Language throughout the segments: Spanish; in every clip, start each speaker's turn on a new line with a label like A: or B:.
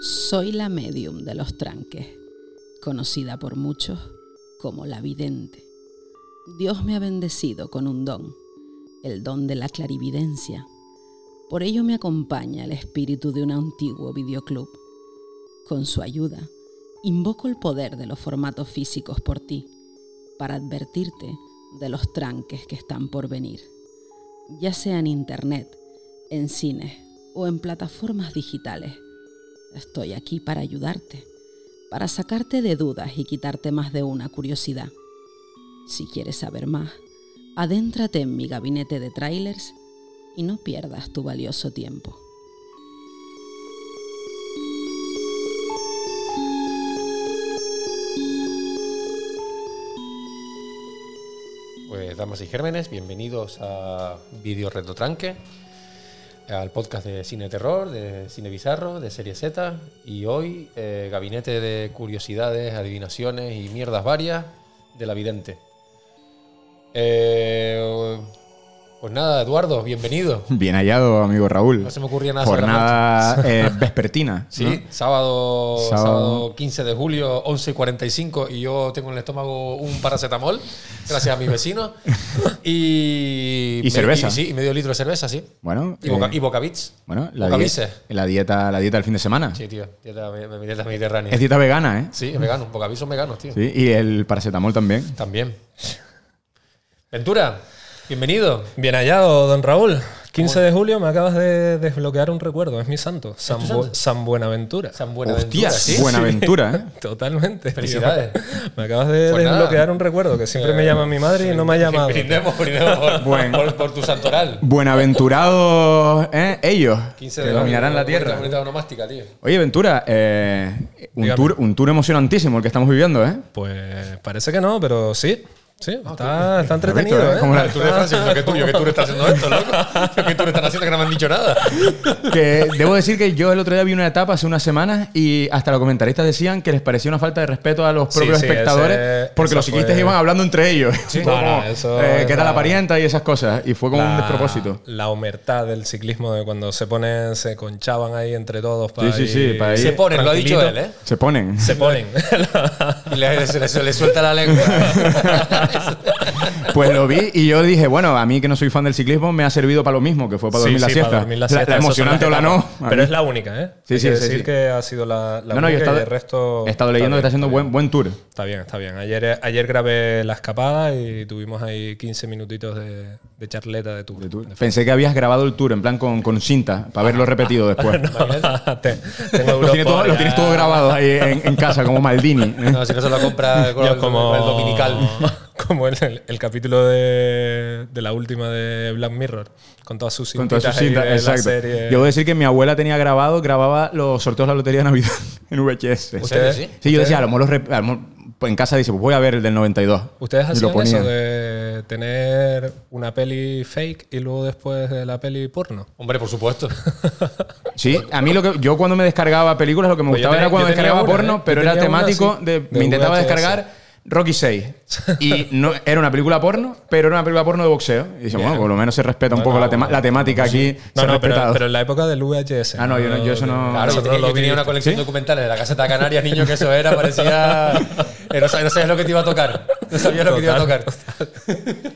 A: Soy la medium de los tranques, conocida por muchos como la vidente. Dios me ha bendecido con un don, el don de la clarividencia. Por ello me acompaña el espíritu de un antiguo videoclub. Con su ayuda, invoco el poder de los formatos físicos por ti, para advertirte de los tranques que están por venir, ya sea en internet, en cines o en plataformas digitales. Estoy aquí para ayudarte, para sacarte de dudas y quitarte más de una curiosidad. Si quieres saber más, adéntrate en mi gabinete de trailers y no pierdas tu valioso tiempo.
B: Pues damas y gérmenes, bienvenidos a Video Reto Tranque, al podcast de Cine Terror, de Cine Bizarro, de Serie Z y hoy eh, Gabinete de Curiosidades, Adivinaciones y Mierdas Varias de la Vidente. Eh, pues nada, Eduardo, bienvenido.
C: Bien hallado, amigo Raúl.
B: No se me ocurría nada sobre
C: Pues
B: la
C: Jornada eh, vespertina.
B: Sí,
C: ¿no?
B: sábado, sábado.
C: Sábado.
B: 15 de julio, 11.45 y yo tengo en el estómago un paracetamol, gracias a mis vecinos. Y,
C: Y cerveza.
B: y sí, y medio litro de cerveza, sí.
C: Bueno,
B: Y, boca,
C: eh,
B: y bocavits.
C: bueno la,
B: bocavices.
C: die- la dieta, la dieta del fin de semana.
B: Sí, tío, dieta, me- me- dieta mediterránea.
C: Es dieta vegana, ¿eh?
B: sí, es vegano, bocavits son veganos, tío.
C: Sí, y el paracetamol también.
B: También. Ventura, bienvenido.
D: Bien hallado, don Raúl. 15 de julio me acabas de desbloquear un recuerdo, es mi santo, San, Bu-
B: santo?
D: San Buenaventura.
B: San Buenaventura,
C: Hostias,
B: sí.
C: Buenaventura, ¿eh?
D: Totalmente. tío.
B: Felicidades.
D: Me acabas de
B: Pues nada.
D: desbloquear un recuerdo que siempre me llama mi madre y no me ha llamado.
B: Brindemos, brindemos por,
C: Bueno.
B: por- por tu santoral.
C: Buenaventurados, ¿eh? Ellos
B: 15
C: que
B: de
C: dominarán la
B: bonita-
C: tierra.
B: bonita onomástica, tío.
C: Oye, Ventura, eh, un,
D: Dígame.
C: tour, un tour emocionantísimo el que estamos viviendo, ¿eh?
D: Pues parece que no, pero sí. Sí, está, está entretenido.
C: Repito, ¿eh?
D: ¿eh?
C: Como la-
B: El Tour de Francia, diciendo que tú, yo que tú le estás haciendo esto, loco. Que tú le estás haciendo que no me han dicho nada.
C: Que debo decir que yo el otro día vi una etapa hace unas semanas y hasta los comentaristas decían que les parecía una falta de respeto a los
D: Sí,
C: propios
D: sí,
C: espectadores
D: ese-
C: porque
D: esa
C: los ciclistas
D: fue-
C: iban hablando entre ellos.
D: Sí.
C: Como,
D: No, no, eso
C: eh, ¿Qué
D: es
C: tal la
D: la-
C: parienta y esas cosas? Y fue como un despropósito.
D: La humertad del ciclismo de cuando se ponen, se conchaban ahí entre todos para
C: Sí, sí,
D: ir
C: sí, para ir-
B: Se ponen, lo ha dicho él,
D: tranquilito.
B: ¿eh?
C: Se ponen.
D: Se ponen.
B: Y le, se le- se le suelta la lengua.
C: Pues lo vi y yo dije, bueno, a mí que no soy fan del ciclismo me ha servido para lo mismo, que fue para
D: Sí,
C: dormir, la
D: sí,
C: siesta.
D: para dormir la
C: La-
D: siesta,
C: la
D: esas son
C: emocionante o
D: las
C: la no.
D: etapas. Pero es la única, ¿eh?
C: Sí,
D: Hay
C: sí,
D: que
C: sí,
D: decir
C: sí.
D: que ha sido la, la
C: No, no, yo he
D: única y
C: estado,
D: el resto...
C: he estado
D: está
C: leyendo que está
D: bien,
C: haciendo buen, buen tour.
D: Está bien, está bien. Ayer, eh, ayer grabé la escapada y tuvimos ahí 15 minutitos de, de charleta de tour.
C: De tour. Pensé que habías grabado el tour en plan con, con cinta para verlo repetido después.
D: Ah, No, te- tengo
C: Lo tienes, todo,
D: Eurosport,
C: lo
D: ya.
C: tienes todo grabado ahí en, en casa, como Maldini. ¿eh?
B: No, si no se lo compra con,
D: Yo
B: el-
D: como,
B: con el dominical.
D: Como el, el- el capítulo de, de la última de Black Mirror, con todas sus
C: Con todas sus
D: cintitas ahí
C: cintas,
D: de la
C: exacto.
D: serie.
C: Yo debo decir que mi abuela tenía grabado, grababa los sorteos de la lotería de Navidad en VHS.
B: ¿En serio,
D: Usted-
B: sí?
C: Sí, yo decía, a lo mejor, los rep- a lo mejor, pues, en casa dice, pues voy a ver el del 92.
D: ¿Ustedes
C: Y
D: hacían
C: ponía.
D: eso de tener una peli fake y luego después de la peli porno?
B: Hombre, por supuesto.
C: Sí, a mí lo que yo cuando me descargaba películas lo que me
D: Pues yo
C: gustaba
D: tenía-
C: era cuando
D: yo tenía
C: descargaba
D: una,
C: porno,
D: ¿eh?
C: pero
D: Yo
C: era
D: tenía una,
C: temático
D: sí,
C: de,
D: de
C: me intentaba
D: VHS.
C: descargar Rocky 6 y no era una película porno, pero era una película porno de boxeo. Y dice, bueno, por lo menos se respeta un poco la, tema- la temática aquí.
D: No,
C: se
D: no,
C: ha
D: pero,
C: respetado.
D: pero en la época del VHS.
C: Ah, no, yo no- yo eso
B: Claro,
C: no-
B: yo
D: nosotros
B: tenía,
D: lo
B: yo tenía
D: vi-
B: una colección de documentales de la Caseta Canaria, niño, que eso era, parecía. eh, no, sabías, no sabías lo que te iba a tocar. No sabías lo que te iba a tocar.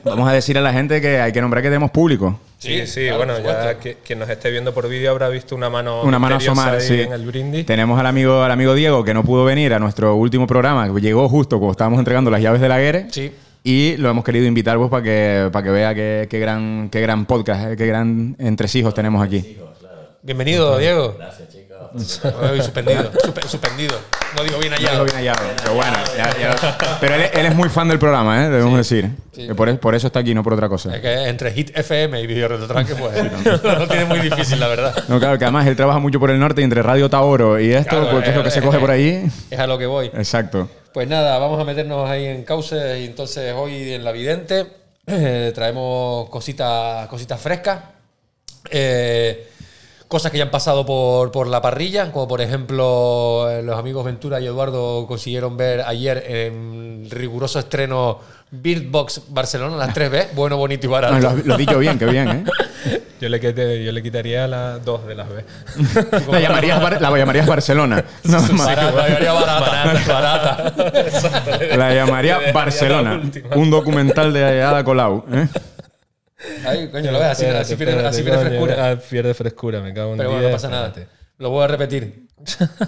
C: Vamos a decir a la gente que hay que nombrar que tenemos público.
D: Sí, sí,
B: claro,
D: bueno,
B: por
D: ya
B: supuesto.
D: que, quien nos esté viendo por vídeo habrá visto una mano
C: Una mano
D: misteriosa
C: asomar,
D: ahí
C: sí.
D: en el brindis.
C: Tenemos al amigo, al amigo Diego que no pudo venir a nuestro último programa, que llegó justo cuando estábamos entregando las llaves de la guerra.
B: Sí.
C: Y lo hemos querido invitar pues, para que, para que vea qué, qué gran, qué gran podcast, eh, qué gran entresijos tenemos aquí.
B: Bienvenido, Diego. Gracias, chicos. suspendido. Suspe- suspendido. No digo bien allá.
C: Algo bien hallado, pero bueno, ya- ya- Pero él, él es muy fan del programa, ¿eh? debemos decir. Que Por, es- por eso está aquí, no por otra cosa.
B: Es que entre Hit FM y Video Retrotranque, pues lo tiene muy difícil, la verdad.
C: No, claro, que además él trabaja mucho por el norte y entre Radio Taoro y esto,
B: Claro,
C: porque es
D: eh,
C: lo que se coge por ahí.
B: Es a lo que voy.
C: Exacto.
B: Pues nada, vamos a meternos ahí en cauces y entonces hoy en La Vidente eh, traemos cositas cositas frescas. Eh, cosas que ya han pasado por, por la parrilla, como por ejemplo eh, los amigos Ventura y Eduardo consiguieron ver ayer en riguroso estreno Beatbox Barcelona, las 3B, bueno, bonito y barato.
C: No, lo, lo has dicho bien, qué bien, ¿eh?
D: Yo le, quité- yo le quitaría las dos de las B.
C: La llamarías, Bar- la llamarías Barcelona. No, ma-
B: Barata, barata, barata, barata.
C: la llamaría Barcelona. Un documental de Ada Colau. ¿eh?
B: Ay, coño, lo ves, así, así pierde, así pierde frescura.
D: Ah, pierde frescura, me cago en
B: Pero bueno, no
D: diez,
B: pasa nada.
D: espérate.
B: Lo voy a repetir.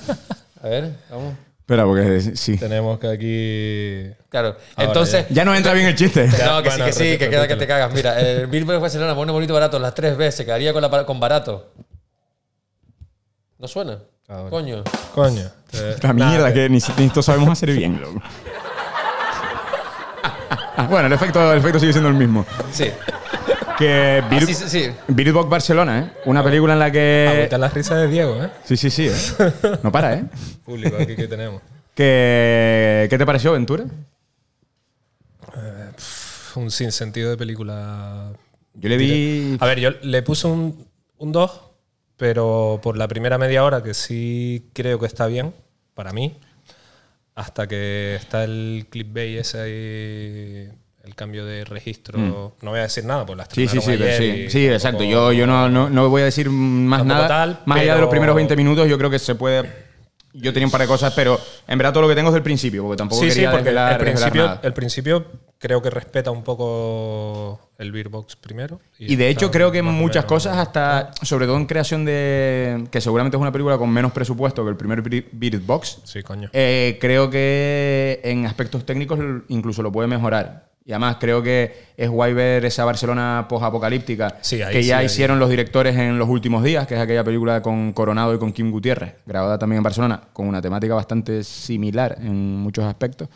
B: A ver, vamos.
C: Espera, porque eh, sí.
D: Tenemos que aquí.
B: Claro.
D: Ahora
B: Entonces,
C: Ya no entra bien el chiste.
B: No, que
D: Bueno,
B: sí, que sí,
D: repite,
B: que queda que
D: repítelo.
B: te cagas. Mira, el Bilbao Barcelona, bueno, bonito, barato, las tres veces, se quedaría con, la, par- con barato. ¿No suena?
D: Ah, bueno.
B: Coño.
D: Coño. eh,
C: La
D: nada,
C: mierda que ni, ni esto sabemos hacer bien, loco. Bueno, el efecto, el efecto sigue siendo el mismo.
B: Sí.
C: Que Beer-
B: Así, Ah, sí, sí.
C: Beatbox Barcelona, ¿eh? Una película en Ah, la que...
D: Aguanta las risas de Diego, ¿eh?
C: Sí, sí, sí. ¿eh? No para, ¿eh?
D: Público aquí que tenemos.
C: Que, ¿Qué te pareció, Ventura?
D: Pf, Un sinsentido de película.
C: Yo le vi...
D: A ver, yo le puse un 2, pero por la primera media hora, que sí creo que está bien, para mí, hasta que está el clickbait ese ahí, el cambio de registro. No voy a decir nada, pues las
C: Mm. Sí, sí, sí,
D: estrenaron ayer
C: sí,
D: y
C: sí,
D: tampoco-
C: exacto. Yo, yo no, no, no voy a decir más
D: Tampoco
C: nada.
D: tal,
C: más allá de
D: pero-
C: los primeros 20 minutos, yo creo que se puede... Yo tenía un par de cosas, pero en verdad todo lo que tengo es del principio, porque tampoco
D: Sí, sí,
C: quería
D: porque
C: desvelar-
D: el,
C: desvelar
D: principio,
C: nada.
D: el principio creo que respeta un poco el beatbox primero.
C: Y de hecho
D: está
C: creo que en
D: más o
C: muchas
D: menos-
C: cosas, hasta sobre todo en creación de... que seguramente es una película con menos presupuesto que el primer Beat- Beatbox,
D: Sí, coño.
C: eh, creo que en aspectos técnicos l- incluso lo puede mejorar. Y además creo que es guay ver esa Barcelona posapocalíptica
D: Sí, ahí
C: que
D: sí,
C: ya
D: ahí.
C: hicieron los directores en los últimos días, que es aquella película con Coronado y con Kim Gutiérrez, grabada también en Barcelona, con una temática bastante similar en muchos aspectos.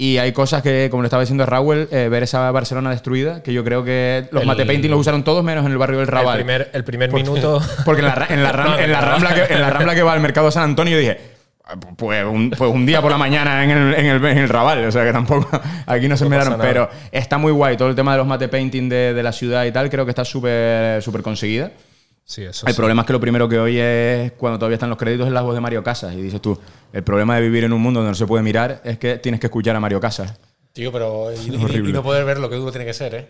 C: Y hay cosas que, como le estaba diciendo Raúl, eh, ver esa Barcelona destruida, que yo creo que los
D: El-
C: mate painting los usaron todos menos en el barrio del
D: el
C: Raval.
D: primer, el primer minuto...
C: Porque en la, ra- en la ram- en la rambla que, en la rambla que va al mercado San Antonio dije, "Ah, pu- pues un, pues un día por la mañana en el, en el- en el Raval. O sea que tampoco, aquí no se miraron.
D: nada.
C: Pero está muy guay. Todo el tema de los mate painting de, de la ciudad y tal, creo que está súper súper conseguida.
D: Sí, eso
C: El
D: sí.
C: problema es que lo primero que hoy es cuando todavía están los créditos es la voz de Mario Casas. Y dices tú, el problema de vivir en un mundo donde no se puede mirar es que tienes que escuchar a Mario Casas.
B: Tío, pero. eh, Y, y-
C: Horrible.
B: y no poder ver lo que duro tiene que ser, ¿eh?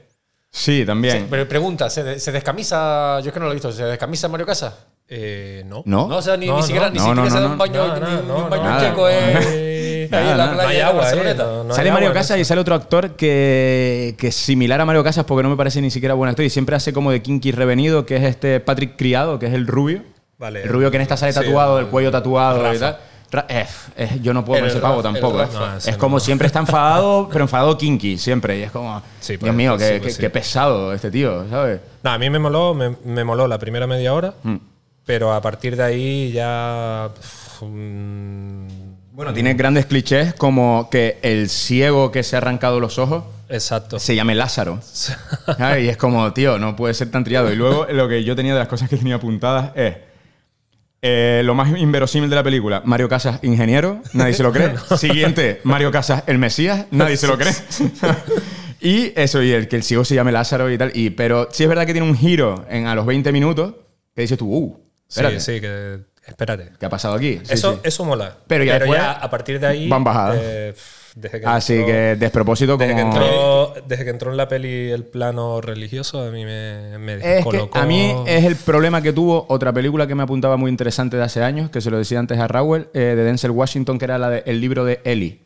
C: Sí, también.
B: Pero pregunta, ¿se, de- se descamisa? Yo es que no lo he visto, ¿se descamisa Mario Casas?
D: Eh, no.
C: ¿No?
B: No, o sea, ni,
D: No,
B: ni
D: no.
B: siquiera, ni
C: No,
B: siquiera
C: no,
B: se da
C: no,
B: un baño,
D: no,
B: ni,
D: no,
B: ni
D: no,
B: un baño
C: nada.
B: checo,
D: Eh,
B: eh. ahí en
C: nada.
B: la
C: No
D: No
B: playa
D: hay
B: de
D: agua, eh,
B: Barceloneta.
D: no- no hay
C: sale Mario
D: agua en
C: Casas y
D: eso.
C: sale otro actor que, que es similar a Mario Casas porque no me parece ni siquiera buen actor y siempre hace como de kinky revenido, que es este Patrick Criado, que es el rubio.
D: Vale.
C: el rubio que en esta sale
D: Sí,
C: tatuado,
D: el-
C: el cuello tatuado
D: Rafa.
C: y tal. Ra- eh, eh, yo no puedo
B: El
C: con ese
B: Rafa,
C: pavo
B: el
C: tampoco. eh.
B: Rafa.
D: No, ese
C: es
D: no.
C: como siempre está enfadado, pero enfadado kinky, siempre. Y es como,
D: Sí,
C: Dios
D: pues,
C: mío,
D: sí,
C: qué,
D: pues,
C: qué-
D: sí.
C: qué pesado este tío, ¿sabes?
D: No, a mí me moló, me, me moló la primera media hora,
C: Mm.
D: pero a partir de ahí ya... pf, mm,
C: Bueno, tiene grandes clichés como que el ciego que se ha arrancado los ojos
D: exacto.
C: se llame Lázaro. ¿sabes? Y es como, tío, no puede ser tan triado. Y luego lo que yo tenía de las cosas que tenía apuntadas es eh, lo más inverosímil de la película. Mario Casas, ingeniero, nadie se lo cree. Siguiente, Mario Casas, el Mesías, nadie se lo cree. y eso, y el que el ciego se llame Lázaro y tal. Y, pero sí es verdad que tiene un giro en a los 20 minutos que dices tú, uh, espérate,
D: Sí, sí, que... Espérate.
C: ¿qué ha pasado aquí? Sí,
D: eso,
C: sí.
D: eso mola.
C: Pero ya después
D: a partir de ahí...
C: van bajadas.
D: eh, pf, desde que
C: Así
D: entró-
C: que despropósito como...
D: Desde que, entró, desde que entró en la peli el plano religioso, a mí me, me
C: Es que
D: descolocó.
C: a mí es el problema que tuvo otra película que me apuntaba muy interesante de hace años, que se lo decía antes a Raúl, eh, de Denzel Washington, que era la de El libro de Ellie.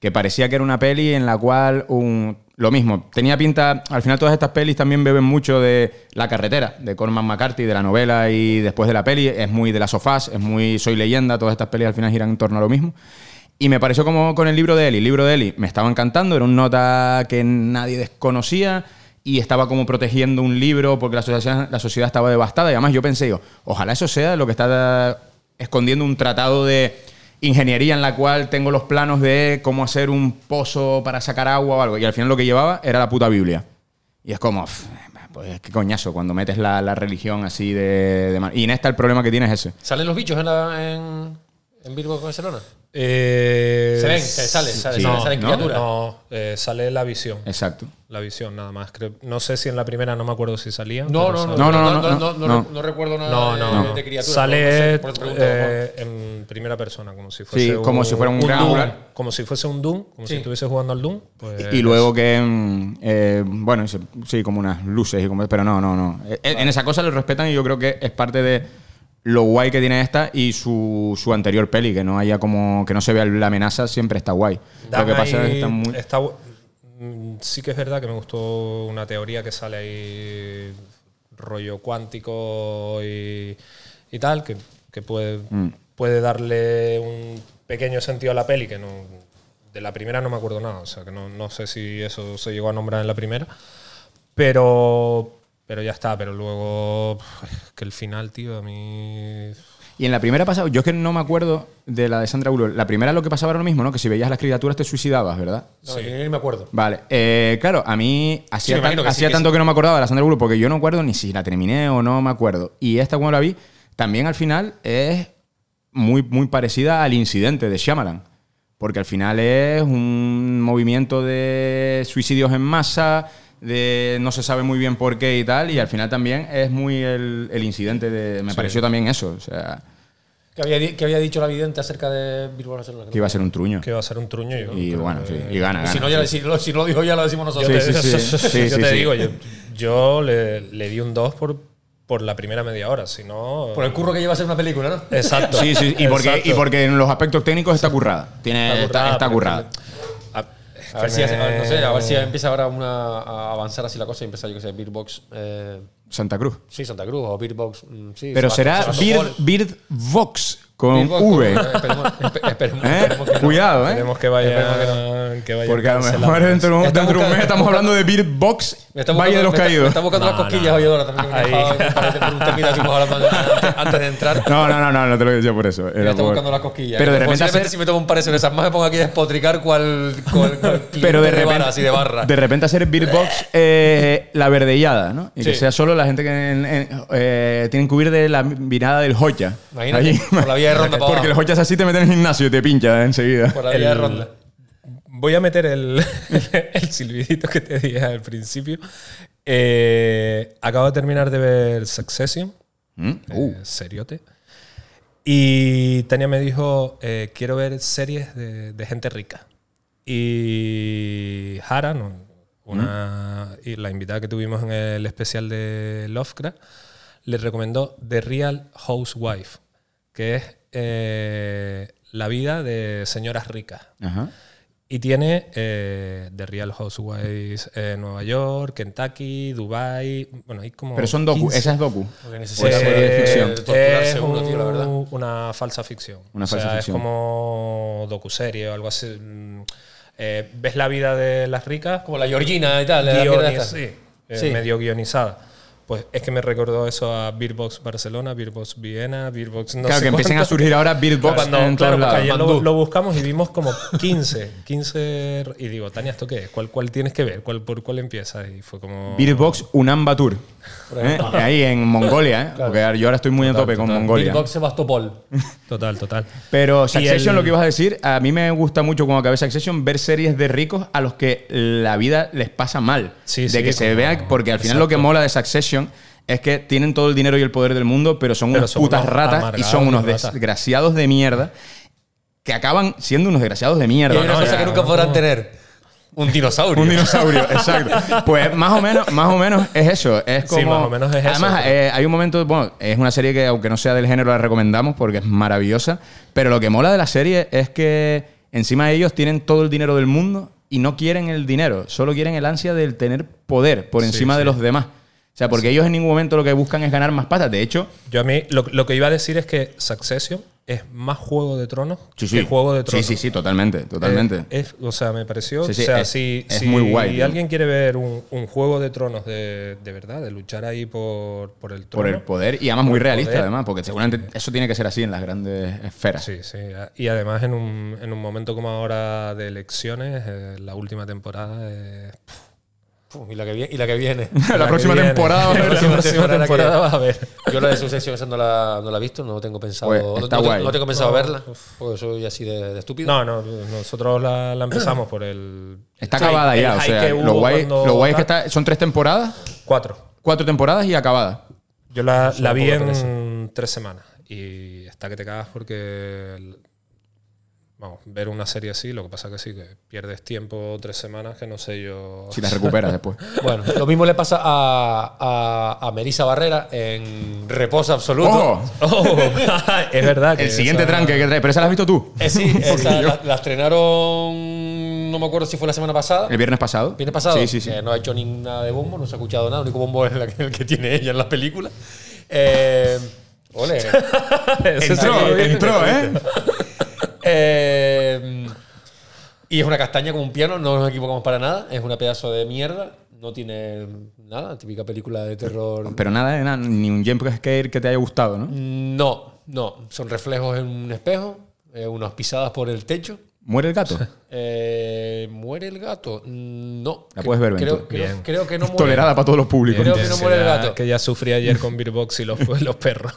C: Que parecía que era una peli en la cual un. Lo mismo, tenía pinta. Al final, todas estas pelis también beben mucho de La carretera, de Corman McCarthy, de la novela y después de la peli. Es muy de las sofás, es muy Soy leyenda. Todas estas pelis al final giran en torno a lo mismo. Y me pareció como con el libro de Eli. El libro de Eli me estaba encantando, era un nota que nadie desconocía y estaba como protegiendo un libro porque la sociedad, la sociedad estaba devastada. Y además yo pensé, digo, ojalá eso sea lo que está escondiendo un tratado de ingeniería en la cual tengo los planos de cómo hacer un pozo para sacar agua o algo. Y al final lo que llevaba era la puta Biblia. Y es como, pf, pues qué coñazo cuando metes la, la religión así de, de... ma- Y en esta el problema que tienes es ese.
B: ¿Salen los bichos en, la, en, en Bilbo y Barcelona?
D: Eh,
B: Se ven, se salen, salen, salen,
C: sí. No,
B: salen
C: no,
B: criaturas.
D: No, eh, sale la visión.
C: Exacto.
D: La visión, nada más. Creo- no sé si en la primera, no me acuerdo si salía.
B: No,
D: pero
B: no,
D: sale.
B: no,
C: No, no, no,
B: no,
C: no,
B: no,
C: no.
B: no, no recuerdo nada
D: No,
B: de-
D: no,
B: de,
D: no.
B: criaturas.
D: Sale
B: por eso- por eso preguntaba.
D: eh, en primera persona, como si fuese
C: Sí, como si fuera un gran
D: Doom,
C: angular.
D: Como si fuese un Doom, como
B: Sí.
D: si estuviese jugando al Doom. pues-
C: Y luego que. mm, eh, bueno, y se- sí, como unas luces, y como, pero no, no, no. Eh, En, esa cosa lo respetan y yo creo que es parte de lo guay que tiene esta y su, su anterior peli, que no haya como. que no se vea la amenaza, siempre está guay. Lo que
D: Dan
C: pasa es
D: ahí-
C: que está muy.
D: está bu- mm, sí que es verdad que me gustó una teoría que sale ahí rollo cuántico y, y tal, que, que puede,
C: Mm.
D: puede darle un pequeño sentido a la peli, que no de la primera no me acuerdo nada, o sea que no, no sé si eso se llegó a nombrar en la primera, pero, pero ya está, pero luego es que el final, tío, a mí...
C: Y en la primera pasaba, yo es que no me acuerdo de la de Sandra Bullock. La primera lo que pasaba era lo mismo, ¿no? Que si veías las criaturas te suicidabas, ¿verdad?
B: No, yo ni me acuerdo.
C: Vale, eh, claro, a mí hacía,
B: me
C: tan-
B: imagino que sí,
C: hacía
B: que
C: tanto que no me acordaba de la Sandra Bullock porque yo no acuerdo ni si la terminé o no me acuerdo. Y esta cuando la vi, también al final es muy, muy parecida al incidente de Shyamalan. Porque al final es un movimiento de suicidios en masa, de no se sabe muy bien por qué y tal. Y al final también es muy el, el incidente de... Me pareció también eso, o sea,
B: ¿Qué había, di- qué había dicho la vidente acerca de Bilbo y Barcelona?
C: que iba a ser un truño.
D: Que va a ser un truño yo.
C: Y
D: creo
C: bueno,
D: que-
C: sí, y gana, gana.
B: Eh, si, no, ya,
C: sí.
B: si, lo, si lo dijo ya lo decimos nosotros.
C: Sí, sí, sí. Sí,
D: yo
C: sí,
D: te
C: sí.
D: digo, yo, yo le, le di un 2 por, por la primera media hora, si no...
B: Por el curro que lleva a ser una película, ¿no?
D: Exacto.
C: Sí, sí, y porque,
D: exacto.
C: y porque en los aspectos técnicos está currada. Tiene, está,
D: currada,
C: está
D: porque-
C: currada.
D: A, es
B: A
D: que
B: ver, si, hace- a ver, no sé, a ver si
D: me-
B: empieza ahora una, a avanzar así la cosa y empieza, yo que sé, Beatbox. Eh,
C: Santa Cruz.
B: sí, Santa Cruz o Beatbox. mm, sí,
C: Pero
B: Sebast-
C: será Bird,
B: Sebastopol.
C: Bird Vox con
B: Beatbox
C: V.
B: con- Esperemos, espe- esperemos-
C: ¿Eh?
B: esperemos que no.
C: Cuidado, ¿eh?
D: Esperemos que vaya, que vaya
C: Porque a lo
D: cancelando
C: mejor dentro de un,
B: Me está
C: dentro de un mes
B: buscando-
C: estamos hablando de Bird Vox
B: Me está
C: Valle de los
B: me está- Me
C: Caídos.
B: está buscando
D: No,
B: las cosquillas,
D: no.
B: oye, ahora también. que me
D: Ahí.
B: dejaba- parece por un temita que hemos hablado antes- antes de entrar.
C: No, no, no, no, no te lo decía por eso.
B: Me
C: era
B: está
C: por-
B: buscando las cosquillas.
C: Pero de repente
B: Posiblemente
C: hacer-
B: si me tomo un par de cervezas más me pongo aquí a despotricar cual, cual- cual
C: Pero
B: cliente
C: de repente,
B: barra, así de barra.
C: de repente hacer Bird Box eh, la verdellada, ¿no? Y que
B: Sí.
C: sea solo la gente que en- en- eh, tienen que huir de la mirada del Joya.
B: Imagínate, por la vía de ronda para
C: Porque
B: abajo.
C: el Joya es así, te meten en el gimnasio y te pincha enseguida.
B: Por la vía de
D: el-
B: ronda.
D: Voy a meter el, el silbidito que te dije al principio. Eh, acabo de terminar de ver Succession.
C: Mm, uh.
D: Eh, seriote. Y Tania me dijo, eh, quiero ver series de, de gente rica. Y Hara, no, una, y la invitada que tuvimos en el especial de Lovecraft, le recomendó The Real Housewife, que es eh, la vida de señoras ricas.
C: Ajá.
D: Y tiene eh, The Real Housewives eh, Nueva York, Kentucky, Dubai. Bueno, hay como.
C: Pero son docu,
D: 15.
C: esa es docu.
B: Porque
C: Pues,
B: necesita
C: Fuera de
D: Eh,
C: ficción.
B: torturarse
D: es
B: uno, tío, la verdad.
D: un- Una falsa ficción.
C: Una
D: O sea,
C: falsa ficción.
D: Es como docuserie o algo así. Mm, eh, ves la vida de las ricas,
B: Como la Georgina y tal. la
D: guioniz-
B: mierda esta.
D: sí, eh,
B: Sí.
D: medio guionizada. Pues es que me recordó eso a Beerbox Barcelona, Beerbox Viena, Beerbox no
C: claro,
D: sé
C: que empiecen a
D: cuánto.
C: surgir ahora Bird Box
D: Cuando-
C: en todos
D: claro, porque
C: lados.
D: ayer lo,
B: Mandú.
D: lo buscamos y vimos como 15, 15 r- y digo, Tania, ¿esto qué es? ¿Cuál, cuál tienes que ver? ¿Cuál, ¿Por cuál empiezas? Y fue como...
C: Bird Box Unamba Tour. ¿Eh? Ahí en Mongolia, ¿eh? Porque ahora- yo ahora estoy muy a tope con Mongolia.
B: Beatbox Sebastopol.
D: Total, total.
C: Pero Succession,
D: el-
C: lo que ibas a decir, a mí me gusta mucho como cabeza Succession ver series de ricos a los que la vida les pasa mal.
D: Sí,
C: de
D: sí,
C: que se
D: como-
C: vea, porque al final lo que mola de Succession es que tienen todo el dinero y el poder del mundo, pero son
D: Pero
C: unas
D: son
C: putas
D: unos
C: ratas y son
D: amargados
C: unos
D: y ratas.
C: desgraciados de mierda que acaban siendo unos desgraciados
B: Y
C: de
B: hay
C: mierda.
B: una
C: ¿no?
B: cosa
C: Ya,
B: que nunca
D: no,
B: podrán
D: no.
B: tener. Un dinosaurio.
C: Un dinosaurio, exacto. Pues más o menos, más o menos es eso. Es
D: Sí,
C: como,
D: más o menos es eso,
C: Además,
D: pero-
C: eh, hay un momento, bueno, es una serie que aunque no sea del género la recomendamos porque es maravillosa, pero lo que mola de la serie es que encima de ellos tienen todo el dinero del mundo y no quieren el dinero, solo quieren el ansia del tener poder por
D: Sí,
C: encima de
D: sí.
C: los demás. O sea, porque ellos en ningún momento lo que buscan es ganar más patas. De hecho,
D: Yo a mí lo, lo que iba a decir es que Succession es más Juego de Tronos que Juego de Tronos.
C: Sí, sí, sí, totalmente, totalmente.
D: Eh, es- o sea, me pareció.
C: Sí, sí,
D: o sea,
C: es-
D: si,
C: es
D: si
C: muy guay, tío.
D: alguien quiere ver un, un Juego de Tronos de, de verdad, de luchar ahí por, por el trono.
C: por el poder y además muy
D: el
C: realista,
D: poder.
C: además, porque seguramente eso tiene que ser así en las grandes esferas.
D: Sí, sí. Y además, en un, en un momento como ahora de elecciones, eh, la última temporada es. pff,
B: Puf, y, la que viene, y la que viene.
C: La,
D: que
C: próxima
D: viene.
C: temporada.
D: La
C: ¿verdad?
D: próxima temporada
B: que-
D: que- vas a ver.
B: Yo la de Succession esa no la, no la he visto, no tengo pensado.
C: Pues,
B: no,
C: está
B: no te-
C: guay.
B: no tengo pensado
D: No,
B: verla, porque soy así de, de estúpido.
D: No, no, nosotros la, la empezamos por el.
C: Está
D: el
C: acabada
D: hype-
C: ya.
D: el
C: O
D: hype
C: sea,
D: que
C: lo
D: hubo
C: guay,
D: cuando-
C: lo guay es que está- son tres temporadas,
D: Cuatro.
C: cuatro temporadas y acabada.
D: Yo la, la vi
B: poco
D: en
B: tres.
D: tres semanas y está que te cagas porque. el- Vamos, ver una serie así, lo que pasa que sí, que pierdes tiempo tres semanas que no sé yo.
C: Si las recuperas después.
B: Bueno, lo mismo le pasa a, a, a Melissa Barrera en Reposo Absoluto.
C: ¡Ojo!
D: Oh, es verdad que.
C: El siguiente
D: esa-
C: tranque que trae. Pero esa la has visto tú.
B: Eh, sí, esa
C: yo-
B: la, la estrenaron, no me acuerdo si fue la semana pasada.
C: El viernes pasado.
B: ¿Viene pasado?
C: Sí, sí, sí.
B: Que no ha hecho ninguna de bombo, no se ha escuchado nada. El único bombo es la que- el que tiene ella en la película. Eh, ole.
D: Ese
C: entró,
D: sí.
C: entró, ¿eh?
B: Eh, y es una castaña con un piano, no nos equivocamos para nada. Es una pedazo de mierda. No tiene nada, típica película de terror.
C: Pero nada, de nada, ni un jump scare que te haya gustado, ¿no?
B: No, no. Son reflejos en un espejo, eh, unas pisadas por el techo.
C: Muere el gato.
B: Eh, ¿Muere el gato? No.
C: La puedes ver,
B: creo,
C: Ventura.
B: creo,
D: Bien.
B: creo que no muere.
C: Tolerada para todos los públicos.
B: Creo que no muere el gato.
D: Que ya sufrí ayer con Beerbox y los, los perros.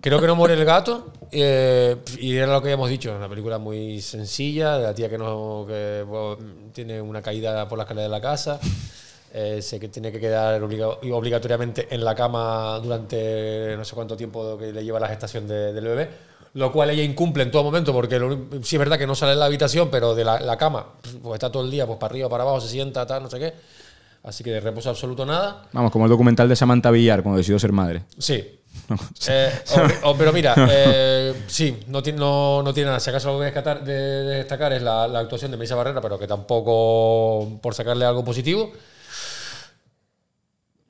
B: Creo que no muere el gato. eh, y era lo que habíamos dicho. Una película muy sencilla. de La tía que no que, bueno, tiene una caída por la escalera de la casa. eh, se que tiene que quedar obliga- y obligatoriamente en la cama durante no sé cuánto tiempo que le lleva la gestación de- del bebé. Lo cual ella incumple en todo momento, porque lo único- sí es verdad que no sale de la habitación, pero de la, la cama, pues está todo el día, pues para arriba, para abajo, se sienta, tal, no sé qué. Así que de reposo absoluto nada.
C: Vamos, como el documental de Samantha Villar cuando decidió ser madre.
B: Sí. Eh, o- o- pero mira, eh, sí, no tiene, no, no tiene nada. Si acaso algo que descatar- de- de destacar es la, la actuación de Melissa Barrera, pero que tampoco por sacarle algo positivo.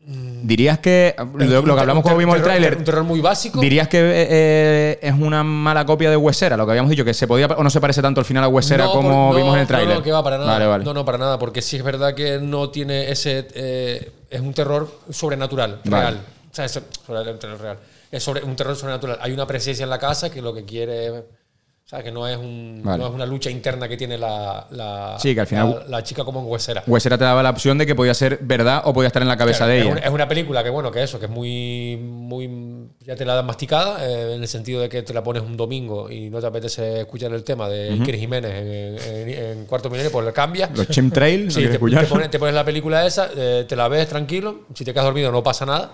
C: ¿Dirías que, lo, lo que hablamos cuando vimos el
B: Terror-
C: tráiler,
B: Un terror muy básico.
C: dirías que eh, eh, es una mala copia de Huesera? Lo que habíamos dicho, que se podía o no se parece tanto al final a Huesera
B: No,
C: como
B: por- no,
C: vimos en el tráiler.
B: No, no, que va para nada.
C: Vale, vale.
B: No, no, para nada, porque sí es verdad que no tiene ese. eh, es un terror sobrenatural,
C: Vale.
B: real. O sea, es sobre- un terror real. Es sobre, un terror sobrenatural. Hay una presencia en la casa que lo que quiere. es- O sea, que no es, un,
C: Vale.
B: no es una lucha interna que tiene la, la,
C: Sí, que al final-
B: la, la chica como en huesera.
C: Huesera te daba la opción de que podía ser verdad o podía estar en la cabeza
B: Claro,
C: de
B: es
C: ella.
B: una- Es una película que, bueno, que eso, que es muy. muy ya te la dan masticada, eh, en el sentido de que te la pones un domingo y no te apetece escuchar el tema de Iker Jiménez en, en- en Cuarto Milenio, pues lo cambias.
C: Los chemtrails, ¿no
B: Sí,
C: quieres
B: te,
C: escuchar?
B: te pones, te pones la película esa, eh, te la ves tranquilo, si te quedas dormido no pasa nada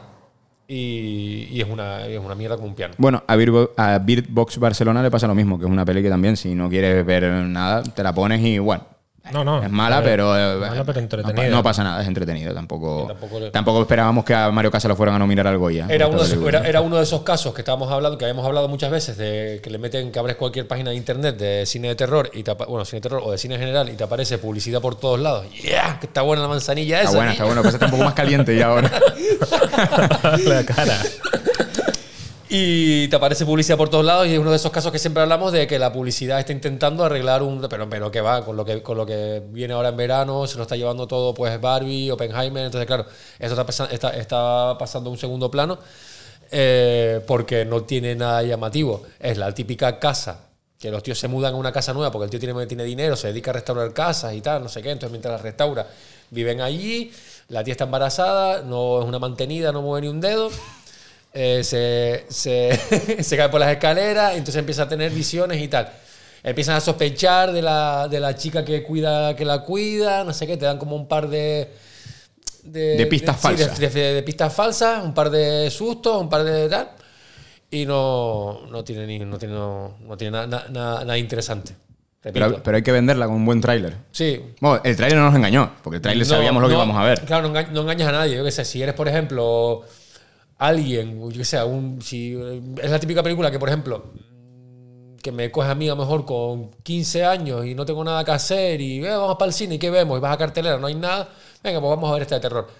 B: y, y es, una, y es una mierda como un piano.
C: Bueno, a Bird, a Bird Box Barcelona le pasa lo mismo, que es una peli que también, si no quieres ver nada, te la pones y bueno.
D: No, no.
C: Es mala,
D: A ver,
C: pero, eh,
D: mala,
C: no
D: pero
C: pa-
D: entretenida.
C: No, pasa nada, es entretenido. Tampoco,
B: Sí, tampoco le-
C: tampoco esperábamos que a Mario Casas lo fueran a nominar al Goya.
B: Era
C: Esta
B: uno, de esos,
C: película.
B: era, era uno de esos casos que estábamos hablando, que habíamos hablado muchas veces, de que le meten, que abres cualquier página de internet de cine de terror, y te apa- bueno, cine de terror o de cine en general, y te aparece publicidad por todos lados. ¡Yeah! Que está buena la manzanilla esa.
C: Está buena,
B: ¿eh?
C: está bueno, pasa está un poco más caliente ya ahora.
D: la cara.
B: Y te aparece publicidad por todos lados y es uno de esos casos que siempre hablamos de que la publicidad está intentando arreglar un... Pero, pero que va, con lo que, con lo que viene ahora en verano, se lo está llevando todo pues Barbie, Oppenheimer, entonces claro, esto está, pasa- está, está pasando a un segundo plano eh, porque no tiene nada llamativo. Es la típica casa, que los tíos se mudan a una casa nueva porque el tío tiene, tiene dinero, se dedica a restaurar casas y tal, no sé qué, entonces mientras las restaura, viven allí, la tía está embarazada, no es una mantenida, no mueve ni un dedo. Eh, se, se, se cae por las escaleras, entonces empieza a tener visiones y tal. Empiezan a sospechar de la, de la chica que cuida, que la cuida, no sé qué, te dan como un par de.
C: De pistas
B: sí, de-
C: falsas.
B: de- de- de pistas falsas, un par de sustos, un par de tal. Y no, no tiene, ni, no tiene, no, no tiene nada, nada, nada interesante. Repito.
C: Pero, pero hay que venderla con un buen tráiler.
B: sí,
C: Bueno, el tráiler no nos engañó, porque el tráiler
B: no,
C: sabíamos lo que
B: no,
C: íbamos a ver.
B: Claro, no, enga- no engañas a nadie. Yo qué sé, si eres, por ejemplo, alguien, yo qué sé, un, si, eh, es la típica película que, por ejemplo, mm, que me coge a mí a lo mejor con 15 años y no tengo nada que hacer y eh, vamos para el cine y qué vemos y vas a cartelera, no hay nada, venga, pues vamos a ver esta de terror.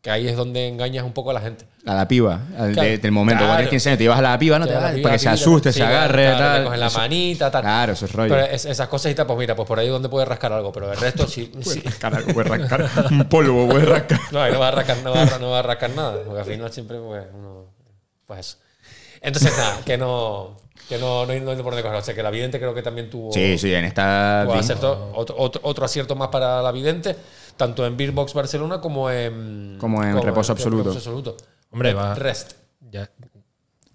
B: Que ahí es donde engañas un poco a la gente.
C: A la piba, al
B: Claro.
C: de- del momento.
B: Claro.
C: Cuando tienes 15 años, te llevas a la piba, no te
B: Ya,
C: vas,
B: la
C: para que se
B: pibita,
C: asuste,
B: sí,
C: se
B: claro,
C: agarre,
B: claro,
C: tal.
B: le coges la
C: Eso-
B: manita, tal.
C: Claro, eso es rollo.
B: Pero es- esas cositas, pues mira, pues por ahí es donde puedes rascar algo, pero el resto sí. sí.
C: Rascar algo, puede rascar. Un polvo, puede rascar.
B: No, y no va a arrancar, no va a, arra- no va a arrancar nada. Porque al final siempre, pues, uno. Pues eso. Entonces, nada, que no. Que no, no hay, no hay por dónde coger. O sea, que la vidente creo que también tuvo.
C: Sí, sí, en esta.
B: tuvo acierto- otro, otro- otro acierto más para la vidente. tanto en Beerbox Barcelona como en.
C: Como en Reposo Absoluto.
B: absoluto. Eh,
D: Hombre, va.
B: Rest.
D: Ya.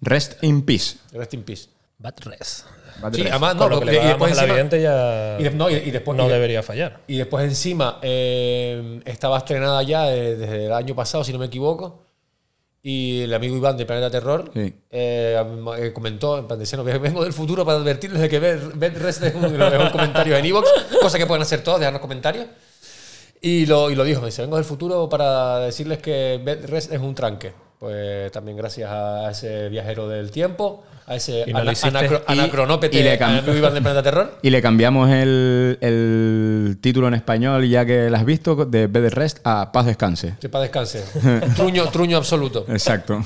C: Rest in peace.
B: Rest in peace.
D: Bad res.
C: Bad
B: Sí,
C: rest.
B: además, no,
D: Con lo que
B: y-
D: le
B: y después
D: pagamos al
B: encima-
D: vidente ya
B: y de- no, y- y después-
D: no
B: y de-
D: debería fallar.
B: Y después encima eh, estaba estrenada ya de- desde el año pasado, si no me equivoco. Y el amigo Iván de Planeta Terror
C: Sí.
B: eh, eh, comentó en plan de "Seno, vengo del futuro para advertirles de que ven ven Rest de un, lo dejó un comentario en Evox, cosa que pueden hacer todos, dejarnos comentarios. Y lo, y lo dijo, me dice, vengo del futuro para decirles que Bed Rest es un tranque. Pues también gracias a ese viajero del tiempo, a ese
D: Y no lo
B: ana-
D: hiciste.
B: anacro-
C: Y-
B: anacronópete,
C: y le
B: a
C: cam-
B: amigo Iván de Planeta Terror.
C: Y le cambiamos el, el título en español, ya que la has visto, de Bed Rest a Paz Descanse.
B: Que para descanse. truño, truño absoluto.
C: Exacto.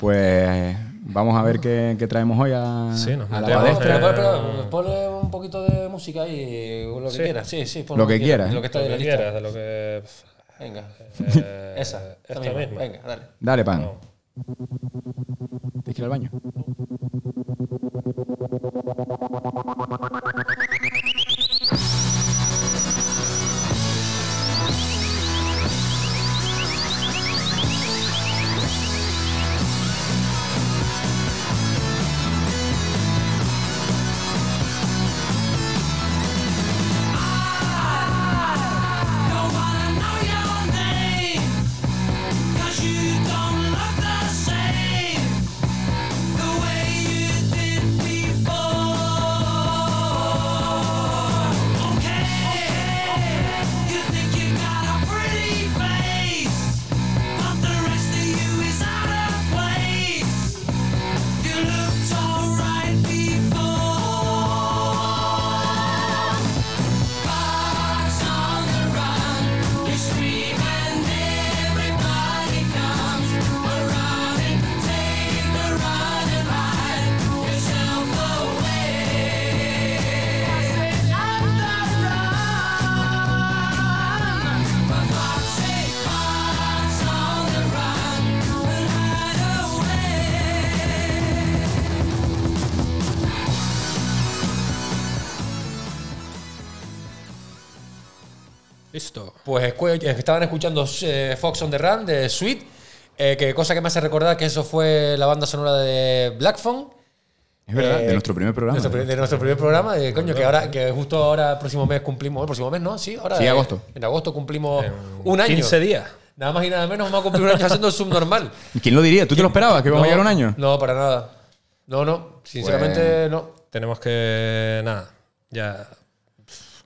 C: Pues vamos a ver qué, qué traemos hoy a,
D: Sí, nos
C: a la
D: metemos,
B: Vamos,
C: palestra.
B: pero,
D: eh,
B: pero, pero, ponle un poquito de música ahí, o lo que
D: Sí.
B: quieras. Sí, sí, pon
C: Lo que quieras,
B: Lo que está
D: Lo
B: en la
D: que
B: lista.
D: quieras, de lo que.
B: Venga,
D: eh,
B: esa, esta
D: esta
B: misma.
D: misma.
B: Venga, dale.
C: Dale, pan.
D: No.
C: Tienes que ir al baño.
E: Don't wanna know your name, 'cause you don't look the same the way you did before. Okay, you think you got a pretty face, but the rest of you is out of place. You looked alright before. Fox on the run, you scream and everybody comes around and take a run and hide yourself away. On the run, for Fox's sake, Fox on the run and hide away.
D: Listo.
B: Pues escu- eh, estaban escuchando eh, Fox on the Run de Sweet, eh, que cosa que me hace recordar que eso fue la banda sonora de Black Phone.
C: Es verdad,
B: Eh,
C: de nuestro primer programa.
B: nuestro pri- de nuestro primer programa, de, coño, que ahora, que justo ahora, próximo mes cumplimos, el próximo mes, ¿no? Sí, ahora.
C: Sí,
B: eh,
C: agosto.
B: En agosto cumplimos un año.
D: 15 días.
B: Nada más y nada menos, vamos a cumplir un año haciendo el subnormal.
C: ¿Y ¿Quién lo diría? ¿Tú te lo esperabas que íbamos a llegar a un año?
B: No, para nada. No, no, sinceramente no.
D: Tenemos que. Nada. Ya.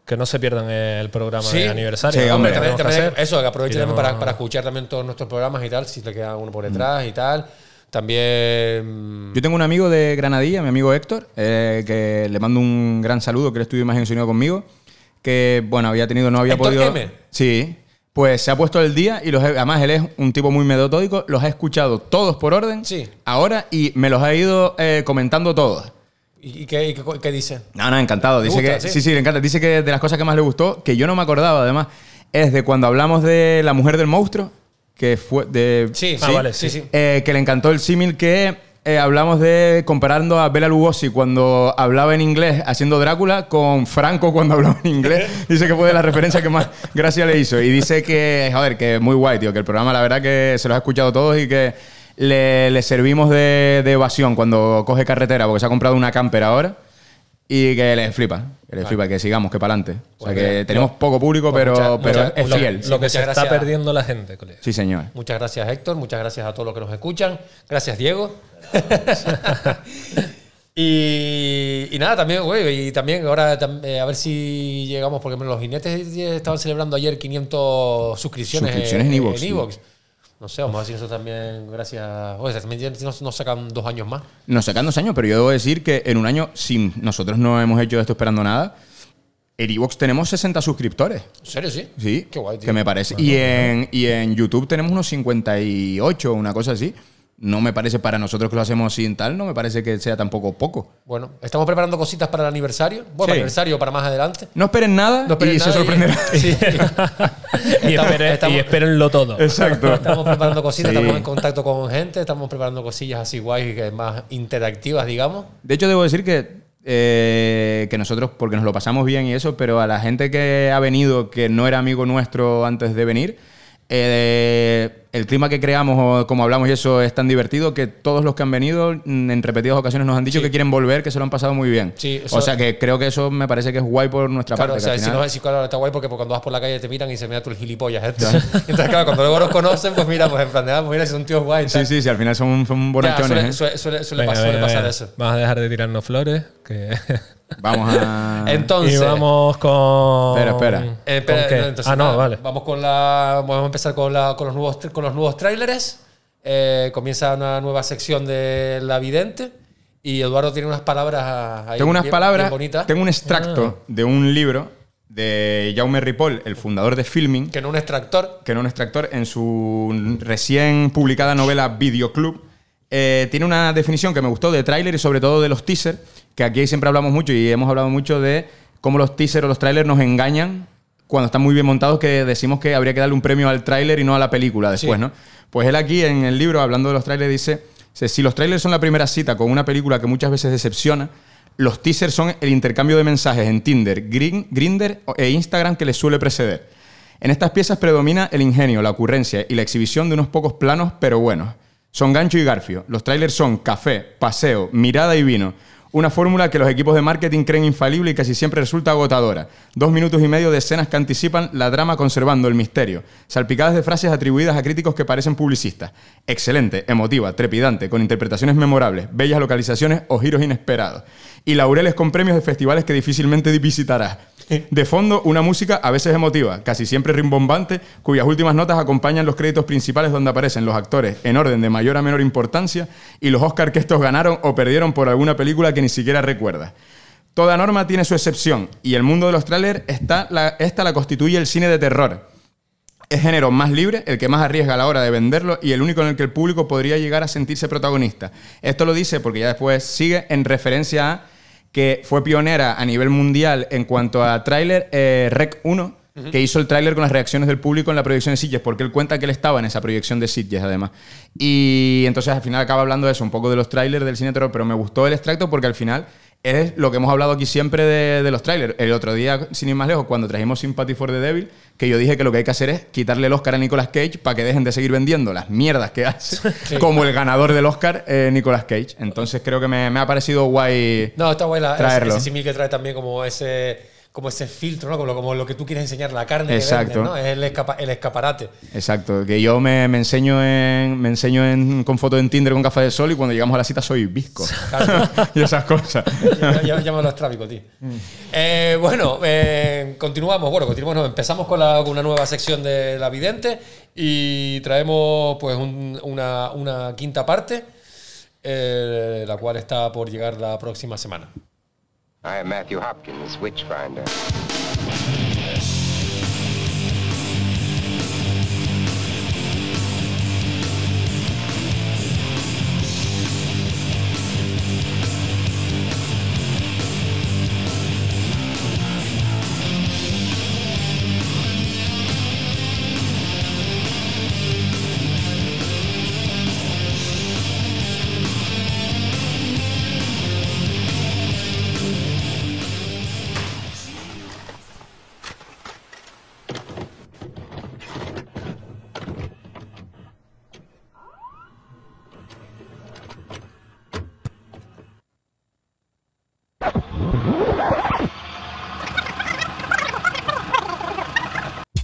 D: Que no se pierdan el programa
B: Sí.
D: de aniversario.
C: Sí,
D: ¿no?
C: hombre.
D: Que
B: También-
D: tenemos que
B: también
D: hacer.
B: eso, que aprovechen
D: Y
B: también para,
D: tenemos-
B: para escuchar también todos nuestros programas y tal, si te queda uno por
C: Mm.
B: detrás y tal. También.
C: Yo tengo un amigo de Granadilla, mi amigo Héctor, eh, que le mando un gran saludo, que él estuvo imagen y sonido conmigo, que bueno, había tenido, no había
B: Héctor
C: podido.
B: M.
C: Sí. Pues se ha puesto el día y los he- además él es un tipo muy metódico, los ha escuchado todos por orden
B: Sí.
C: ahora y me los ha ido eh, comentando todos.
B: ¿Y, y qué, y qué- qué dice?
C: No, no, encantado. Dice
B: gusta,
C: que
B: sí?
C: sí. sí, le encanta. Dice que de las cosas que más le gustó, que yo no me acordaba, además, es de cuando hablamos de la mujer del monstruo, que fue de
B: Sí,
D: Ah,
B: sí,
D: vale,
B: sí,
D: sí.
B: sí.
C: eh, que le encantó el símil que eh, hablamos de comparando a Bela Lugosi cuando hablaba en inglés haciendo Drácula con Franco cuando hablaba en inglés. Dice que fue de las referencias que más gracia le hizo. Y dice que, joder, que muy guay, tío, que el programa la verdad que se los ha escuchado todos y que le, le servimos de, de evasión cuando coge carretera porque se ha comprado una camper ahora. Y que le flipa, que le flipa, que sigamos, que para adelante. O sea,
B: Pues
C: que
B: bien.
C: tenemos poco público, pero,
B: muchas-
C: pero
B: muchas-
C: es
D: lo,
C: fiel.
D: Lo que
B: Sí, muchas
D: se está
B: gracias.
D: perdiendo la gente, colega.
C: Sí, señor.
B: Muchas gracias, Héctor. Muchas gracias a todos los que nos escuchan. Gracias, Diego. y, y nada, también, güey. Y también ahora tam- eh, a ver si llegamos, porque bueno, los jinetes estaban celebrando ayer 500 suscripciones,
C: Suscripciones en iVoox, tío.
B: iVoox. No sé, vamos a decir eso también, gracias. Oye, también nos, nos sacan dos años más.
C: Nos sacan dos años, pero yo debo decir que en un año, sin nosotros no hemos hecho esto esperando nada, en Evox tenemos 60 suscriptores.
B: ¿En serio, sí?
C: Sí,
B: Qué guay, tío.
C: que me parece. Y en, y en YouTube tenemos unos 58, una cosa así. No me parece para nosotros que lo hacemos sin tal, no me parece que sea tampoco poco.
B: Bueno, estamos preparando cositas para el aniversario. Bueno, para el
C: Sí.
B: aniversario, para más adelante.
C: No esperen nada
B: No esperen
C: y
B: nada
C: se sorprenderán.
B: Sí.
D: Y,
B: Estamos-
D: esperen- y
B: estamos-
D: espérenlo todo.
C: Exacto.
B: Estamos preparando cositas,
C: Sí.
B: estamos en contacto con gente, estamos preparando cosillas así guays, que más interactivas, digamos.
C: De hecho, debo decir que eh, que nosotros, porque nos lo pasamos bien y eso, pero a la gente que ha venido, que no era amigo nuestro antes de venir, eh, el clima que creamos, o como hablamos y eso, es tan divertido que todos los que han venido mm, en repetidas ocasiones nos han dicho que quieren volver, que se lo han pasado muy bien.
B: Sí,
C: o
B: eso-
C: sea que creo que eso me parece que es guay por nuestra
B: Claro,
C: parte.
B: o sea,
C: que al
B: si
C: final-
B: no vas a decir, claro, está guay porque cuando vas por la calle te miran y se mira tú el gilipollas este. Entonces, claro, cuando luego nos conocen, pues mira, pues en plan de, ah, pues mira, si son tíos guay.
C: Sí, sí, sí, al final son, son
B: Ya,
C: bonachones.
B: suele,
C: ¿eh?
B: suele- suele- suele
D: Venga,
B: pas- suele
D: venga,
B: pasar
D: venga.
B: eso.
D: Vas a dejar de tirarnos flores. Que
C: Vamos a.
B: Entonces,
D: y vamos con.
C: Espera, espera.
B: Eh, espera,
D: ¿con qué?
B: no, entonces,
D: ah, no,
B: nada,
D: vale.
B: Vamos con la. Vamos a empezar con, la- con los nuevos tr- con los nuevos tráileres. Eh, comienza una nueva sección de La Vidente. Y Eduardo tiene unas palabras ah, ahí
C: tengo unas
B: bien- Ah.
C: palabras.
B: bien bonitas.
C: Tengo un extracto de un libro de Jaume Ripoll, el fundador de Filming,
B: Que no un extractor.
C: que no un extractor, en su recién publicada novela Videoclub, eh, tiene una definición que me gustó de tráiler y sobre todo de los teasers, que aquí siempre hablamos mucho y hemos hablado mucho de cómo los teasers o los trailers nos engañan cuando están muy bien montados, que decimos que habría que darle un premio al tráiler y no a la película después,
B: Sí.
C: ¿no? Pues él aquí en el libro, hablando de los trailers, dice, dice, si los trailers son la primera cita con una película que muchas veces decepciona, los teasers son el intercambio de mensajes en Tinder, Grin- Grindr e Instagram que les suele preceder. En estas piezas predomina el ingenio, la ocurrencia y la exhibición de unos pocos planos, pero buenos. Son gancho y garfio. Los trailers son café, paseo, mirada y vino. Una fórmula que los equipos de marketing creen infalible y casi siempre resulta agotadora. Dos minutos y medio de escenas que anticipan la trama conservando el misterio, salpicadas de frases atribuidas a críticos que parecen publicistas. Excelente, emotiva, trepidante, con interpretaciones memorables, bellas localizaciones o giros inesperados. Y laureles con premios de festivales que difícilmente visitarás. De fondo, una música a veces emotiva, casi siempre rimbombante, cuyas últimas notas acompañan los créditos principales donde aparecen los actores en orden de mayor a menor importancia y los Oscar que estos ganaron o perdieron por alguna película que ni siquiera recuerdas. Toda norma tiene su excepción y el mundo de los trailers está la- esta la constituye el cine de terror. Es género más libre, el que más arriesga a la hora de venderlo y el único en el que el público podría llegar a sentirse protagonista. Esto lo dice porque ya después sigue en referencia a que fue pionera a nivel mundial en cuanto a tráiler eh, Rec 1, que hizo el tráiler con las reacciones del público en la proyección de Sitges, porque él cuenta que él estaba en esa proyección de Sitges además. Y entonces al final acaba hablando de eso, un poco de los trailers del cine de terror, pero me gustó el extracto porque al final es lo que hemos hablado aquí siempre de, de los trailers. El otro día, sin ir más lejos, cuando trajimos Sympathy for the Devil, que yo dije que lo que hay que hacer es quitarle el Oscar a Nicolas Cage para que dejen de seguir vendiendo las mierdas que hace, como el ganador del Oscar, eh, Nicolas Cage. Entonces creo que me, me ha parecido guay.
B: No, está guay la, ese,
C: Traerlo.
B: ese símil que trae también como ese como ese filtro, ¿no? Como lo, como lo que tú quieres enseñar, la carne que
C: Exacto.
B: venden, ¿no? Es el, escapa- el escaparate.
C: Exacto, que yo me, me enseño, en, me enseño en- con fotos en Tinder con gafas de sol y cuando llegamos a la cita soy visco. y esas cosas.
B: Ya- ya- Llámalo astrábico, tío.
C: Mm.
B: Eh, bueno, eh, continuamos. Bueno, continuamos. no, empezamos con, la- con una nueva sección de La Vidente y traemos pues un- una, una quinta parte, eh, la cual está por llegar la próxima semana.
F: I am Matthew Hopkins, Witchfinder.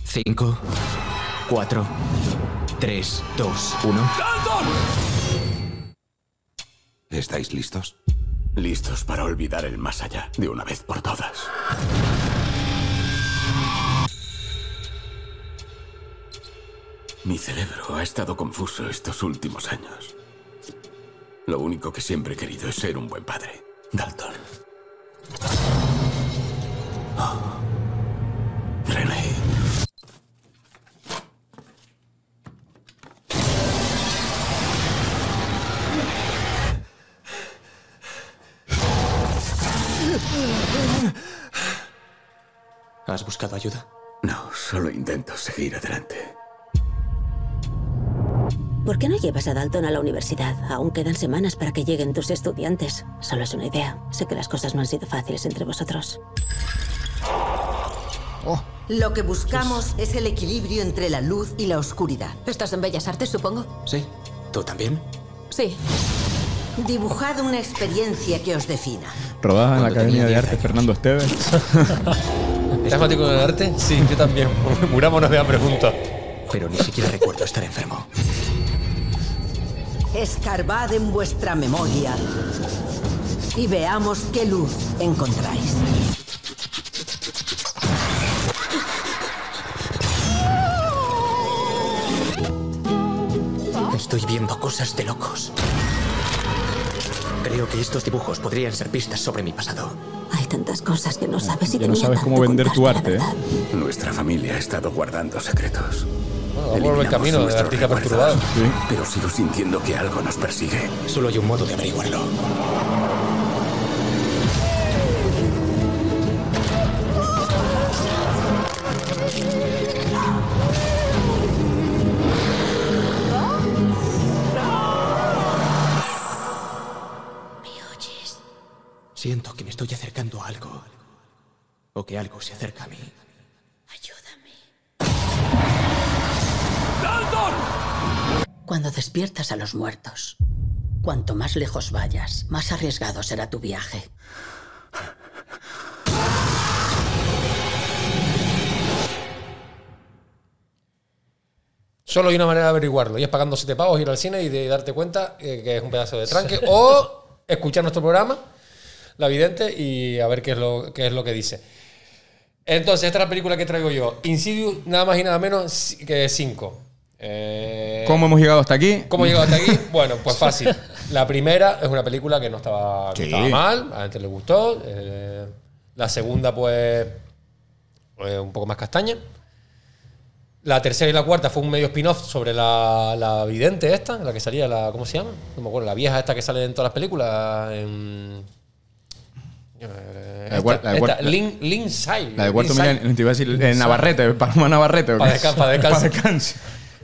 G: Cinco, cuatro, tres, dos, uno.
H: ¿Estáis listos? Listos para olvidar el más allá de una vez por todas. Mi cerebro ha estado confuso estos últimos años. Lo único que siempre he querido es ser un buen padre. Dalton. Oh. René.
G: ¿Has buscado ayuda?
H: No, solo intento seguir adelante.
I: ¿Por qué no llevas a Dalton a la universidad? Aún quedan semanas para que lleguen tus estudiantes. Solo es una idea. Sé que las cosas no han sido fáciles entre vosotros.
J: Lo que buscamos es el equilibrio entre la luz y la oscuridad.
K: Estás en Bellas Artes, supongo.
G: ¿Sí? ¿Tú también?
K: Sí.
J: Dibujad una experiencia que os defina.
C: Rodada en la
G: Cuando
C: Academia
G: tenía
C: de
G: 10
C: Arte
G: años.
C: Fernando Esteves.
B: ¿Estás fanático del arte? Sí, yo también. Murámonos de hambre juntos.
G: Pero ni siquiera recuerdo estar enfermo.
J: Escarbad en vuestra memoria y veamos qué luz encontráis.
G: Estoy viendo cosas de locos. Creo que estos dibujos podrían ser pistas sobre mi pasado.
I: Hay tantas cosas que no sabes y
C: Ya no
I: tenía
C: sabes
I: tanto
C: cómo vender tu
I: contarte,
C: arte,
I: la
C: ¿eh?
I: verdad.
H: Nuestra familia ha estado guardando secretos.
B: Bueno, vamos por el camino del
H: nuestros
B: artista
H: recuerdos,
B: perturbado.
H: Pero sigo sintiendo que algo nos persigue.
G: Solo hay un modo de averiguarlo. Siento que me estoy acercando a algo. O que algo se acerca a mí.
K: Cuando despiertas a los muertos, cuanto más lejos vayas, más arriesgado será tu viaje.
B: Solo hay una manera de averiguarlo, y es pagando 7 pavos, ir al cine y de darte cuenta eh, que es un pedazo de tranque. O escuchar nuestro programa, La Vidente, y a ver qué es lo, qué es lo que dice. Entonces, esta es la película que traigo yo. Insidious, nada más y nada menos si- que Eh, 5.
C: ¿Cómo hemos llegado hasta aquí?
B: ¿Cómo he llegado hasta aquí? Bueno, pues fácil. La primera es una película que no estaba, no
C: Sí.
B: estaba mal, a la gente le gustó. Eh, la segunda, pues, eh, un poco más castaña. La tercera y la cuarta fue un medio spin-off sobre la, la vidente esta, la que salía, la, ¿cómo se llama? No me acuerdo, la vieja esta que sale en todas las películas. en- eh,
C: La de cuar-
B: esta-
C: la de cuar-
B: esta,
C: la-
B: Lin, Lin Sai.
C: La de cuarto
B: Lin Sai.
C: millón, te iba a decir, eh, Navarrete, Paloma Navarrete. ¿o qué?
B: Pa' descan- pa' descanso.
C: Pa' descanso.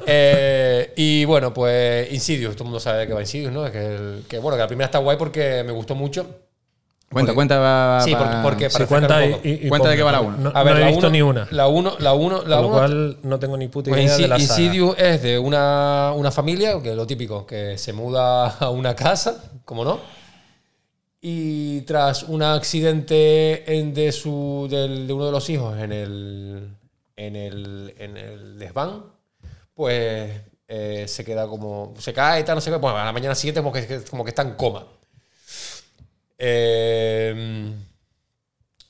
B: Eh, y bueno, pues Insidious, todo el mundo sabe de qué va Insidious, ¿no? Es que, el- que, bueno, que la primera está guay porque me gustó mucho.
C: Cuenta, cuenta. va-
B: Sí,
C: va-
B: porque, porque
D: Sí,
B: para
D: cuenta
B: explicar
D: y,
B: un poco.
D: y- y
C: Cuenta de qué va la
D: ponme.
C: una.
D: No, no he
B: la
D: visto
B: uno-
D: ni una.
B: La 1, la 1, la
D: con lo
B: 1.
D: cual no tengo ni puta idea
B: Pues Insi-
D: de la saga.
B: Insidious es de una, una familia, que es lo típico, que se muda a una casa, como no. Y tras un accidente en- de, su, del- de uno de los hijos en el, en el, en el desván, pues eh, se queda como. Se cae y tal, no sé qué. Bueno, a la mañana siguiente, como que, como que está en coma. Eh,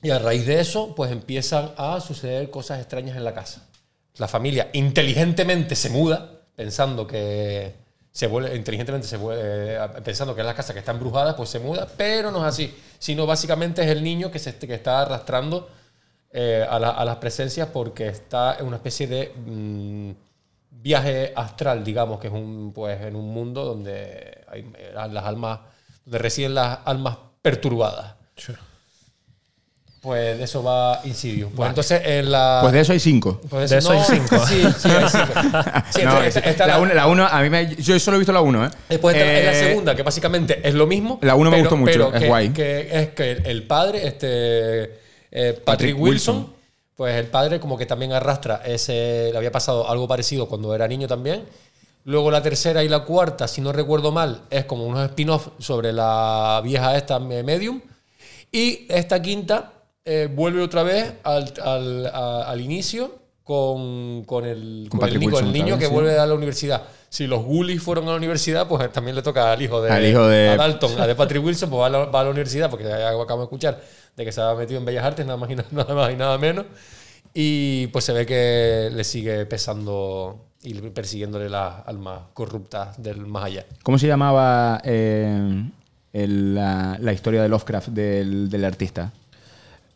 B: y a raíz de eso, pues empiezan a suceder cosas extrañas en la casa. La familia inteligentemente se muda, pensando que se vuelve, inteligentemente se vuelve, eh, pensando que es la casa que está embrujada, pues se muda, pero no es así, sino básicamente es el niño que, se, que está arrastrando eh, a, la- a las presencias porque está en una especie de mm, viaje astral, digamos, que es un, pues, en un mundo donde hay eh, las almas, donde residen las almas perturbadas. Pues de eso va Insidious. Pues entonces en la.
C: Pues de eso hay cinco.
B: pues
D: de eso hay cinco.
B: Sí, sí, hay cinco. Sí,
C: No,
B: está-
C: es-
B: está- está
C: la
B: la-
C: uno- la uno, a mí me, yo solo he visto la uno, ¿eh?
B: Después está la- es la
C: Eh,
B: segunda, que básicamente es lo mismo.
C: La uno me
B: pero-
C: gustó mucho,
B: pero
C: es
B: que-
C: guay.
B: que es que el- el padre, este eh, Patrick, Wilson,
C: Wilson.
B: pues el padre como que también arrastra ese. Le había pasado algo parecido cuando era niño también. Luego la tercera y la cuarta, si no recuerdo mal, es como unos spin-off sobre la vieja esta eh, medium. Y esta quinta eh, vuelve otra vez al, al- a- al inicio con, con el,
C: Con
B: con el
C: Patrick
B: ni- con el
C: Wilson otra
B: niño
C: vez,
B: que
C: sí.
B: vuelve a la universidad. Si los ghoulies fueron a la universidad, pues también le toca al hijo de,
C: Al hijo de-
B: a Dalton, a de Patrick Wilson, pues va a la, va a la universidad, porque ya acabamos de escuchar de que se ha metido en Bellas Artes, nada más y na- nada, más y nada menos. Y pues se ve que le sigue pesando y persiguiéndole las almas corruptas del más allá.
C: ¿Cómo se llamaba eh, el- la, la historia de Lovecraft del, del artista?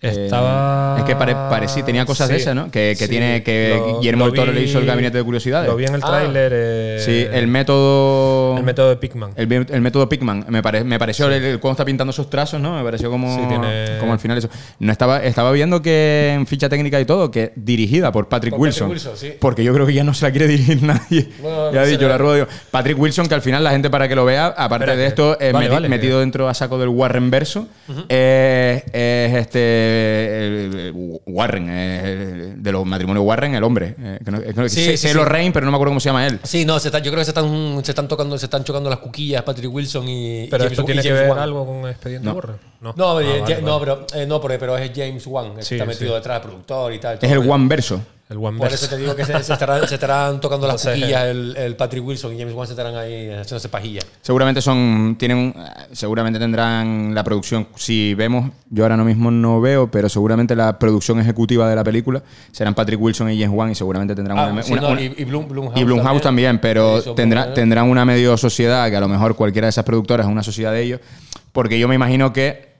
C: Eh,
D: Estaba.
C: es que pare- parecía- tenía cosas de esas, ¿no? Que- que tiene- que Guillermo del Toro le hizo el gabinete de curiosidades.
D: Lo vi en el
C: Ah.
D: tráiler. eh,
C: Sí, el método. El método
D: de Pigman.
C: El, método Pigman. Me, pare- me pareció el, el- cómo está pintando esos trazos, ¿no? Me pareció como,
D: Sí, tiene-
C: como al final eso. No estaba, estaba viendo que en ficha técnica y todo, que dirigida por Patrick
B: Por Patrick
C: Wilson.
B: Wilson, sí.
C: Porque yo creo que ya no se la quiere dirigir nadie.
B: Bueno,
C: ya ha
B: se
C: dicho,
B: la-
C: la rueda. digo, Patrick Wilson, que al final la gente para que lo vea, aparte
B: Espérate.
C: de esto, es
B: Vale,
C: meti-
B: vale.
C: metido dentro a saco del Warren verso.
B: Ujú.
C: eh, es este. el- el Warren, eh, el- de los matrimonios Warren, el hombre. eh, que no- que no-
B: Sí,
C: sé-
B: sí,
C: sé
B: sí.
C: los Rain, pero no me acuerdo cómo se llama él.
B: Sí, no, se está- yo creo que se están, se están tocando, se están chocando las cuquillas Patrick Wilson y. y
D: Pero esto
B: y
D: tiene que ver
B: Wan.
D: algo con Expediente
C: No.
D: Warren. No,
B: No,
D: Ah,
B: eh,
D: vale,
B: Ja- no, pero eh, no, porque- pero es James Wan, el que
D: Sí,
B: está
D: sí.
B: metido detrás, productor y tal.
C: Es el
B: todo.
C: One verso.
D: El One
B: Por eso te digo que se, se estarán, se estarán tocando las
D: Entonces,
B: cuquillas el, el Patrick Wilson y James Wan se estarán ahí haciéndose pajilla.
C: Seguramente son. Tienen un- seguramente tendrán la producción. Si vemos, yo ahora mismo no veo, pero seguramente la producción ejecutiva de la película serán Patrick Wilson y James Wan y seguramente tendrán
B: Ah,
C: una,
B: sí,
C: una-
B: no,
C: una-
B: y, y Blum, Blumhouse
C: y Blumhouse también, pero
B: Sí, son
C: tendrá-
B: Blumhouse.
C: tendrán una medio sociedad que a lo mejor cualquiera de esas productoras es una sociedad de ellos, porque yo me imagino que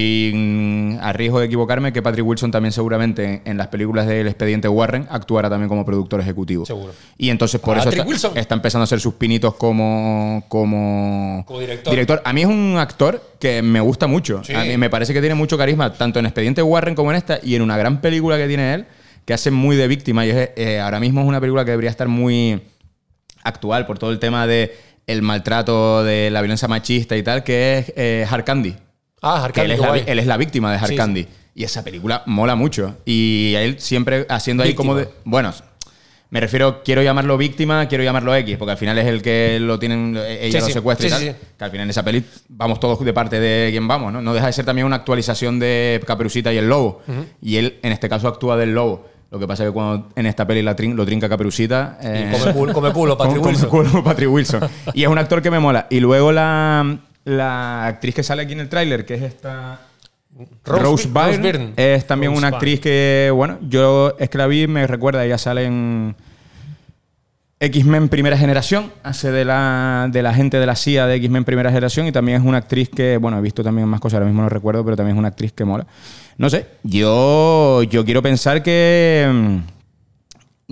C: sin arriesgo de equivocarme, que Patrick Wilson también seguramente en, en las películas del expediente Warren actuará también como productor ejecutivo.
B: Seguro.
C: Y entonces por
B: Patrick
C: eso
B: Wilson.
C: está, está empezando a hacer sus pinitos como, como,
B: Como director.
C: A mí es un actor que me gusta mucho.
B: Sí.
C: A mí me parece que tiene mucho carisma, tanto en Expediente Warren como en esta, y en una gran película que tiene él, que hace muy de víctima. Y es, eh, ahora mismo es una película que debería estar muy actual por todo el tema de el maltrato, de la violencia machista y tal, que es eh, Hard Candy.
B: Ah, Hard
C: Que él,
B: Candy,
C: es
B: qué
C: la, vi-
B: guay.
C: él es la víctima de Hard
B: Sí, sí.
C: Candy. Y esa película mola mucho. Y él siempre haciendo ahí como de.
B: Víctima.
C: Bueno, me refiero, quiero llamarlo víctima, quiero llamarlo X, porque al final es el que lo tienen, ella
B: Sí,
C: lo
B: sí.
C: secuestra y
B: Sí,
C: tal.
B: sí, sí.
C: Que al final en esa peli vamos todos de parte de quien vamos, ¿no? No deja de ser también una actualización de Caperucita y el lobo.
B: Ujú.
C: Y él, en este caso, actúa del lobo. Lo que pasa es que cuando en esta peli la trin- lo trinca Caperucita. eh,
B: come culo- come culo, Patrick
C: come- come
B: Wilson.
C: culo, Patrick Wilson. Y es un actor que me mola. Y luego la, la actriz que sale aquí en el tráiler, que es esta. Rose, Byrne, es también
B: Rose
C: una
B: Byrne.
C: actriz que, bueno, yo es que la vi, me recuerda, ella sale en X-Men Primera Generación, hace de la, de la gente de la CIA de X-Men Primera Generación y también es una actriz que, bueno, he visto también más cosas, ahora mismo no recuerdo, pero también es una actriz que mola. No sé, yo, yo quiero pensar que mm,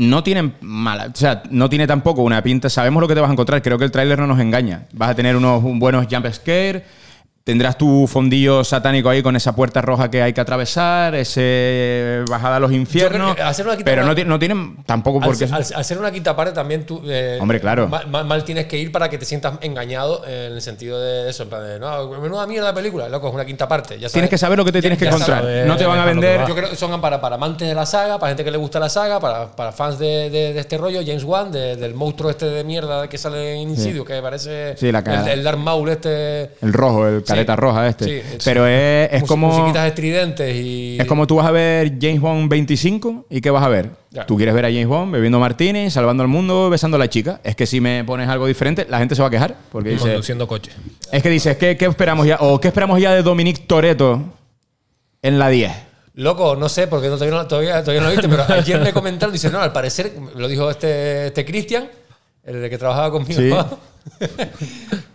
C: no tienen mala, o sea, no tiene tampoco una pinta, sabemos lo que te vas a encontrar, creo que el tráiler no nos engaña, vas a tener unos buenos jump scare, Tendrás tu fondillo satánico ahí con esa puerta roja que hay que atravesar, ese bajada a los infiernos.
B: que hacer una quita-
C: Pero no, ti- no tienen tampoco por
B: Al,
C: qué.
B: al- al ser una quinta parte también tú. eh,
C: Hombre, claro.
B: ma- ma- Mal, tienes que ir para que te sientas engañado eh, en el sentido de eso. En plan de, no, menuda mierda de película, loco, es una quinta parte. Ya sabes.
C: Tienes que saber lo que te tienes que encontrar.
B: sabes.
C: No te van a vender.
B: Yo creo que son para, para amantes de la saga, para gente que le gusta la saga, para, para fans de, de- de este rollo, James Wan, de- del monstruo este de mierda que sale en Insidious, que parece
C: Sí, la cara.
B: el, el Dark Maul este.
C: El rojo, el careta roja este.
B: sí, es-
C: Pero es, es
B: musi-
C: como.
B: Musiquitas estridentes y.
C: Es como tú vas a ver James Bond 25 y ¿qué vas a ver?
B: Ya.
C: Tú quieres ver a James Bond bebiendo martini, salvando al mundo, besando a la chica. Es que si me pones algo diferente, la gente se va a quejar. Porque dice,
D: Conduciendo coche.
C: es que dices, ¿qué, qué esperamos ya? ¿O qué esperamos ya de Dominic Toreto en la 10?
B: Loco, no sé, porque no, todavía, no, todavía, todavía no lo viste, pero ayer me comentaron, dice, no, al parecer, lo dijo este, este Cristian, el que trabajaba conmigo,
C: Sí.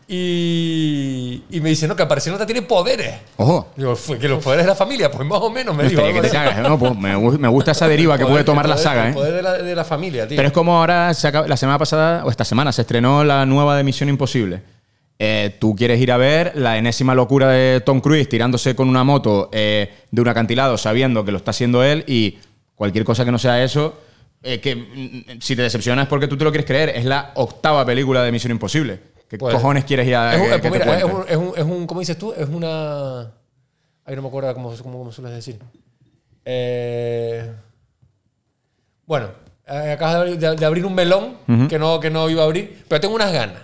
B: y, y me dice, no, que al parecer no te tiene poderes.
C: Ojo.
B: Digo, fue que los poderes de la familia, pues más o menos, me
C: No,
B: digo.
C: estaría
B: algo
C: que te
B: de-
C: cagas. No, pues, me, gu- me gusta esa deriva que
B: El
C: puede
B: poder-
C: tomar
B: el
C: la
B: poder-
C: saga,
B: El
C: ¿eh?
B: poder de la, de la familia, tío.
C: Pero es como ahora, se acaba- la semana pasada, o esta semana, se estrenó la nueva de Misión Imposible. Eh, tú quieres ir a ver la enésima locura de Tom Cruise tirándose con una moto eh, de un acantilado sabiendo que lo está haciendo él y cualquier cosa que no sea eso, eh, que mm, si te decepcionas es porque tú te lo quieres creer. Es la octava película de Misión Imposible. ¿Qué
B: Pues,
C: cojones quieres ir a
B: Es un-
C: Ah, que-
B: eh,
C: que
B: pues
C: te
B: mira, es
C: cuente?
B: un, es un- es un- ¿cómo dices tú? Es una... Ay, no me acuerdo cómo, cómo, cómo sueles decir. Eh, bueno, eh, acabas de abrir, de- de abrir un melón
C: Ujú.
B: que, no, que no iba a abrir, pero tengo unas ganas.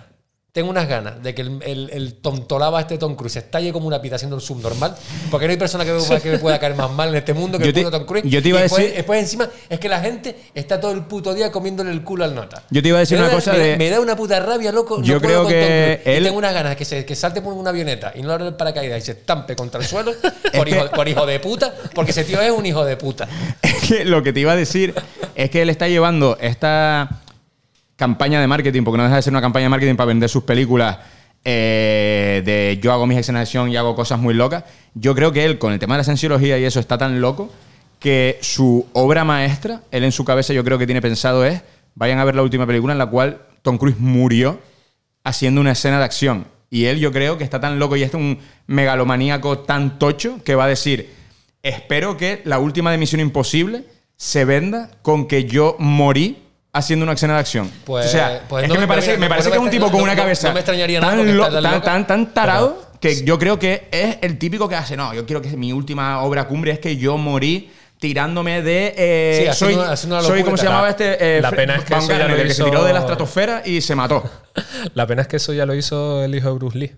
B: Tengo unas ganas de que el, el- el tontolaba este Tom Cruise se estalle como una pita haciendo el subnormal, porque no hay persona que, me- que me pueda caer más mal en este mundo que
C: Yo
B: el
C: te-
B: puto Tom Cruise.
C: yo te
B: Y
C: iba a
B: después,
C: decir-
B: después encima es que la gente está todo el puto día comiéndole el culo al nota.
C: Yo te iba a decir
B: Me da-
C: una cosa
B: me da-
C: de-
B: me da una puta rabia, loco. No puedo
C: Yo creo
B: con
C: que
B: Tom Cruise. Y
C: él-
B: tengo unas ganas de que, se, que salte por una avioneta y no abre el paracaídas y se estampe contra el suelo por, hijo, por hijo de puta, porque ese tío es un hijo de puta.
C: Es que lo que te iba a decir es que él está llevando esta campaña de marketing, porque no deja de ser una campaña de marketing para vender sus películas eh, de yo hago mis escenas de acción y hago cosas muy locas. Yo creo que él, con el tema de la sensiología y eso, está tan loco que su obra maestra, él en su cabeza yo creo que tiene pensado es, vayan a ver la última película en la cual Tom Cruise murió haciendo una escena de acción. Y él yo creo que está tan loco y es un megalomaníaco tan tocho que va a decir, espero que la última de Misión Imposible se venda con que yo morí haciendo una escena de acción.
B: Pues-
C: o sea,
B: pues
C: es
B: no
C: que
B: me
C: me parece,
B: extraña-
C: me parece
B: no
C: que es
B: me
C: un tipo
B: extraña-
C: con
B: no-
C: una
B: no-
C: cabeza
B: no me extrañaría nada
C: tan,
B: porque
C: lo-
B: está tan
C: tan,
B: loca.
C: tan- tan tarado que yo creo que es el típico que hace, no, yo quiero que mi última obra cumbre es que yo morí tirándome de... eh,
B: Sí, haciendo
C: soy,
B: una- haciendo una
C: soy,
B: locura.
C: ¿cómo se llamaba
B: La-
C: este? Eh,
D: la
C: Fre-
D: pena es que
C: Van
D: eso ya
C: Garner,
D: lo
C: el que se
D: hizo-
C: tiró de la estratosfera y se mató.
D: La pena es que eso ya lo hizo el hijo de Bruce Lee.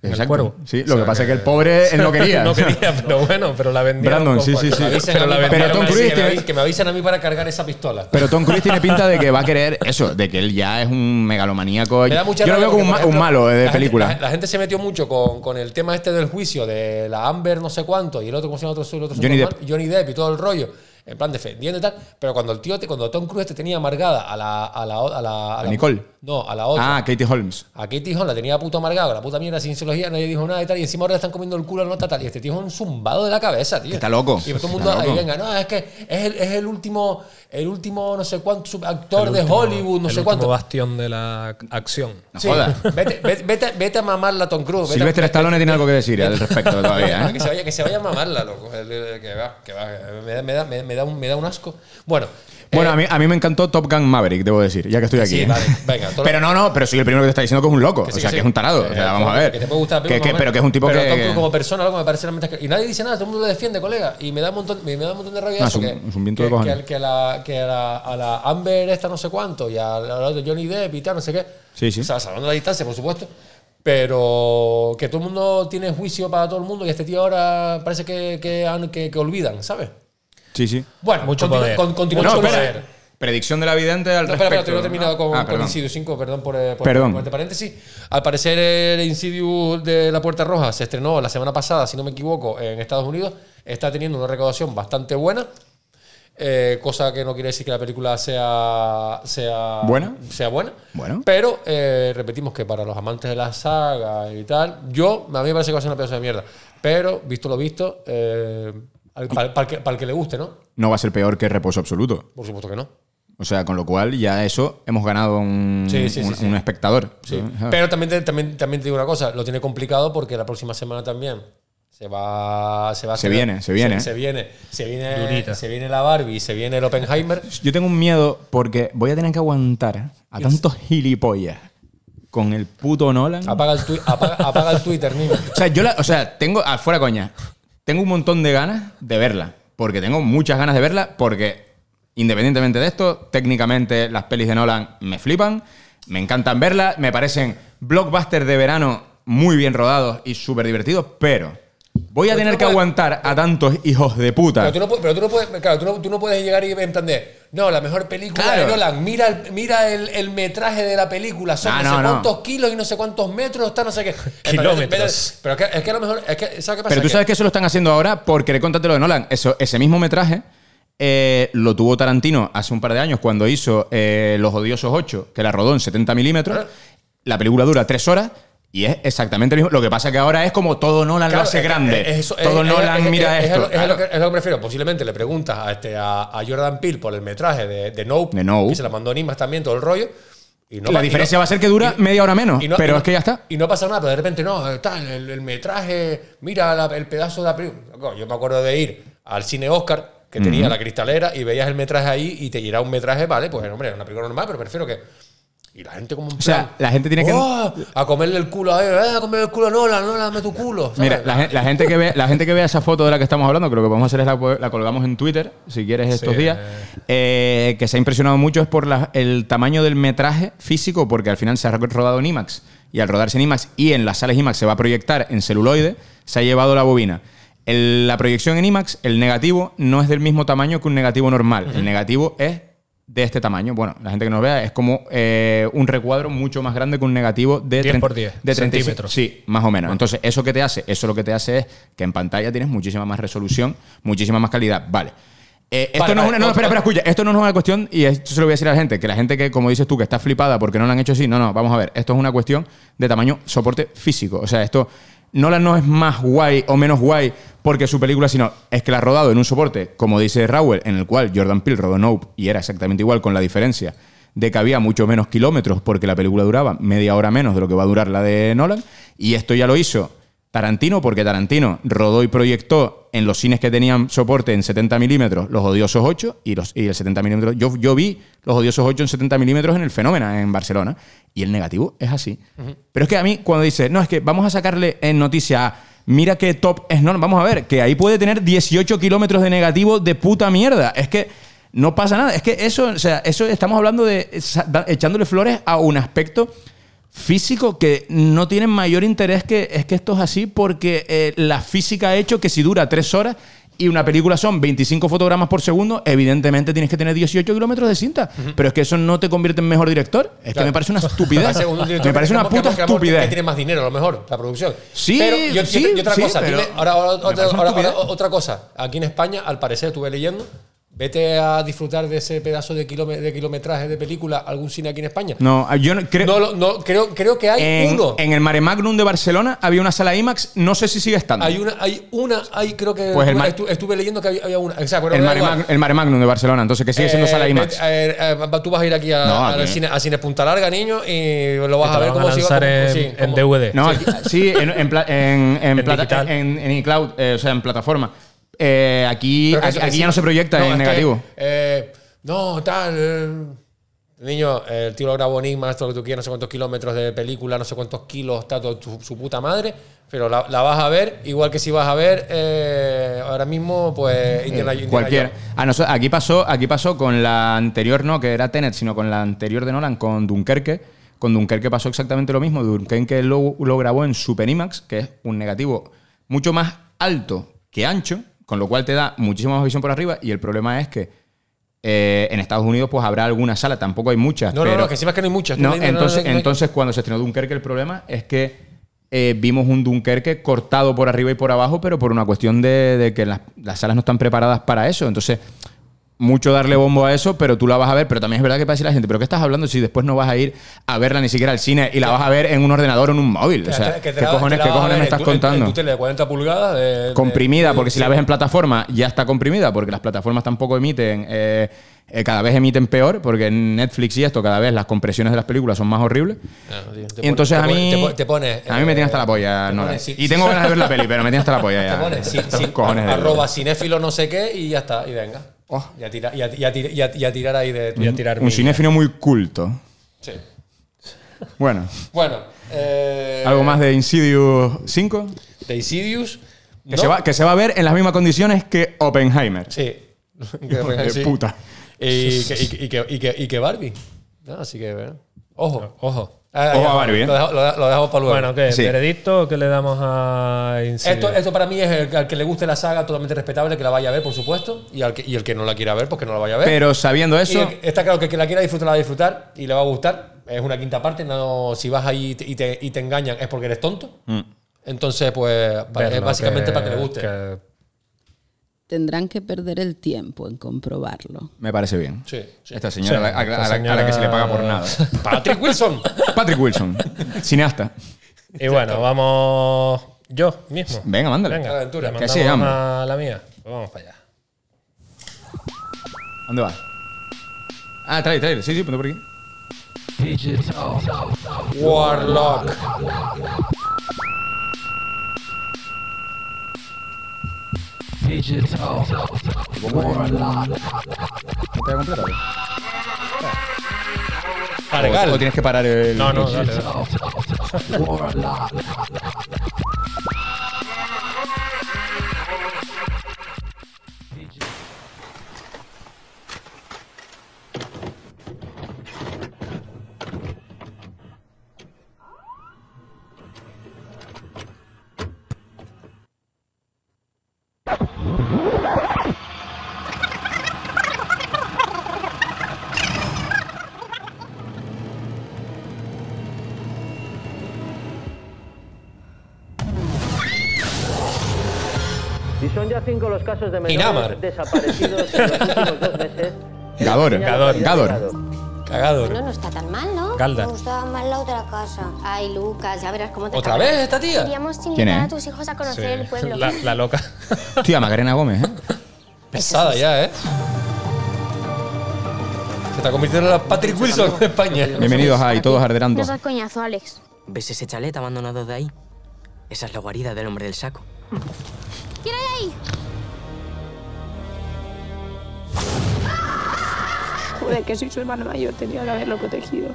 D: El
C: Exacto.
D: cuervo.
C: Sí, lo que pasa es que el pobre, él no quería.
D: no quería, pero bueno, pero la vendieron.
C: Brandon,
D: con
C: sí, sí,
D: cuatro.
C: sí.
D: Pero
B: Avisen a
D: la
B: mí para-
D: vendieron
C: Pero
B: que
C: Tom
B: me-
C: Cruise
B: que, me,
C: tiene-
B: avi- que me avisen a mí para cargar esa pistola.
C: Pero Tom Cruise tiene pinta de que va a querer eso, de que él ya es un megalomaníaco.
B: Me da mucha
C: Yo lo
B: rabia
C: veo como un,
B: porque,
C: ma-
B: por
C: un
B: ejemplo,
C: malo eh,
B: la
C: de
B: gente-
C: película.
B: la, la gente se metió mucho con, con el tema este del juicio de la Amber, no sé cuánto, y el otro, ¿cómo se llama? Otro, el otro
C: Johnny
B: Superman? Johnny Depp y todo el rollo. En plan, defendiendo y tal. Pero cuando el tío, te- cuando Tom Cruise te tenía amargada a la. A, la, o- a, la, a
C: A
B: la-
C: Nicole.
B: No, a la otra.
C: Ah, Katie Holmes.
B: A Katie Holmes este la tenía puto amargada, con la puta mierda sin cienciología, nadie dijo nada y tal. Y encima ahora le están comiendo el culo a la nota tal. Y este tío es un zumbado de la cabeza, tío.
C: Está loco.
B: Y todo el
C: Está
B: mundo ahí,
C: loco.
B: venga, no, es que es el, es el último, el último, no sé cuánto, actor
D: El
B: de
D: último-
B: Hollywood, no
D: el
B: sé
D: último
B: cuánto.
D: bastión de la acción.
C: No jodas.
B: Vete, vete, vete, vete a mamarla a Tom Cruise. vete a-
C: Sylvester Stallone tiene algo que decir al respecto todavía,
B: que,
C: ¿eh?
B: se vaya, que se vaya a mamarla, loco. El- el- Que va, que va. Me da, me da, me da un, me da un asco. Bueno. eh,
C: Bueno, a mí, a mí me encantó Top Gun Maverick, debo decir, ya que estoy aquí. ¿eh?
B: Sí, vale, venga. todo lo-
C: Pero no, no, pero soy el primero que te está diciendo que es un loco,
B: que
C: o
B: sí,
C: sea,
B: sí.
C: que es un tarado. o
B: Eh,
C: sea, vamos a
B: que-
C: ver.
B: Que te puede gustar la
C: Que-
B: película,
C: que-
B: más o
C: pero
B: menos.
C: que es un tipo
B: Pero
C: que.
B: Tom Cruise como persona, loco, me parece realmente asqueroso. Y nadie dice nada, todo el mundo lo defiende, colega. Y me da un montón, me, me da un montón de rabia
C: No,
B: eso.
C: Ah, es un-
B: que,
C: es un viento
B: que-
C: de cojones.
B: que al- que a la, que a la, a la Amber esta no sé cuánto y a la a la Johnny Depp y tal, no sé qué.
C: Sí, sí.
B: O sea, salvando la distancia, por supuesto. Pero que todo el mundo tiene juicio para todo el mundo y este tío ahora parece que, que, han- que, que olvidan, ¿sabes?
C: Sí, sí.
B: Bueno,
D: Mucho
B: continu-
D: poder.
B: con- continuamos
C: No,
B: con
C: espera.
B: el-
C: Predicción de la vidente al
B: no, espera,
C: respecto.
B: espera, no he terminado con,
C: Ah,
B: con
C: perdón.
B: Insidious 5, perdón por, eh, por,
C: Perdón.
B: por este paréntesis. Al parecer, el Insidious de La Puerta Roja se estrenó la semana pasada, si no me equivoco, en Estados Unidos. Está teniendo una recaudación bastante buena, eh, cosa que no quiere decir que la película sea, sea,
C: ¿Buena?
B: sea buena.
C: Bueno.
B: Pero eh, repetimos que para los amantes de la saga y tal, yo, a mí me parece que va a ser una pedazo de mierda. Pero, visto lo visto, eh, al- para, para el que, para el que le guste, ¿no?
C: No va a ser peor que reposo absoluto.
B: Por supuesto que no.
C: O sea, con lo cual ya eso hemos ganado un,
B: Sí, sí, sí,
C: un-
B: sí.
C: un espectador. Ah.
B: Sí.
C: Ajá.
B: Pero también te, también, también te digo una cosa, lo tiene complicado porque la próxima semana también se va se va a
C: Se
B: estrenar-
C: viene, se viene,
B: se,
C: eh.
B: viene se viene
D: Durita.
B: se viene la Barbie se viene el Oppenheimer
C: Yo tengo un miedo porque voy a tener que aguantar a tantos gilipollas con el puto Nolan.
B: apaga el, twi- apaga, apaga el Twitter niño
C: O sea, yo la- o sea, tengo, ah, fuera coña, tengo un montón de ganas de verla. Porque tengo muchas ganas de verla porque, independientemente de esto, técnicamente las pelis de Nolan me flipan, me encantan verlas, me parecen blockbusters de verano muy bien rodados y súper divertidos, pero voy
B: Pero
C: a
B: tú
C: tener
B: Pues no
C: que
B: puedes-
C: aguantar a tantos hijos de puta.
B: pero tú no, pu- pero tú no puedes claro, tú no, tú no puedes llegar y en plan de no la mejor película
C: Claro.
B: de Nolan mira el, mira el, el metraje de la película son
C: Ah,
B: no,
C: no,
B: sé
C: no.
B: cuántos kilos y no sé cuántos metros está no sé qué
D: Kilómetros.
B: pero, es que, es que a lo mejor es que, ¿sabes qué pasa?
C: Pero tú
B: Que-
C: sabes que eso lo están haciendo ahora por querer contarte lo de Nolan. Eso, ese mismo metraje eh, lo tuvo Tarantino hace un par de años cuando hizo eh, Los Odiosos 8, que la rodó en 70 milímetros. La película dura tres horas. Y es exactamente lo mismo. Lo que pasa que ahora es como todo Nolan
B: Claro,
C: lo hace
B: es que-
C: grande.
B: es- es eso,
C: todo
B: es- es-
C: Nolan
B: es-
C: mira
B: es- es a
C: esto.
B: lo- Es, a lo
C: Claro.
B: que, es a lo que me refiero. Posiblemente le preguntas a, este, a, a Jordan Peele por el metraje de, de Nope,
C: De Nope.
B: que se la mandó Nimas también, todo el rollo. Y no
C: la
B: pa- y
C: diferencia
B: no-
C: va a ser que dura media hora menos.
B: y no- y
C: pero
B: no-
C: es que ya está.
B: Y no pasa nada, pero de repente no, eh, tal, el, el metraje, mira la- el pedazo de la película. Loco, Yo me acuerdo de ir al cine Oscar, que tenía la cristalera, y veías el metraje ahí y te llegaba un metraje, vale, pues hombre, era una película normal, pero prefiero que. Y la gente como un
C: O sea, la gente tiene que-
B: Oh, A comerle el culo, a, eh, a comerle el culo, no, la, no, la, dame tu culo. ¿sabes?
C: Mira, la, gen- la gente que ve, la gente que vea esa foto de la que estamos hablando, que lo que podemos hacer es la, la colgamos en Twitter, si quieres, estos
D: Sí.
C: días, eh, que se ha impresionado mucho es por la- el tamaño del metraje físico, porque al final se ha rodado en IMAX, y al rodarse en IMAX y en las salas IMAX se va a proyectar en celuloide, se ha llevado la bobina. El- la proyección en IMAX, el negativo, no es del mismo tamaño que un negativo normal. El negativo es de este tamaño. Bueno, la gente que nos vea es como eh, un recuadro mucho más grande que un negativo de
D: 10 por
C: 30
D: 10
C: de 36
D: centímetros.
C: Sí, más o menos. Entonces, ¿eso que te hace? Eso lo que te hace es que en pantalla tienes muchísima más resolución, muchísima más calidad. Vale. Eh, esto
B: Vale,
C: no es
B: vale,
C: una, no,
B: no,
C: espera,
B: no.
C: espera, escucha. Esto no es una cuestión, y esto se lo voy a decir a la gente, que la gente que, como dices tú, que está flipada porque no lo han hecho así, no, no, vamos a ver. Esto es una cuestión de tamaño soporte físico. O sea, esto Nolan no es más guay o menos guay porque su película, sino es que la ha rodado en un soporte, como dice Raúl, en el cual Jordan Peele rodó Nope y era exactamente igual con la diferencia de que había mucho menos kilómetros porque la película duraba media hora menos de lo que va a durar la de Nolan. Y esto ya lo hizo Tarantino, porque Tarantino rodó y proyectó en los cines que tenían soporte en 70 milímetros los odiosos 8 y, los, y el 70 milímetros. Yo, yo vi los odiosos 8 en 70 milímetros en el fenómeno en Barcelona y el negativo es así. Pero es que a mí, cuando dice, no, es que vamos a sacarle en noticia, mira qué top es Nolan, vamos a ver, que ahí puede tener 18 kilómetros de negativo de puta mierda. Es que no pasa nada. Es que eso, o sea, eso estamos hablando de esa- da- echándole flores a un aspecto físico que no tiene mayor interés que es que esto es así porque eh, la física ha hecho que si dura tres horas y una película son 25 fotogramas por segundo, evidentemente tienes que tener 18 kilómetros de cinta. Pero es que eso no te convierte en mejor director. Es que
B: Claro.
C: me parece una estupidez.
B: Parece un director
C: me parece
B: que-
C: una
B: que-
C: puta
B: que- que- Que
C: estupidez.
B: tiene más dinero, a lo mejor, la producción.
C: Sí,
B: pero yo- yo,
C: sí,
B: y otra
C: sí,
B: cosa.
C: pero-
B: dime- ahora, ahora-
C: me
B: otra,
C: parece una
B: ahora-
C: estupidez.
B: ahora- otra cosa. Aquí en España, al parecer, estuve leyendo. Vete a disfrutar de ese pedazo de, kilome- de kilometraje de película a algún cine aquí en España.
C: No, yo no- creo,
B: No, lo- no, creo, creo que hay
C: en,
B: uno.
C: en el Mare Magnum de Barcelona había una sala IMAX, no sé si sigue estando.
B: Hay una, hay una, hay creo que
C: Pues
B: estuve,
C: el mar-
B: estu- estuve leyendo que había, había una. Exacto, pero
C: el,
B: da
C: Mare
B: igual.
C: Magnum, el Mare Magnum de Barcelona, entonces que sigue siendo
B: Eh,
C: sala
B: vete-
C: IMAX.
B: eh, eh, tú vas a ir aquí a,
C: No,
B: al
C: aquí.
B: cine, a Cine Punta Larga, niño, y lo vas
D: Y te
B: a
D: la
B: ver
D: van a
B: cómo se iba.
D: lanzar en-
B: sí,
D: en DVD.
C: No,
D: Sí.
C: aquí- sí, en, en, pla- en, en
D: En
C: plata-
D: digital.
C: en- en iCloud, eh, o sea, en plataforma. Eh, aquí
B: Pero que
C: aquí,
B: eso que
C: aquí
B: sí.
C: ya no se proyecta
B: es
C: en
B: que,
C: negativo.
B: eh, no, tal. eh, niño, eh, el tío lo grabó Enigma, esto lo que tú quieras, no sé cuántos kilómetros de película, no sé cuántos kilos, está todo tu- su puta madre. Pero la, la vas a ver, igual que si vas a ver eh, ahora mismo,
C: Eh,
B: pues Indiana, Indiana
C: Cualquiera.
B: Jones.
C: A noso- aquí, pasó, aquí pasó con la anterior, no que era Tenet, sino con la anterior de Nolan, con Dunkerque. Con Dunkerque pasó exactamente lo mismo. Dunkerque lo, lo grabó en Super IMAX, que es un negativo mucho más alto que ancho, con lo cual te da muchísima más visión por arriba. Y el problema es que eh, en Estados Unidos pues habrá alguna sala, tampoco hay muchas.
B: No, no,
C: pero,
B: no, que encima es que no hay muchas.
C: No,
B: No, no, no,
C: entonces,
B: no, no, no.
C: entonces cuando se estrenó Dunkerque, el problema es que eh, vimos un Dunkerque cortado por arriba y por abajo, pero por una cuestión de, de que las, las salas no están preparadas para eso. Entonces, mucho darle bombo a eso, pero tú la vas a ver. Pero también es verdad que para decir la gente, ¿pero qué estás hablando si después no vas a ir a verla ni siquiera al cine y la vas a ver en un ordenador o en un móvil? O
B: Que
C: sea,
B: te-
C: ¿qué
B: que te la- te
C: cojones,
B: la
C: qué
B: vas a
C: cojones
B: ver
C: me
B: en
C: estás
B: tu- en- En
C: contando?
B: tu tele de 40 pulgadas. de- de-
C: comprimida, porque si la
B: Eh, sí.
C: ves en plataforma ya está comprimida, porque las plataformas tampoco emiten, eh, eh, cada vez emiten peor, porque Netflix y esto, cada vez las compresiones de las películas son más horribles.
B: Ah, tío, te
C: y
B: pone-
C: entonces
B: te
C: a
B: pone-
C: mí.
B: te pone- Te pone. eh,
C: a mí me tiene hasta la polla, Nolan.
B: pone- sí,
C: y
B: sí.
C: tengo ganas de ver la peli, pero me tiene hasta la polla
B: Te
C: ya.
B: pones sin-
C: Estos
B: sin-
C: cojones de- Oh.
B: arroba cinéfilo no sé qué y ya está, y venga. Y, a tira- y a- y a tira- y a- y a tirar ahí de... y a tirar
C: Un
B: millas.
C: cinéfilo muy culto.
B: Sí.
C: Bueno,
B: Bueno, eh,
C: algo más de Insidious 5.
B: de Insidious. no.
C: Que, se va, que se va a ver en las mismas condiciones que Oppenheimer.
B: Sí.
C: Hijo de
B: Sí. ¿Eh?
C: puta.
B: Y que, y que- y que- y que- y que Barbie. No, así que, bueno, ojo.
D: Ojo.
B: Ah,
C: Ojo
B: ya,
C: a Barbie, ¿eh?
B: Lo dejo, lo de- lo dejo para luego.
D: Bueno, ¿qué?
C: Sí.
D: ¿Veredicto o qué le damos a Insidious?
B: Esto, esto para mí es el, al que le guste la saga totalmente respetable, que la vaya a ver, por supuesto. Y, al que, y el que no la quiera ver, pues que no la vaya a ver.
C: Pero sabiendo
B: Y
C: eso,
B: el- está claro que el que la quiera disfrutar, la va a disfrutar y le va a gustar. Es una quinta parte. No, si vas ahí y te, y te- y te engañan es porque eres tonto.
C: Mm.
B: Entonces, pues, pa- es
D: Verlo,
B: básicamente para que le guste.
D: que-
A: Tendrán que perder el tiempo en comprobarlo.
C: me parece bien.
B: Sí, sí.
C: Esta señora,
D: Sí,
C: a, la- a la-
D: esta
C: a la- a la que se le paga por nada.
B: Patrick Wilson.
C: Patrick Wilson, cineasta.
D: Y bueno, vamos yo mismo.
C: Venga, mándale.
D: Venga,
B: La aventura.
D: le
C: Que así
D: mandamos
C: es,
D: a la mía. Pues vamos para allá.
C: ¿Dónde vas? Ah, trae, trae. Sí, sí, ponte por aquí.
B: Warlock.
C: ¿No te voy a completar?
D: Vale,
C: O, o tienes que parar el.
D: No, no, dale, dale.
L: Y son ya cinco los casos de
B: Inamar.
L: menores desaparecidos en los últimos dos meses.
C: Gador.
B: Gador.
C: Gador.
B: Cagador.
M: Bueno, no está tan mal, ¿no?
B: Galdar.
M: Me gustaba más la otra casa. Ay, Lucas, ya verás cómo te
B: ¿Otra
M: acabarás.
B: vez esta tía?
M: Queríamos invitar
C: ¿Quién es?
M: a tus hijos a conocer el pueblo.
D: La, la loca.
C: Tía, Macarena Gómez, ¿eh?
B: Pesada ya, ¿eh? Se está convirtiendo en la Patrick Wilson de España.
C: Bienvenidos a Y Todos Arderando.
M: seas coñazo, Alex.
N: ¿Ves ese chalet abandonado de ahí? Esa es la guarida del hombre del saco.
M: ¿Quién hay ahí?
O: Juro que soy su hermano mayor, tenía que haberlo protegido.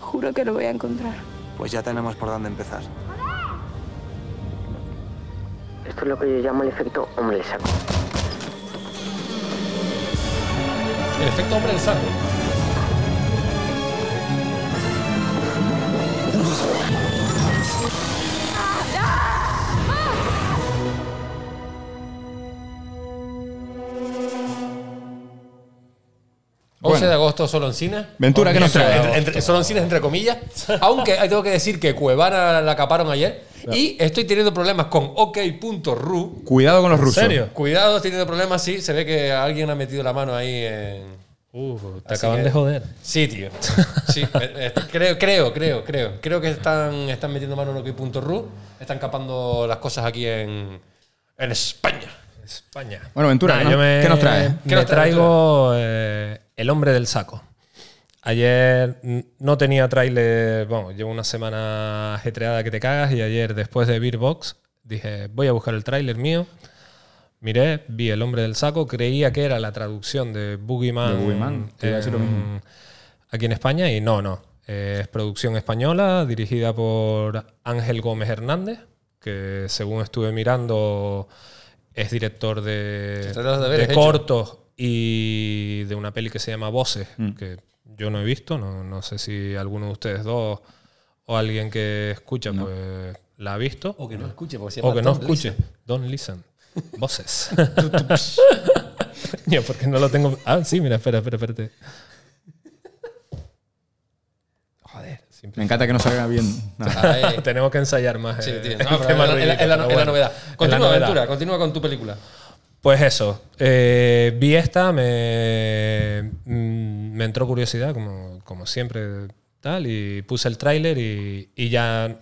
O: Juro que lo voy a encontrar.
P: Pues ya tenemos por dónde empezar.
N: Esto es lo que yo llamo el efecto hombre del saco.
B: El efecto hombre del saco.
C: Bueno.
B: 11 de agosto solo en cine.
C: Ventura, ¿qué nos trae?
B: Entre- entre- solo en cines, entre comillas. Aunque ahí tengo que decir que Cuevana la caparon ayer. Y estoy teniendo problemas con OK.ru.
C: Cuidado con los rusos.
B: Cuidado, estoy teniendo problemas. Sí, se ve que alguien ha metido la mano ahí en.
D: te
B: Así
D: acaban
B: que-
D: de joder.
B: Sí, tío. Sí, eh, eh, creo, creo, creo, creo. Creo que están, están metiendo mano en OK.ru. Están capando las cosas aquí en, en España.
D: España.
C: Bueno, Ventura, ¿qué
D: yo
C: nos- qué nos traes?
D: Me
C: ¿Qué nos traes,
D: traigo eh, El hombre del saco. Ayer mm, no tenía tráiler, bueno, llevo una semana ajetreada que te cagas y ayer después de Beerbox dije, voy a buscar el tráiler mío. Miré, vi El hombre del saco, creía que era la traducción de Boogeyman,
C: De Boogeyman, te iba a decir lo
D: en-
C: mismo.
D: aquí en España y no, no. Eh, Es producción española dirigida por Ángel Gómez Hernández, que según estuve mirando es director de,
B: Se trata de haberes
D: de
B: hecho.
D: cortos y de una peli que se llama Voces,
B: Mm.
D: que yo no he visto, no, no sé si alguno de ustedes dos o alguien que escucha pues, la ha visto.
B: O que no escuche, porque se
D: O
B: llama
D: que no
B: Don't
D: escuche. Don't listen. Voces. Yo, porque no lo tengo. Ah, sí, mira, espera, espera, espérate. Joder. siempre-
C: Me encanta que no salga bien.
B: Ah, eh.
D: Tenemos que ensayar más.
B: Sí,
D: eh,
B: tío. No,
D: el
B: pero
D: tema
B: es la-
D: ruidito,
B: es la-
D: pero
B: es la
D: bueno.
B: novedad.
D: Es la
B: Continúa,
D: novedad.
B: Ventura, continúa con tu película.
D: Pues eso, eh, vi esta, me, mm, me entró curiosidad, como, como siempre, tal, y puse el tráiler y, y ya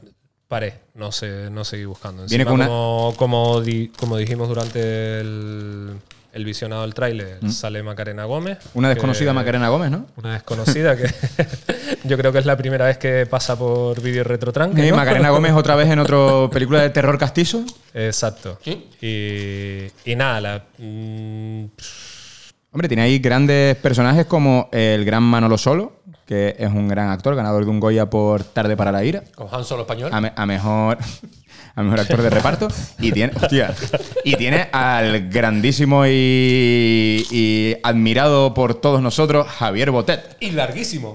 D: paré, no, sé, no seguí buscando.
C: Viene
D: Encima,
C: con una-
D: como, como, di- como dijimos durante el, el visionado del tráiler,
C: Mm.
D: sale Macarena Gómez.
C: Una
D: que-
C: desconocida Macarena Gómez, ¿no?
D: Una desconocida que yo creo que es la primera vez que pasa por vídeo retrotranque.
C: Eh,
D: ¿no?
C: Macarena Gómez otra vez en otra película de terror castizo.
D: Exacto. Y, y nada, la, mm,
C: Hombre, tiene ahí grandes personajes como el gran Manolo Solo, que es un gran actor, ganador de un Goya por Tarde para la Ira.
B: Con Han Solo español.
C: A, me- a mejor. A mejor actor de reparto. Y tiene. hostia, y tiene al grandísimo y, y admirado por todos nosotros, Javier Botet.
B: Y larguísimo.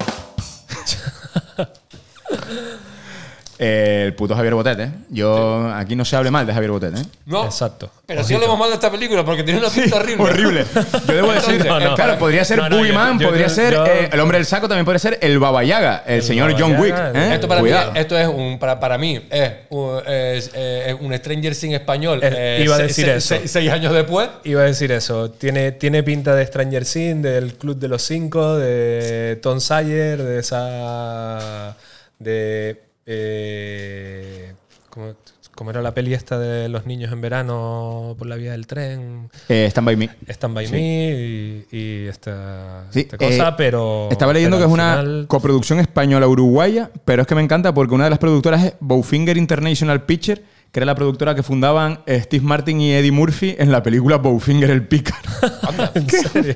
C: Eh, el puto Javier Botet, ¿eh? Yo. Aquí no se hable mal de Javier Botet, ¿eh?
B: No.
D: Exacto.
B: Pero si hablamos mal de esta película porque tiene una pinta horrible.
C: horrible. Yo debo decir,
B: Entonces,
C: eh, claro, podría ser
B: No, no, yo-
C: Boogeyman,
B: yo-
C: podría
B: yo-
C: ser
B: yo-
C: eh, el hombre del saco, también podría ser el Baba Yaga, el, señor
B: Baba
C: John
B: Yaga,
C: Wick. ¿eh?
B: Esto para
C: Cuidado.
B: mí, esto es un para, para mí es un, es, eh, un Stranger sin español. eh,
D: iba a
B: se-
D: decir
B: se-
D: eso.
B: se- seis años después.
D: Iba a decir eso. Tiene, tiene pinta de Stranger Things, del Club de los Cinco, de Tom Sawyer, de esa. de. eh, ¿cómo, cómo era la peli esta de los niños en verano por la vía del tren?
C: Eh, Stand by me.
D: Stand by
C: Sí.
D: me y, y esta,
C: Sí,
D: esta cosa,
C: eh,
D: pero.
C: Estaba leyendo que
D: pero
C: es
D: al
C: una
D: final-
C: coproducción española-uruguaya, pero es que me encanta porque una de las productoras es Bowfinger International Picture, que era la productora que fundaban eh, Steve Martin y Eddie Murphy en la película Bowfinger el Pícaro.
D: ¿En serio?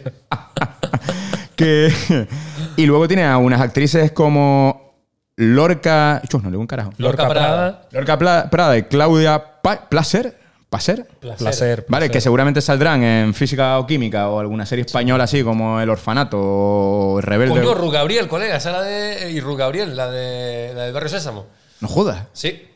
C: que, y luego tiene a unas actrices como Lorca. Chus, no le digo un carajo.
D: Lorca Prada.
C: Lorca Pla- Prada y Claudia Pa- Placer. ¿Placer?
D: Placer. Placer,
C: Vale,
D: Placer.
C: que seguramente saldrán en Física o Química o alguna serie española así como El Orfanato o Rebelde.
B: Coño, Ru Gabriel, colega, esa es la de. Y Ru Gabriel, la de la del Barrio Sésamo.
C: No jodas.
B: Sí.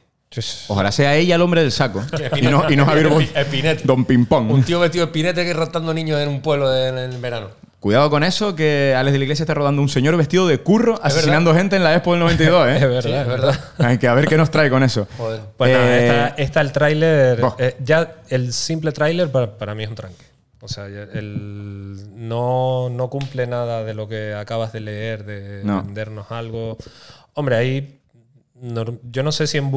C: Ojalá sea ella el hombre del saco. y no, y no Javier Bot-
B: Espinete.
C: Don Pimpón.
B: Un tío vestido de pinete que raptando niños en un pueblo de- en el verano.
C: Cuidado con eso, que Alex de la Iglesia está rodando un señor vestido de curro asesinando gente en la Expo del 92, ¿eh?
D: Es verdad, Sí, es es verdad.
C: Hay que a ver qué nos trae con eso.
D: Pues nada,
C: Eh,
D: está, está el tráiler.
C: Bo.
D: eh, ya el simple tráiler para, para mí es un tranque. O sea, ya el- no, no cumple nada de lo que acabas de leer, de
C: No.
D: vendernos algo. Hombre, ahí. no- yo no sé si en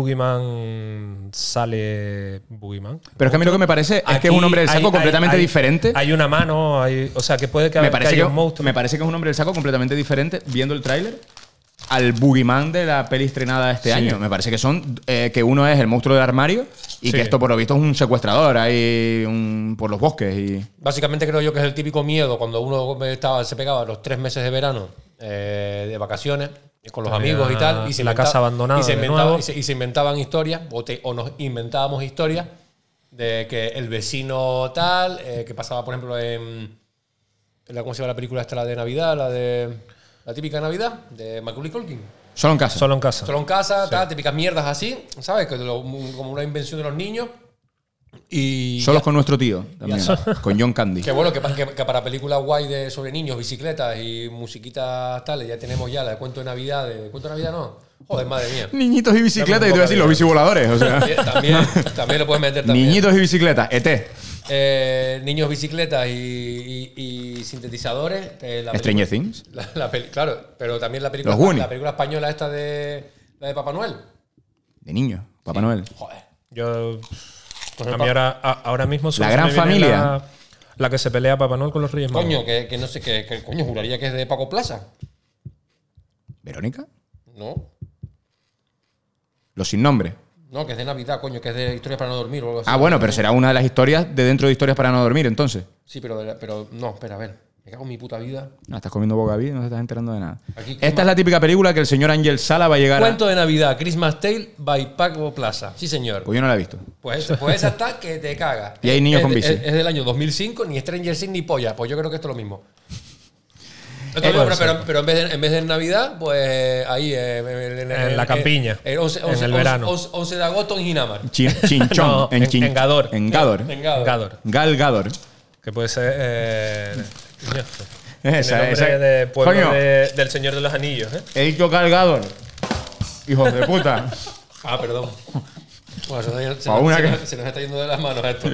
D: Boogeyman sale Boogeyman.
C: Pero es que a mí lo que me parece es que es
D: Aquí
C: un hombre del saco
D: hay-
C: completamente
D: hay-
C: diferente.
D: Hay una mano, hay- o sea, que puede que,
C: me
D: que
C: parece
D: haya
C: que,
D: un monstruo.
C: me parece que es un hombre del saco completamente diferente viendo el tráiler al boogeyman de la peli estrenada este
D: Sí.
C: año. Me parece que son eh, que uno es el monstruo del armario y
B: Sí.
C: que esto por lo visto es un secuestrador ahí un- por los bosques y
B: Básicamente creo yo que es el típico miedo cuando uno estaba, se pegaba los tres meses de verano eh, de vacaciones eh, con los
D: Tenía
B: amigos y tal. Y se
D: la
B: inventa-
D: casa abandonada
B: Y se,
D: de
B: inventaba-
D: nuevo.
B: y se- y se inventaban historias o, te- o nos inventábamos historias de que el vecino tal, eh, que pasaba por ejemplo en, en la, ¿Cómo se llama la película esta la de Navidad? La de la típica Navidad de Macaulay Culkin.
C: solo en casa.
D: Solo en casa.
B: Solo en casa, tal, típicas mierdas así, ¿sabes? Que lo- como una invención de los niños. Y
C: Solos con nuestro tío también,
B: Ya.
C: con John Candy.
B: Que bueno, que, pa- que- que para películas guay de, sobre niños, bicicletas y musiquitas tales, ya tenemos ya la de cuento de Navidad. De, ¿Cuento de Navidad no? Joder, madre mía.
C: Niñitos y bicicletas,
B: Dame
C: y
B: un
C: te voy a
B: poco
C: decir los
B: de-
C: bicivoladores. O sea.
B: También, también, también lo puedes meter también.
C: Niñitos y bicicletas, E ET.
B: Eh, niños, bicicletas y, y- y sintetizadores. eh, la
C: Stranger
B: película-
C: Things.
B: la- la peli- claro, pero también la película,
C: Los Goonies.
B: la película española esta de, la de Papá Noel.
C: De niño, Papá Noel.
D: Yo.
B: Pues
D: a
B: el
D: mí
B: pa-
D: ahora, a- ahora mismo solo
C: La
D: se
C: gran
D: me viene
C: familia.
D: La, la que se pelea Papá Noel con los Reyes Magos.
B: Coño, que, que no sé, que, que coño, juraría que es de Paco Plaza.
C: ¿Verónica?
B: No,
C: Los sin nombre.
B: no, que es de Navidad, coño, que es de Historias para no dormir o algo así.
C: Ah, bueno, pero será una de las historias de dentro de historias para no dormir, entonces.
B: Sí, pero, de la- pero no, espera, a ver. Me cago en mi puta vida.
C: No, estás comiendo bocadillo y no te estás enterando de nada.
B: Aquí, ¿qué más?
C: Esta es la típica película que el señor Ángel Sala va a llegar a...
B: Cuento de Navidad, Christmas Tale by Paco Plaza. Sí, señor.
C: Pues yo no la he visto.
B: Pues, pues esa está que te caga.
C: Y hay niños
B: Es-
C: con
B: es-
C: bici.
B: Es, del año 2005, ni Stranger Things ni polla. Pues yo creo que esto es lo mismo. Esto
D: Eh,
B: es lo mismo,
D: puede
B: pero,
D: ser.
B: pero en, vez de, en vez de en Navidad, pues ahí. eh, en,
D: En la campiña,
B: el 11,
D: en
B: 11,
D: el verano.
B: 11, 11 de agosto en Ginamar.
C: Chin- chinchón.
D: No, en-
C: chin-
D: en Gador.
C: En Gador.
B: En Gador.
C: Gal Gador.
D: Que puede ser. eh, coño, tiene
C: Esa,
D: nombre
C: esa.
D: de pueblo
C: Coño.
D: de- del Señor de los Anillos, ¿eh?
C: He dicho Gal Gador. Hijos de puta.
B: Ah, perdón. Bueno, se, nos- se
C: Pa'
B: nos-
C: una
B: se
C: que-
B: nos- se nos está yendo de las manos esto.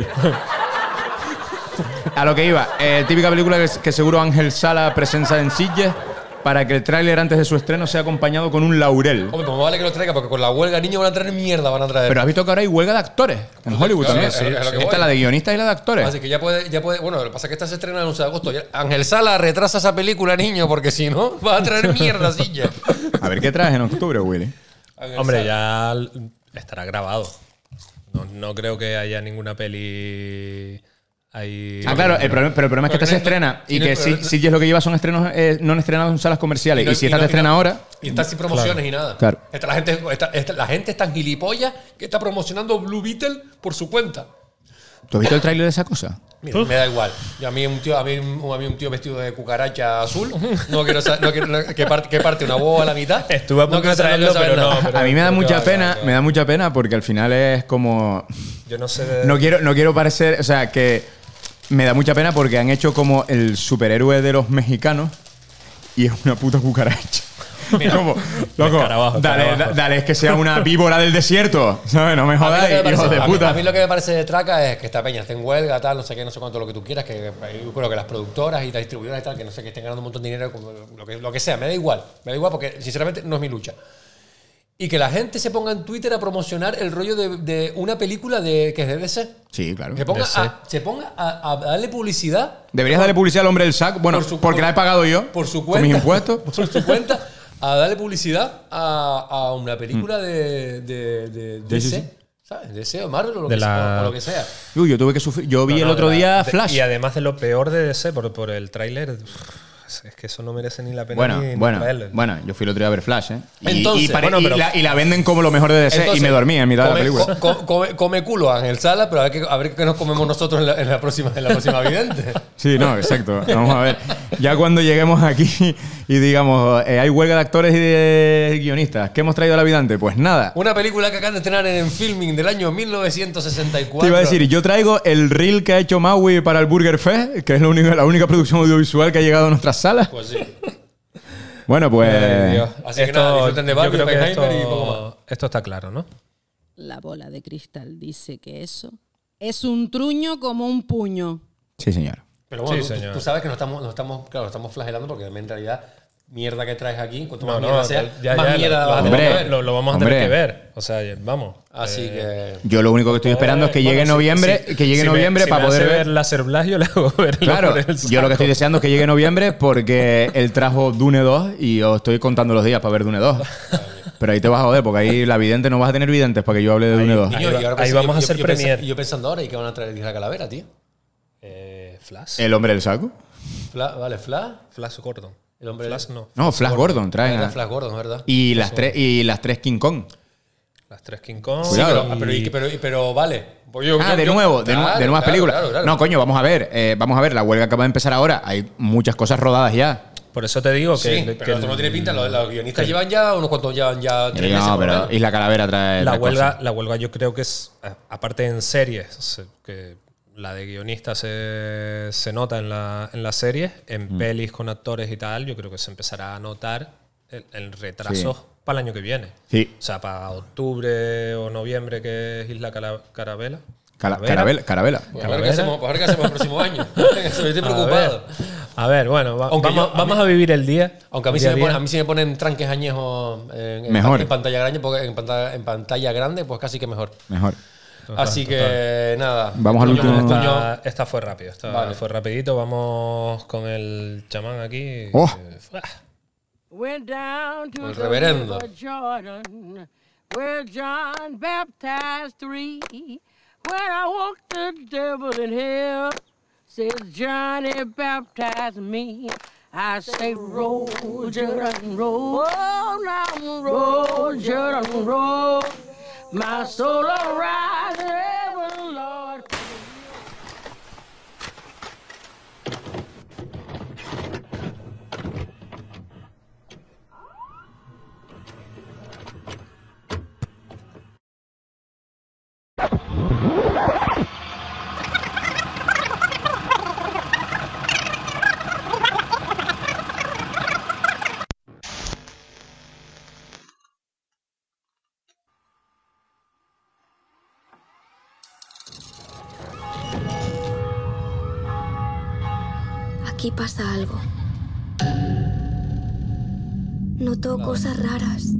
C: A lo que iba. eh, típica película que, que seguro Ángel Sala presenta en Sitges para que el tráiler antes de su estreno sea acompañado con un laurel.
B: Hombre, pues más vale que lo traiga, porque con la huelga niños van a traer mierda, van a traer.
C: Pero has visto que ahora hay huelga de actores en Hollywood
B: Claro,
C: también.
B: es lo que- es lo que
C: Esta
B: voy.
C: es la de guionistas y la de actores.
B: Así que ya puede, ya puede. Bueno, lo que pasa es que esta se estrena el 11 de agosto. Ya- Ángel Sala retrasa esa película, niño, porque si no, va a traer mierda, silla.
C: A ver qué traes en octubre, Willy.
D: Hombre, ya l- estará grabado. No, no creo que haya ninguna peli ahí.
C: Ah, claro, el problema- pero el problema es que esta se estrena y que si, si es lo que lleva son estrenos eh, no estrenados en salas comerciales. Y,
B: no-
C: si esta
B: no-
C: te estrena
B: no-
C: ahora.
B: Y está sin promociones y nada.
C: Claro.
B: Esta- la, gente, esta- esta- la gente es tan gilipollas que está promocionando Blue Beetle por su cuenta.
C: ¿Tú has visto el tráiler de esa cosa?
B: Mira, me da igual. Yo a mí un tío, a mí, un- a mí un tío vestido de cucaracha azul. No quiero saber no quiero- no- que, parte, que parte una boba a la mitad.
D: Estuve a punto
B: quiero
D: de
B: saber-
D: traerlo,
B: quiero saber
D: pero
B: nada.
D: no.
C: a mí me da
D: pero
C: mucha
D: que va,
C: pena, me da mucha pena porque al final es como
D: Yo no sé. de-
C: no quiero no quiero parecer, o sea, que me da mucha pena porque han hecho como el superhéroe de los mexicanos y es una puta cucaracha. Como, loco,
D: Escarabajo,
C: dale,
D: escarabajo.
C: da- dale, es que sea una víbora del desierto. ¿sabes? No me
B: A mí lo que me
C: jodáis,
B: parece-
C: hijos de
B: a mí-
C: puta.
B: a mí lo que me parece de traca es que esta peña está en huelga, tal, no sé qué, no sé cuánto, lo que tú quieras, que que- bueno, que las productoras y las distribuidoras y tal, que no sé, que estén ganando un montón de dinero, como lo que, lo que sea, me da igual, me da igual porque sinceramente no es mi lucha. Y que la gente se ponga en Twitter a promocionar el rollo de, de una película de, que es de DC.
C: Sí, claro.
B: Se ponga,
C: DC.
B: a, se ponga a- a darle publicidad
C: Deberías darle publicidad al hombre del saco. Bueno,
B: Por su-
C: porque la he pagado yo.
B: por su
C: Con mis
B: cuenta.
C: impuestos.
B: por su cuenta a darle publicidad a, a una
D: Mm.
B: película de, de, de
C: sí,
B: DC,
C: sí.
B: ¿sabes? DC o Marvel o lo,
D: De
B: que,
D: la-
B: sea, o lo que sea.
C: Uy, yo tuve que sufrir. Yo vi
D: No,
C: el
D: no,
C: otro
D: de
C: día
D: la- de-
C: Flash.
D: Y además de lo peor de DC por, por el tráiler, es que eso no merece ni la pena
C: Bueno,
D: ni, ni
C: bueno,
D: traerlo.
C: bueno, yo fui el otro día a ver Flash, ¿eh? Y,
B: Entonces,
C: y pare-
B: bueno,
C: y
B: pero-
C: la, y la venden como lo mejor de DC
B: Entonces,
C: y me dormí en mitad de la
B: come-
C: película.
B: co- co- come, come culo Ángel Sala, pero a ver qué, a ver qué nos comemos nosotros en la, en la próxima, en la próxima vidente.
C: Sí, no, exacto. Vamos a ver. Ya cuando lleguemos aquí y digamos, eh, hay huelga de actores y de guionistas, ¿qué hemos traído a la vidante? Pues nada.
B: Una película que acaban de estrenar en filming del año 1964.
C: Te iba a decir, yo traigo el reel que ha hecho Maui para el Burger Fest, que es la única, la única producción audiovisual que ha llegado a nuestras salas.
B: Pues sí.
C: Bueno, pues.
B: Ay, Dios. Así que nada, disfruten de
D: yo
B: Barbie,
D: creo que
B: Oppenheimer
D: esto-
B: y poco más.
D: Esto está claro, ¿no?
A: La bola de cristal dice que eso es un truño como un puño.
C: Sí, señor.
B: Pero bueno,
D: Sí,
B: tú- tú,
D: señor.
B: tú sabes que no estamos, no estamos, claro, estamos flagelando porque en realidad, mierda que traes aquí, cuanto más
D: No,
B: mierda
D: no,
B: sea,
D: ya,
B: más
D: ya,
B: mierda
D: lo,
B: vas a
D: lo-
B: tener que
C: hombre.
B: ver.
D: lo- lo vamos a
C: Hombre.
D: tener que ver. O sea, ya- vamos. Eh,
B: Así que.
C: Yo lo único que estoy esperando es que llegue noviembre, que llegue
D: Si me-
C: noviembre
D: si
C: para
D: me hace
C: poder ver.
D: ver Láser Blast, yo le hago ver.
C: Claro, yo lo que estoy deseando es que llegue noviembre porque él trajo Dune 2 y os estoy contando los días para ver Dune 2. Pero ahí te vas a joder, porque ahí la vidente no vas a tener videntes para que yo hable de Dune 2.
B: Niño, y ahora
D: ahí
B: pensé-
D: vamos a
B: yo-
D: hacer
B: yo pensé-
D: premier.
B: Yo pensando ahora, ¿y qué van a traer de la calavera, tío? Eh, Flash.
C: ¿El hombre del saco?
B: Fla- vale, Flash.
D: Flash Gordon.
B: El hombre
D: Flash no.
C: No, Flash Gordon, traen.
B: Era
C: a-
B: Flash Gordon, ¿verdad?
C: Y las,
B: Eso.
C: tres, y las tres King Kong.
D: Las tres King Kong.
B: Sí, pero,
C: Cuidado.
B: ah, pero, y- pero- y- pero vale. Pues yo-
C: Ah,
B: yo-
C: de
B: yo-
C: nuevo, de, nu-
B: Claro,
C: de nuevas
B: claro,
C: películas.
B: claro, claro.
C: No, coño, vamos a ver. eh, vamos a ver, la huelga que va a empezar ahora. Hay muchas cosas rodadas ya.
D: Por eso te digo que.
B: Sí,
D: que
B: pero esto
D: el-
B: no tiene pinta. Los, los guionistas llevan ya unos cuantos, llevan ya tres meses.
C: No,
B: por lo
C: pero
B: menos.
C: Isla Calavera trae.
D: La
C: trae
D: huelga,
C: cosas.
D: la huelga yo creo que es, a- aparte en series, se- que la de guionistas se, se nota en, la, en las series, en
C: Mm.
D: pelis con actores y tal, yo creo que se empezará a notar el, el retraso
C: Sí.
D: para el año que viene.
C: Sí.
D: O sea, para octubre o noviembre que es Isla Cala- Carabela.
C: Cala- Carabela, Carabela.
B: Pues a ver qué hacemos, pues a ver qué hacemos el próximo año. Estoy preocupado.
D: A ver, a ver, bueno, va-
B: Aunque
D: vamos,
B: yo- a
D: vamos
B: mí-
D: a vivir el día.
B: Aunque a mí,
D: día
B: se me,
D: día.
B: ponen, a mí se me ponen tranques añejos en, en
C: Mejor.
B: pan- en pantalla grande, porque en pantalla, en pantalla grande, pues casi que mejor.
C: Mejor.
B: Así que nada.
C: Vamos al
B: Coño,
C: último.
B: coño,
D: Esta, esta fue rápido, esta
B: Vale.
D: fue rapidito. Vamos con el chamán aquí.
C: Oh.
D: Eh, fuah.
Q: Went down to
B: Pues
Q: the
B: reverendo.
Q: river Jordan, where John baptized three. When I walked the devil in hell, says Johnny baptized me. I say, roll, Jordan, roll. Oh, now roll, Jordan, roll. My soul arise, heaven, Lord.
R: Aquí pasa algo. Noto cosas raras.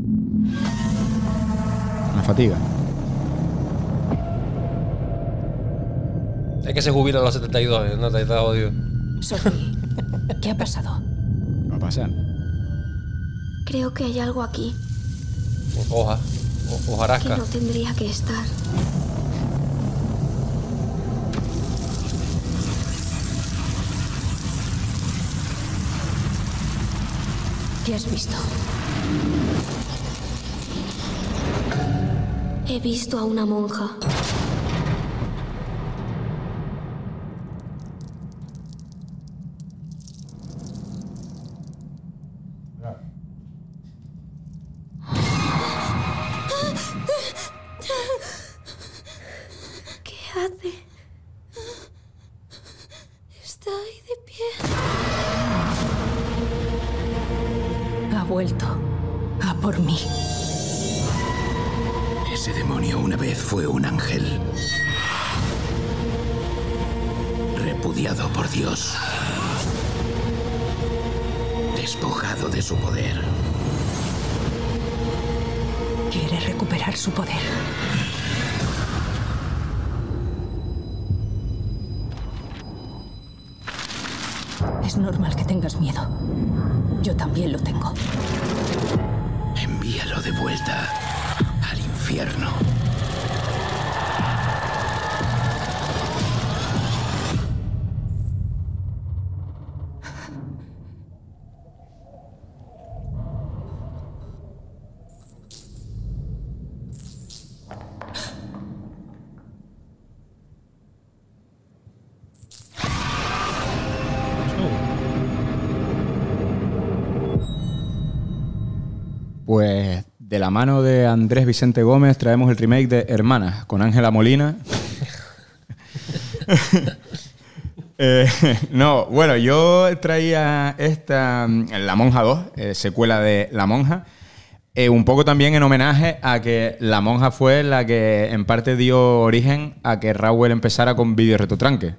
C: Una fatiga.
B: Es que se jubila a los 72, eh, no te te odio.
R: Sophie, ¿qué ha pasado?
C: Va a pasar.
R: Creo que hay algo aquí
B: Hoja. O-
R: que
B: Hojarasca.
R: no tendría que estar. ¿Qué has visto? He visto a una monja.
E: ¿Qué hace? Está ahí de pie.
K: Ha vuelto. A por mí.
H: Ese demonio una vez fue un ángel. Repudiado por Dios. Despojado de su poder.
K: Quiere recuperar su poder. Es normal que tengas miedo. Yo también lo tengo.
H: Envíalo de vuelta al infierno.
C: Pues de la mano de Andrés Vicente Gómez traemos el remake de Hermanas con Ángela Molina. Eh, no, bueno, yo traía esta, mm, La Monja 2, eh, secuela de La Monja, eh, un poco también en homenaje a que La Monja fue la que en parte dio origen a que Raúl empezara con Video Retotranque.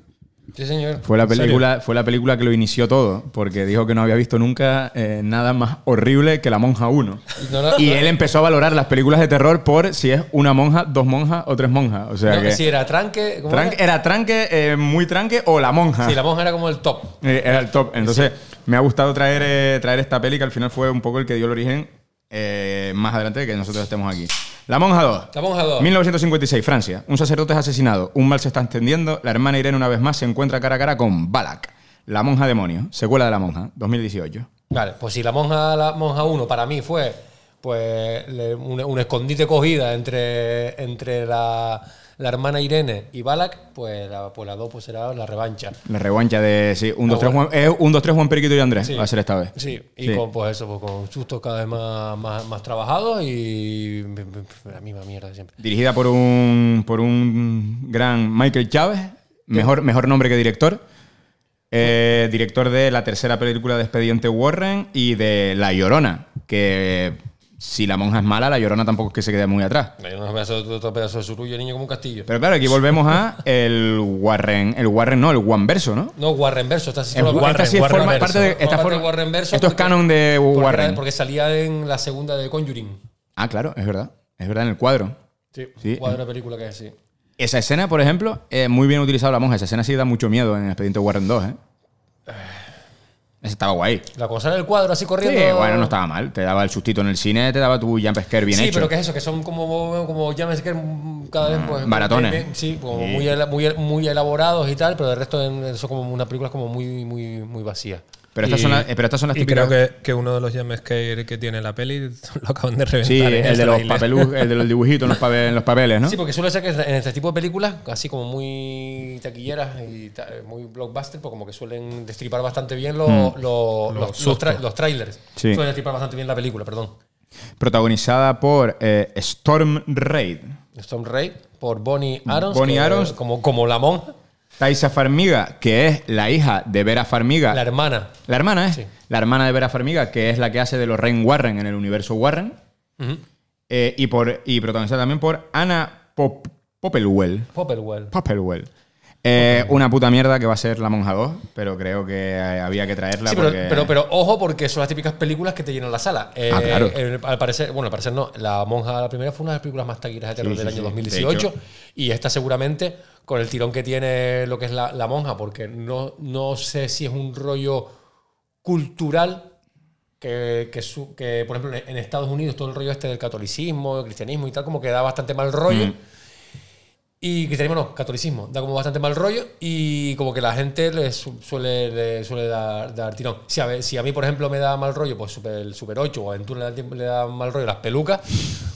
B: Sí, señor.
C: Fue la,
B: ¿En serio?
C: película, fue la película que lo inició todo, porque dijo que no había visto nunca eh, nada más horrible que La Monja 1.
B: No, no,
C: y
B: no.
C: él empezó a valorar las películas de terror por si es una monja, dos monjas o tres monjas. O sea
B: No,
C: que
B: si era tranque. ¿cómo
C: Tranque- era tranque, eh, muy tranque o la monja.
B: Sí, la monja era como el top.
C: Eh, era el top. Entonces, me ha gustado traer, eh, traer esta peli que al final fue un poco el que dio el origen eh, más adelante de que nosotros estemos aquí. La Monja 2.
B: La Monja 2.
C: 1956, Francia. Un sacerdote es asesinado. Un mal se está extendiendo. La hermana Irene, una vez más, se encuentra cara a cara con Balak. La Monja Demonio. Secuela de La Monja, 2018.
B: Vale, pues si la monja, la monja 1 para mí fue pues le- un, un escondite cogida entre, entre la, la hermana Irene y Balak, pues la, pues la 2 pues será la revancha.
C: La revancha de. Sí, un, dos, tres, Juan, eh, un, dos, tres, Juan Periquito y Andrés. Va a ser esta vez.
B: Ah, Sí, y
C: Sí.
B: con pues eso, pues, con sustos cada vez más, más, más trabajados y b- b- la misma mierda de siempre.
C: Dirigida por un, por un gran Michael Chávez, mejor, mejor nombre que director. Eh, director de la tercera película de Expediente Warren y de La Llorona, que si la monja es mala, La Llorona tampoco es que se quede muy atrás.
B: Hay unos pedazos, otros pedazos de surullo, niño como un castillo.
C: Pero claro, aquí volvemos a el Warren, el Warren no, el Wanverso, ¿no?
B: No, Warren Verso, esta sí,
C: Es-
B: forma-
C: esta sí es forma- parte de- esta
B: Forma
C: forma-
B: Warren Verso.
C: esto es canon de
B: porque,
C: Warren.
B: porque salía en la segunda de Conjuring.
C: Ah, claro, es verdad. Es verdad, en el cuadro.
B: Sí,
C: Sí.
B: cuadro de película que es así.
C: Esa escena, por ejemplo, eh, muy bien utilizada la monja. Esa escena sí da mucho miedo en Expediente Warren 2, ¿eh? Esa estaba guay.
B: La cosa del cuadro así corriendo.
C: Sí, bueno, no estaba mal. Te daba el sustito en el cine, te daba tu jump scare bien
B: sí,
C: hecho.
B: pero que es eso, que son como, como ya me sé que mm, cada vez pues,
C: baratones.
B: me- me- sí, como
C: Sí.
B: Muy, ela- muy, muy elaborados y tal, pero el resto en- eso como una película como muy, muy, muy vacía.
C: Pero estas
D: Y-
C: son las- eh, pero estas son las
D: y
C: típicas-
D: creo que, que uno de los jumpscare que tiene la peli lo acaban de reventar.
C: Sí,
D: en este
C: el de los
D: tráiler.
C: papelus, el de los dibujitos en los, pabe- en los papeles, ¿no?
B: este Sí, porque suele ser que en este tipo de películas, así como muy taquilleras y ta- muy blockbuster, pues como que suelen destripar bastante bien los,
C: Mm.
B: los,
D: Los
B: los, los
D: sustos.
B: tra- los trailers.
C: Sí.
B: Suelen destripar bastante bien la película, perdón.
C: Protagonizada por eh, Storm Raid,
B: Storm Raid por Bonnie Arons.
C: Bonnie
B: que-
C: Arons.
B: Como, como la monja,
C: Taisa Farmiga, que es la hija de Vera Farmiga.
B: la hermana.
C: La hermana es. La hermana de Vera Farmiga, que es la que hace de los Rain Warren en el universo Warren.
B: Ujú.
C: Eh, y, por, y protagonizada también por Anna Pop- Popelwell.
B: Popelwell.
C: Popelwell. Eh, Una puta mierda que va a ser La Monja 2, pero creo que eh, había que traerla
B: Sí, pero,
C: porque...
B: pero, pero ojo porque son las típicas películas que te llenan la sala. Eh,
C: Ah, claro.
B: el- al parecer, bueno, al parecer no, La Monja la primera fue una de las películas más taquilleras de terror
C: Sí,
B: del
C: sí,
B: año
C: sí.
B: 2018
C: De hecho.
B: y esta seguramente con el tirón que tiene lo que es La, La Monja porque no, no sé si es un rollo cultural que, que, su- que, por ejemplo, en Estados Unidos todo el rollo este del catolicismo, del cristianismo y tal, como que da bastante mal rollo.
C: Mm.
B: Y cristianismo no, catolicismo. Da como bastante mal rollo y como que la gente le su- suele, le suele dar, dar tirón. Si a, ve- si a mí, por ejemplo, me da mal rollo, pues super, el Super 8 o Aventura le da, tiempo- le da mal rollo las pelucas,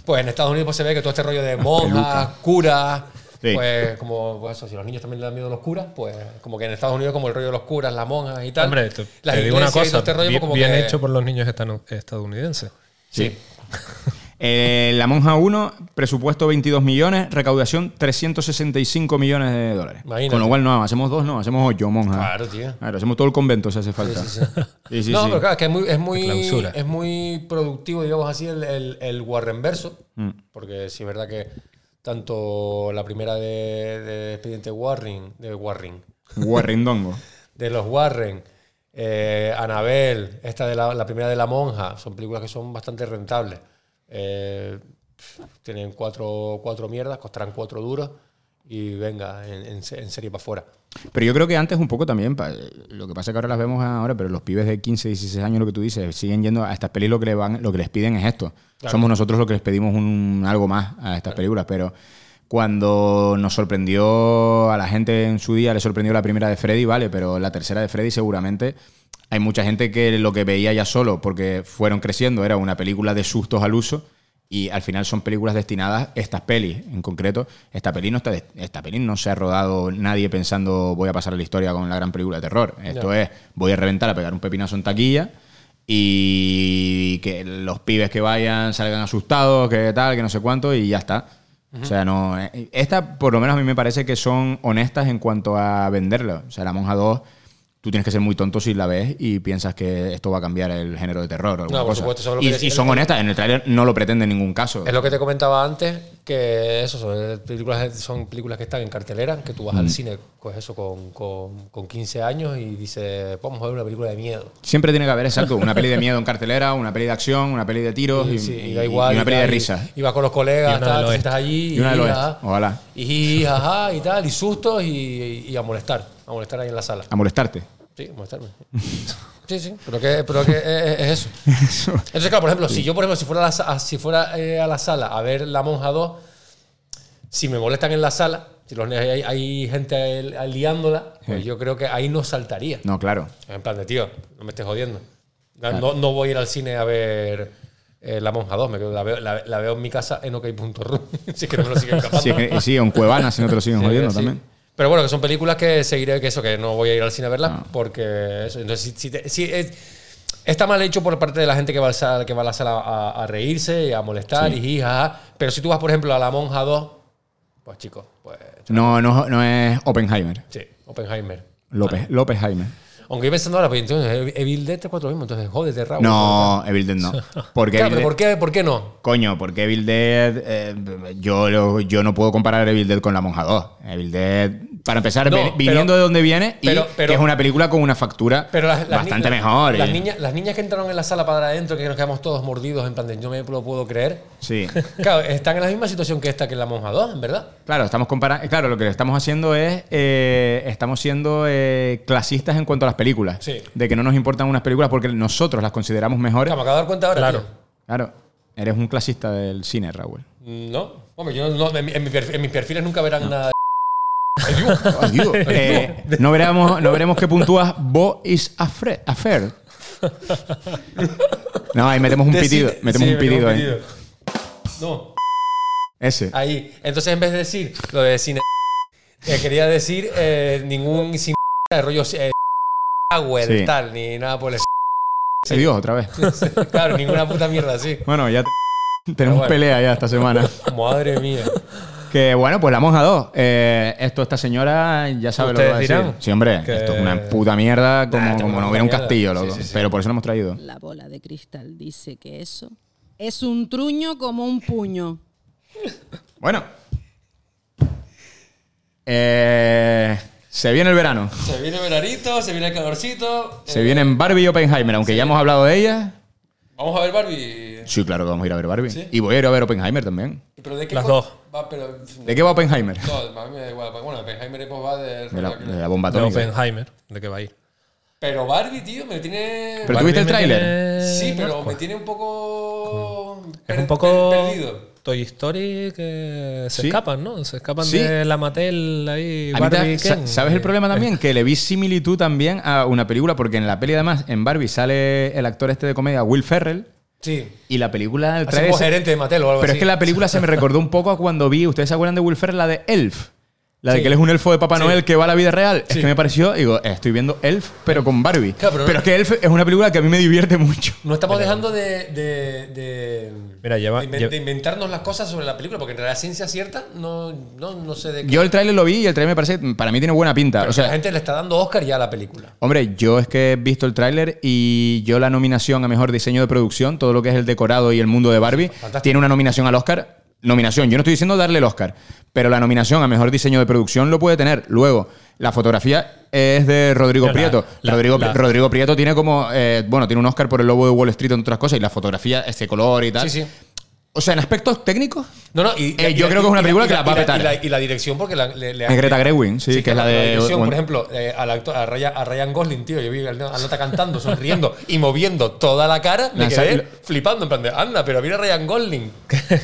B: pues en Estados Unidos pues, se ve que todo este rollo de monjas,
C: pelucas.
B: curas,
C: Sí.
B: pues como pues, eso, si a los niños también le dan miedo a los curas, pues como que en Estados Unidos como el rollo de los curas, las monjas y tal.
D: Hombre, te,
B: las
D: te digo una
B: iglesias y todo
D: cosa.
B: este rollo,
D: bien
B: pues, como
D: bien
B: que-
D: hecho por los niños estanu- estadounidenses.
B: Sí.
C: Eh, la Monja 1, presupuesto 22 millones, recaudación 365 millones de dólares.
B: Imagínate.
C: Con lo cual no, hacemos dos, no, hacemos ocho, monja.
B: Claro, tío.
C: Claro, hacemos todo el convento si hace falta.
B: Sí, sí, sí.
C: Sí, sí,
B: no,
C: sí.
B: pero claro, es que es muy, es muy,
C: clausura.
B: es muy productivo, digamos así, el, el, el Warren verso.
C: Mm.
B: Porque sí es verdad que tanto la primera de, de Expediente Warren, de Warren,
C: Guarrindongo.
B: de los Warren, eh, Anabel, esta de la, la primera de La Monja, son películas que son bastante rentables. Eh, pf, tienen cuatro, cuatro mierdas, costarán cuatro duros y venga, en, en se- en serie para afuera.
C: Pero yo creo que antes un poco también, pa- lo que pasa es que ahora las vemos ahora, pero los pibes de 15, 16 años, lo que tú dices, siguen yendo a estas pelis, lo que, le van, lo que les piden es esto.
B: Claro.
C: Somos nosotros los que les pedimos un, algo más a estas películas, pero cuando nos sorprendió a la gente en su día, le sorprendió la primera de Freddy, vale, pero la tercera de Freddy seguramente... Hay mucha gente que lo que veía ya solo, porque fueron creciendo, era una película de sustos al uso, y al final son películas destinadas, estas pelis en concreto, esta peli no está de- esta peli no se ha rodado nadie pensando voy a pasar a la historia con la gran película de terror. Esto
B: Ya.
C: es voy a reventar a pegar un pepinazo en taquilla y que los pibes que vayan salgan asustados, que tal, que no sé cuánto, y ya está. O sea, no. eh, Esta, por lo menos a mí me parece que son honestas en cuanto a venderla. O sea, La Monja 2, tú tienes que ser muy tonto si la ves y piensas que esto va a cambiar el género de terror. O alguna
B: No, por
C: cosa.
B: supuesto, eso es lo
C: y,
B: que-
C: y son honestas. En el tráiler no lo pretende en ningún caso.
B: Es lo que te comentaba antes, que eso son películas, son películas que están en cartelera, que tú vas
C: Mm.
B: al cine pues eso con, con, con 15 años y dices, vamos a ver una película de miedo.
C: Siempre tiene que haber, exacto, una peli de miedo en cartelera, una peli de acción, una peli de tiros y,
B: Sí,
C: y-
B: da igual.
C: y una peli
B: tal,
C: de risas.
B: Y vas con los colegas,
C: Y una del
B: tal, te
C: oeste.
B: sientas allí.
C: Y una del
B: jaja,
C: oeste, ojalá.
B: Y jaja, y tal, y sustos y, y a molestar. A molestar ahí en la sala.
C: A molestarte.
B: Sí, a molestarme. Sí, sí, pero que, pero que es, es eso. Entonces, claro, por ejemplo, si yo, por ejemplo, si fuera, a la, sa- si fuera eh, a la sala a ver La Monja 2, si me molestan en la sala, si los, hay, hay gente ahí- ahí liándola, pues
C: Sí.
B: yo creo que ahí no saltaría.
C: No, claro.
B: En plan de, tío, no me estés jodiendo. No,
C: Claro.
B: no- no voy a ir al cine a ver eh, La Monja 2, me quedo- la, veo, la- la veo en mi casa en ok.ru, si es que no me lo siguen capando.
C: Si es que- sí, o en Cuevana, si no te lo siguen
B: Sí,
C: jodiendo
B: Eh, sí.
C: también.
B: Pero bueno, que son películas que seguiré, que eso, que no voy a ir al cine a
C: Ah.
B: verlas, porque eso, entonces si, si te- si es- está mal hecho por parte de la gente que va, al sal- que va a la sala a, a reírse, y a molestar,
C: Sí.
B: y jaja. pero si tú vas, por ejemplo, a La Monja 2, pues chicos, pues
C: No, no, no es Oppenheimer.
B: sí, Oppenheimer. Ah.
C: López, López Jaime.
B: Aunque yo pensando ahora, pues entonces Evil Dead es este cuatro mismo, entonces jódete, Raúl.
C: No, Evil Dead no. Porque
B: Claro, pero
C: Evil Dead-
B: ¿por qué, ¿por qué no?
C: Coño, porque Evil Dead. eh, yo, lo- yo no puedo comparar Evil Dead con La Monja 2. Evil Dead, para empezar,
B: No,
C: ven-
B: pero-
C: viniendo de donde viene, y
B: pero- pero-
C: que es una película con una factura
B: Pero las- las
C: bastante
B: ni-
C: mejor. eh.
B: Las
C: y-
B: niñas, las niñas que entraron en la sala para adentro, que nos quedamos todos mordidos, en plan de yo me lo puedo creer.
C: Sí.
B: Claro, están en la misma situación que esta que la Monja 2, en verdad.
C: Claro, estamos comparando. Claro, lo que estamos haciendo es. eh, estamos siendo eh, clasistas en cuanto a las películas.
B: Sí.
C: De que no nos importan unas películas porque nosotros las consideramos mejores.
B: Claro, me acabo de dar cuenta ahora.
C: Claro.
B: tío.
C: Claro. Eres un clasista del cine, Raúl.
B: No, hombre, yo no, en, mi- en mi perfil- en mis perfiles nunca verán nada de.
C: Ay, Dios. Eh, no, veremos, no veremos qué puntúas Bo is afre- affair. No, ahí metemos un
B: Decide-
C: pitido. Metemos
B: sí,
C: un pitido ahí.
B: No,
C: Ese.
B: ahí. Entonces, en vez de decir lo de cine, eh, quería decir eh, ningún sin de rollo eh, agua,
C: Sí.
B: tal, ni nada por el.
C: Ay, Dios, otra vez.
B: claro, ninguna puta mierda así.
C: Bueno, ya te- tenemos
B: bueno.
C: pelea ya esta semana.
B: Madre mía.
C: Que bueno, pues la monja 2. Eh, esto, esta señora ya sabe lo que
B: Ustedes
C: va a decir.
B: dirán
C: Sí, hombre,
B: que-
C: esto es una puta mierda, como,
B: esto es
C: como
B: una
C: no hubiera un
B: puta
C: castillo,
B: mierda.
C: loco.
B: Sí, sí, sí.
C: Pero por eso lo hemos traído.
A: La bola de cristal dice que eso es un truño como un puño.
C: Bueno. Eh, se viene el verano.
B: Se viene veranito, se viene el calorcito.
C: Se vienen Barbie y Oppenheimer, aunque ya hemos hablado de ella.
B: Vamos a ver Barbie.
C: Sí, claro que vamos a ir a ver Barbie.
B: ¿Sí?
C: Y voy a ir a ver Oppenheimer también.
B: ¿Pero de qué
C: Las
B: fue-
C: dos.
B: Va, pero,
C: ¿De qué va Oppenheimer?
B: No, a mí me da igual. Bueno, Oppenheimer pues va de...
C: De la, de la bomba
D: De
C: atómica.
D: Oppenheimer, ¿de qué va a ir?
B: Pero Barbie, tío, me tiene...
C: ¿Pero eh, tú viste el
D: Barbie me
C: tráiler?
D: tiene-
B: Sí, pero me tiene un poco...
D: Es
B: per-
D: un poco
B: per- perdido.
D: Toy Story que se
C: Sí.
D: escapan, ¿no? Se escapan
C: Sí.
D: de la Mattel ahí.
C: A mí ta-
D: Barbie
C: sa-
D: Ken. Eh,
C: ¿Sabes el problema
B: Eh.
C: también? Que le vi similitud también a una película, porque en la peli además, en Barbie sale el actor este de comedia, Will Ferrell,
B: Sí.
C: y la película... el
B: Así
C: tráiler
B: como
C: se-
B: gerente de Mattel o algo
C: Pero
B: así.
C: es que la película se me recordó un poco a cuando vi, ¿ustedes se acuerdan de Will Ferrell? La de Elf. La de
B: Sí.
C: que él es un elfo de Papá
B: Sí.
C: Noel que va a la vida real.
B: Sí.
C: Es que me pareció, digo, eh, estoy viendo Elf, pero con Barbie.
B: Claro, pero-
C: pero es que Elf es una película que a mí me divierte mucho.
B: No estamos dejando de... de, de-
D: Mira, lleva-
B: de inven-
D: lleva-
B: de inventarnos las cosas sobre la película, porque en realidad ciencia cierta no, no, no sé de qué...
C: Yo el tráiler lo vi y el tráiler me parece, para mí tiene buena pinta.
B: Pero
C: o sea,
B: la gente le está dando Oscar ya a la película.
C: Hombre, yo es que he visto el tráiler y yo la nominación a mejor diseño de producción, todo lo que es el decorado y el mundo de Barbie, tiene una nominación al Oscar. Nominación, yo no estoy diciendo darle el Oscar, pero la nominación a mejor diseño de producción lo puede tener. Luego, la fotografía es de Rodrigo
D: No, la-
C: Prieto.
D: la-
C: Rodrigo,
D: la-
C: Rodrigo Prieto tiene como, eh, bueno, tiene un Oscar por el lobo de Wall Street, entre otras cosas, y la fotografía, este color y tal.
B: Sí, sí.
C: O sea, en aspectos técnicos,
B: No, no, y,
C: Eh,
B: y-
C: yo
B: y-
C: creo que es una
B: y
C: película que
B: y
C: la va a
B: y
C: petar.
B: Y la, y la dirección, porque la, le, le-
C: es Greta Gerwig, sí,
B: Sí,
C: que es la
B: claro,
C: de...
B: dirección, por
C: bueno,
B: ejemplo, eh, al actor- a, Raya- a Ryan Gosling, tío, yo vi al al nota cantando, sonriendo y moviendo toda la cara, me
C: Lanza-
B: quedé flipando, en plan de, anda, pero mira a Ryan Gosling.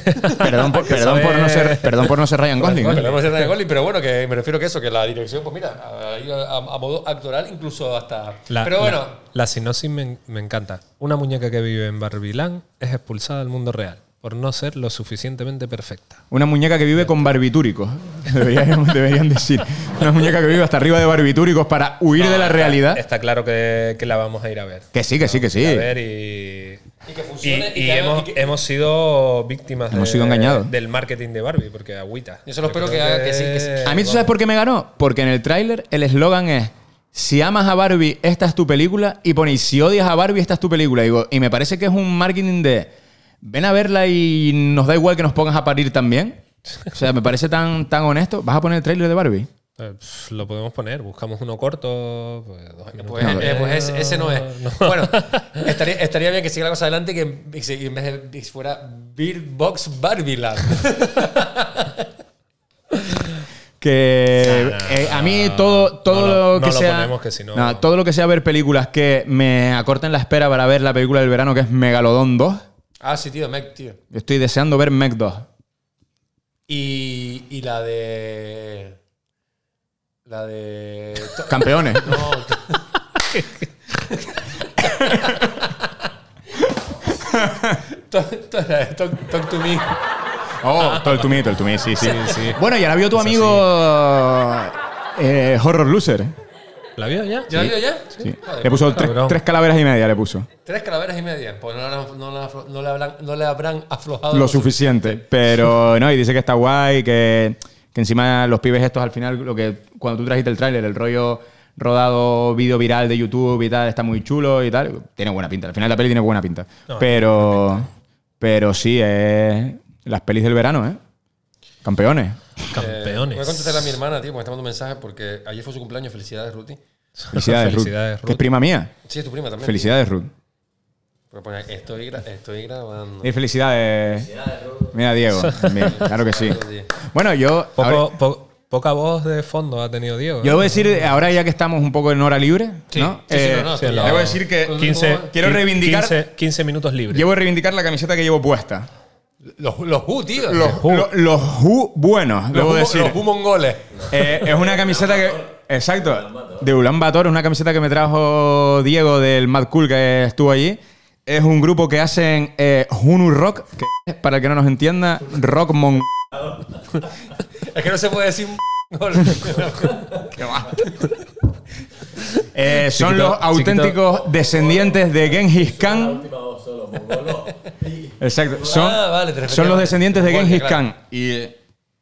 C: perdón, por, perdón por no ser, perdón por no ser Ryan Gosling. ¿eh?
B: Pero no es Ryan Gosling, pero bueno, que me refiero que eso, que la dirección, pues mira, ahí a, a- a modo actoral, incluso hasta...
D: La,
B: pero bueno,
D: La, la sinopsis me, en- me encanta. Una muñeca que vive en Barbilán es expulsada del mundo real por no ser lo suficientemente perfecta.
C: Una muñeca que vive con barbitúricos, deberían, deberían decir. Una muñeca que vive hasta arriba de barbitúricos para huir
D: No,
C: de la
D: está-
C: realidad.
D: Está claro que, que la vamos a ir a ver.
C: Que sí, que sí, que sí.
D: A ver y. Y que
B: funcione y
D: Y,
B: que haga-
D: hemos,
B: y
D: hemos sido víctimas
C: Hemos sido engañados.
D: del marketing de Barbie, porque agüita.
B: Yo solo espero
D: creo
B: que haga que sí, que sí.
C: A mí, ¿tú sabes por qué me ganó? Porque en el tráiler el eslogan es si amas a Barbie, esta es tu película. Y ponéis, si odias a Barbie, esta es tu película. Y, digo, y me parece que es un marketing de ven a verla y nos da igual que nos pongas a parir también. O sea, me parece tan, tan honesto. ¿Vas a poner el tráiler de Barbie?
D: Eh, pf, lo podemos poner, buscamos uno corto. Pues, dos minutos.
B: Pues, eh, pues ese, ese no es. Bueno, estaría, estaría bien que siga la cosa adelante y que y se- y en vez de Bix fuera Beer Box Barbie Land.
C: Que
D: Nah,
C: eh, a mí
D: nah,
C: todo, todo
D: Ah, no lo-
C: lo que
D: no lo
C: sea.
D: ponemos, que si no-
C: Nah, todo lo que sea ver películas que me acorten la espera para ver la película del verano que es Megalodón 2.
B: ah, sí, tío, Mac, tío.
C: Yo estoy deseando ver Meg 2.
B: Y, y la de. La de. to-
C: Campeones.
B: No. To- to- la de talk, Talk to me.
C: Oh, todo el tumí, todo el tumí, sí, sí.
D: Sí, sí.
C: Bueno, ya la vio tu
D: Eso
C: amigo eh, Horror Loser.
D: ¿La vio ya?
B: ¿Ya la vio ya?
C: Sí.
B: Joder,
C: Le puso
B: pues,
C: tres,
B: cabrón.
C: tres calaveras y media, le puso.
B: Tres calaveras y media. Pues no, le habrán- no le habrán- no le habrán, no le habrán aflojado.
C: Lo suficiente. Pero no, y dice que está guay, que, que encima los pibes estos al final, lo que cuando tú trajiste el tráiler, el rollo rodado vídeo viral de YouTube y tal, está muy chulo y tal. Tiene buena pinta. Al final la peli tiene buena pinta.
D: No,
C: pero, pero sí, es las pelis del verano, ¿eh? Campeones.
D: Campeones.
B: Eh, voy a contestar a mi hermana, tío, porque está mandando mensajes porque ayer fue su cumpleaños. Felicidades, Ruti.
C: Felicidades, Ruth.
D: Felicidades,
C: Que es prima mía.
B: Sí, es tu prima también.
C: Felicidades, Ruth.
B: Pero pone, estoy, gra- estoy grabando.
C: Y felicidades. Mira, Diego. también. Claro que sí. Bueno, yo.
D: Poco-
C: ahora-
D: po- poca voz de fondo ha tenido Diego. ¿eh?
C: Yo debo decir, ahora ya que estamos un poco en hora libre, ¿no?
D: Sí, sí,
C: Eh,
D: no, no, estoy al lado.
C: debo decir que
D: 15,
C: quiero reivindicar,
D: 15, 15 minutos libres.
C: llevo a reivindicar la camiseta que llevo puesta.
B: Los, los Who, tío.
C: Los, lo- los Who buenos,
B: Los
C: debo
B: Who-
C: decir.
B: Los Who mongoles.
C: Eh, es una camiseta que. Exacto. De Ulan Bator, es una camiseta que me trajo Diego del Mad Cool que estuvo allí. Es un grupo que hacen eh, Hunu Rock, que es, para el que no nos entienda, rock mong.
B: Es que no se puede decir mongol.
C: Qué va. Eh, son
B: Chiquito,
C: los auténticos descendientes de Genghis Khan. Exacto. Son,
B: Ah, vale, te referías
C: son los
B: a-
C: descendientes de
B: Mongolia,
C: Genghis
B: claro.
C: Khan. Y eh,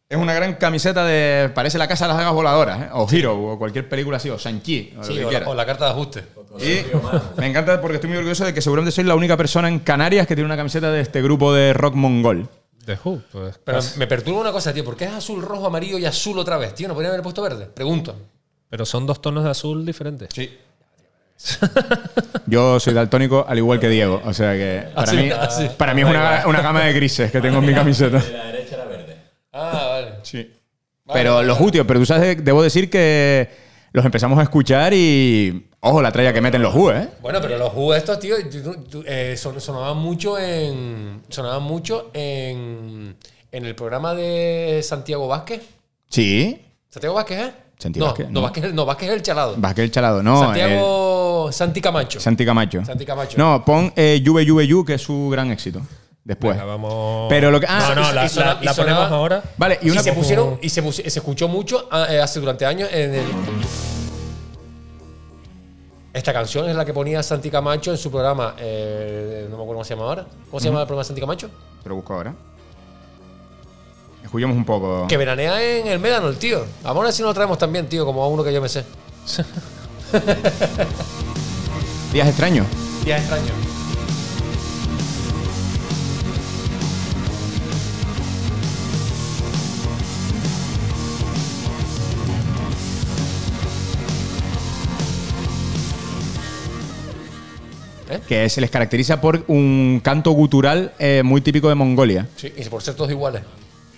C: es una gran camiseta de. Parece la casa de las hagas voladoras, ¿eh? o Hero, o cualquier película así, o Shang-Chi, o
B: Sí,
C: lo que
B: o, la,
C: quieras.
B: o la carta de ajuste.
C: Y me encanta porque estoy muy orgulloso de que seguramente soy la única persona en Canarias que tiene una camiseta de este grupo de rock mongol.
D: De Who, pues.
B: Pero
D: casi.
B: me perturba una cosa, tío. ¿Por qué es azul, rojo, amarillo y azul otra vez, tío? ¿No podrían haber puesto verde? Pregunto.
D: Pero son dos tonos de azul diferentes.
B: Sí.
C: Yo soy daltónico al igual que Diego, o sea que para
B: Así,
C: mí,
B: así.
C: para mí es una, una gama de grises que tengo en mi camiseta.
B: Ah, vale.
C: Sí. Pero los jutios, pero tú sabes, debo decir que los empezamos a escuchar y. Ojo, la tralla que meten los Who, ¿eh?
B: Bueno, pero los jugos estos, tío, tú- tú- eh, son- sonaban mucho en. Sonaban mucho en. En el programa de Santiago Vázquez.
C: Sí.
B: ¿Santiago Vázquez, eh?
C: Santiago
B: no,
C: Vázquez,
B: No,
C: no.
B: Vázquez, no, Vázquez es el chalado.
C: Vázquez el Chalado, no.
B: Santiago. Santi Camacho.
C: eh, Santi Camacho.
B: Santi Camacho.
C: No, pon eh, Juve Juve Yu, que es su gran éxito. Después.
D: Venga, vamos.
C: Pero lo que- ah,
D: no, no,
C: y-
D: la,
C: y sonaba-
D: la-
B: y
D: la
B: sonaba-
D: ponemos ahora.
C: Vale, y
B: Y,
C: una
B: se
C: cosa-
B: pusieron. Y se, pus- se escuchó mucho ah, eh, hace durante años en el. Esta canción es la que ponía Santi Camacho en su programa. eh, no me acuerdo cómo se llama ahora. ¿Cómo se llama el programa de Santi Camacho?
C: Te lo busco ahora. Escuchemos un poco.
B: Que veranea en el Médano, el tío. Vamos a ver si nos lo traemos también, tío, como a uno que yo me sé.
C: Días extraños.
B: Días extraños.
C: Que se les caracteriza por un canto gutural eh, muy típico de Mongolia.
B: Sí, y por ser todos iguales.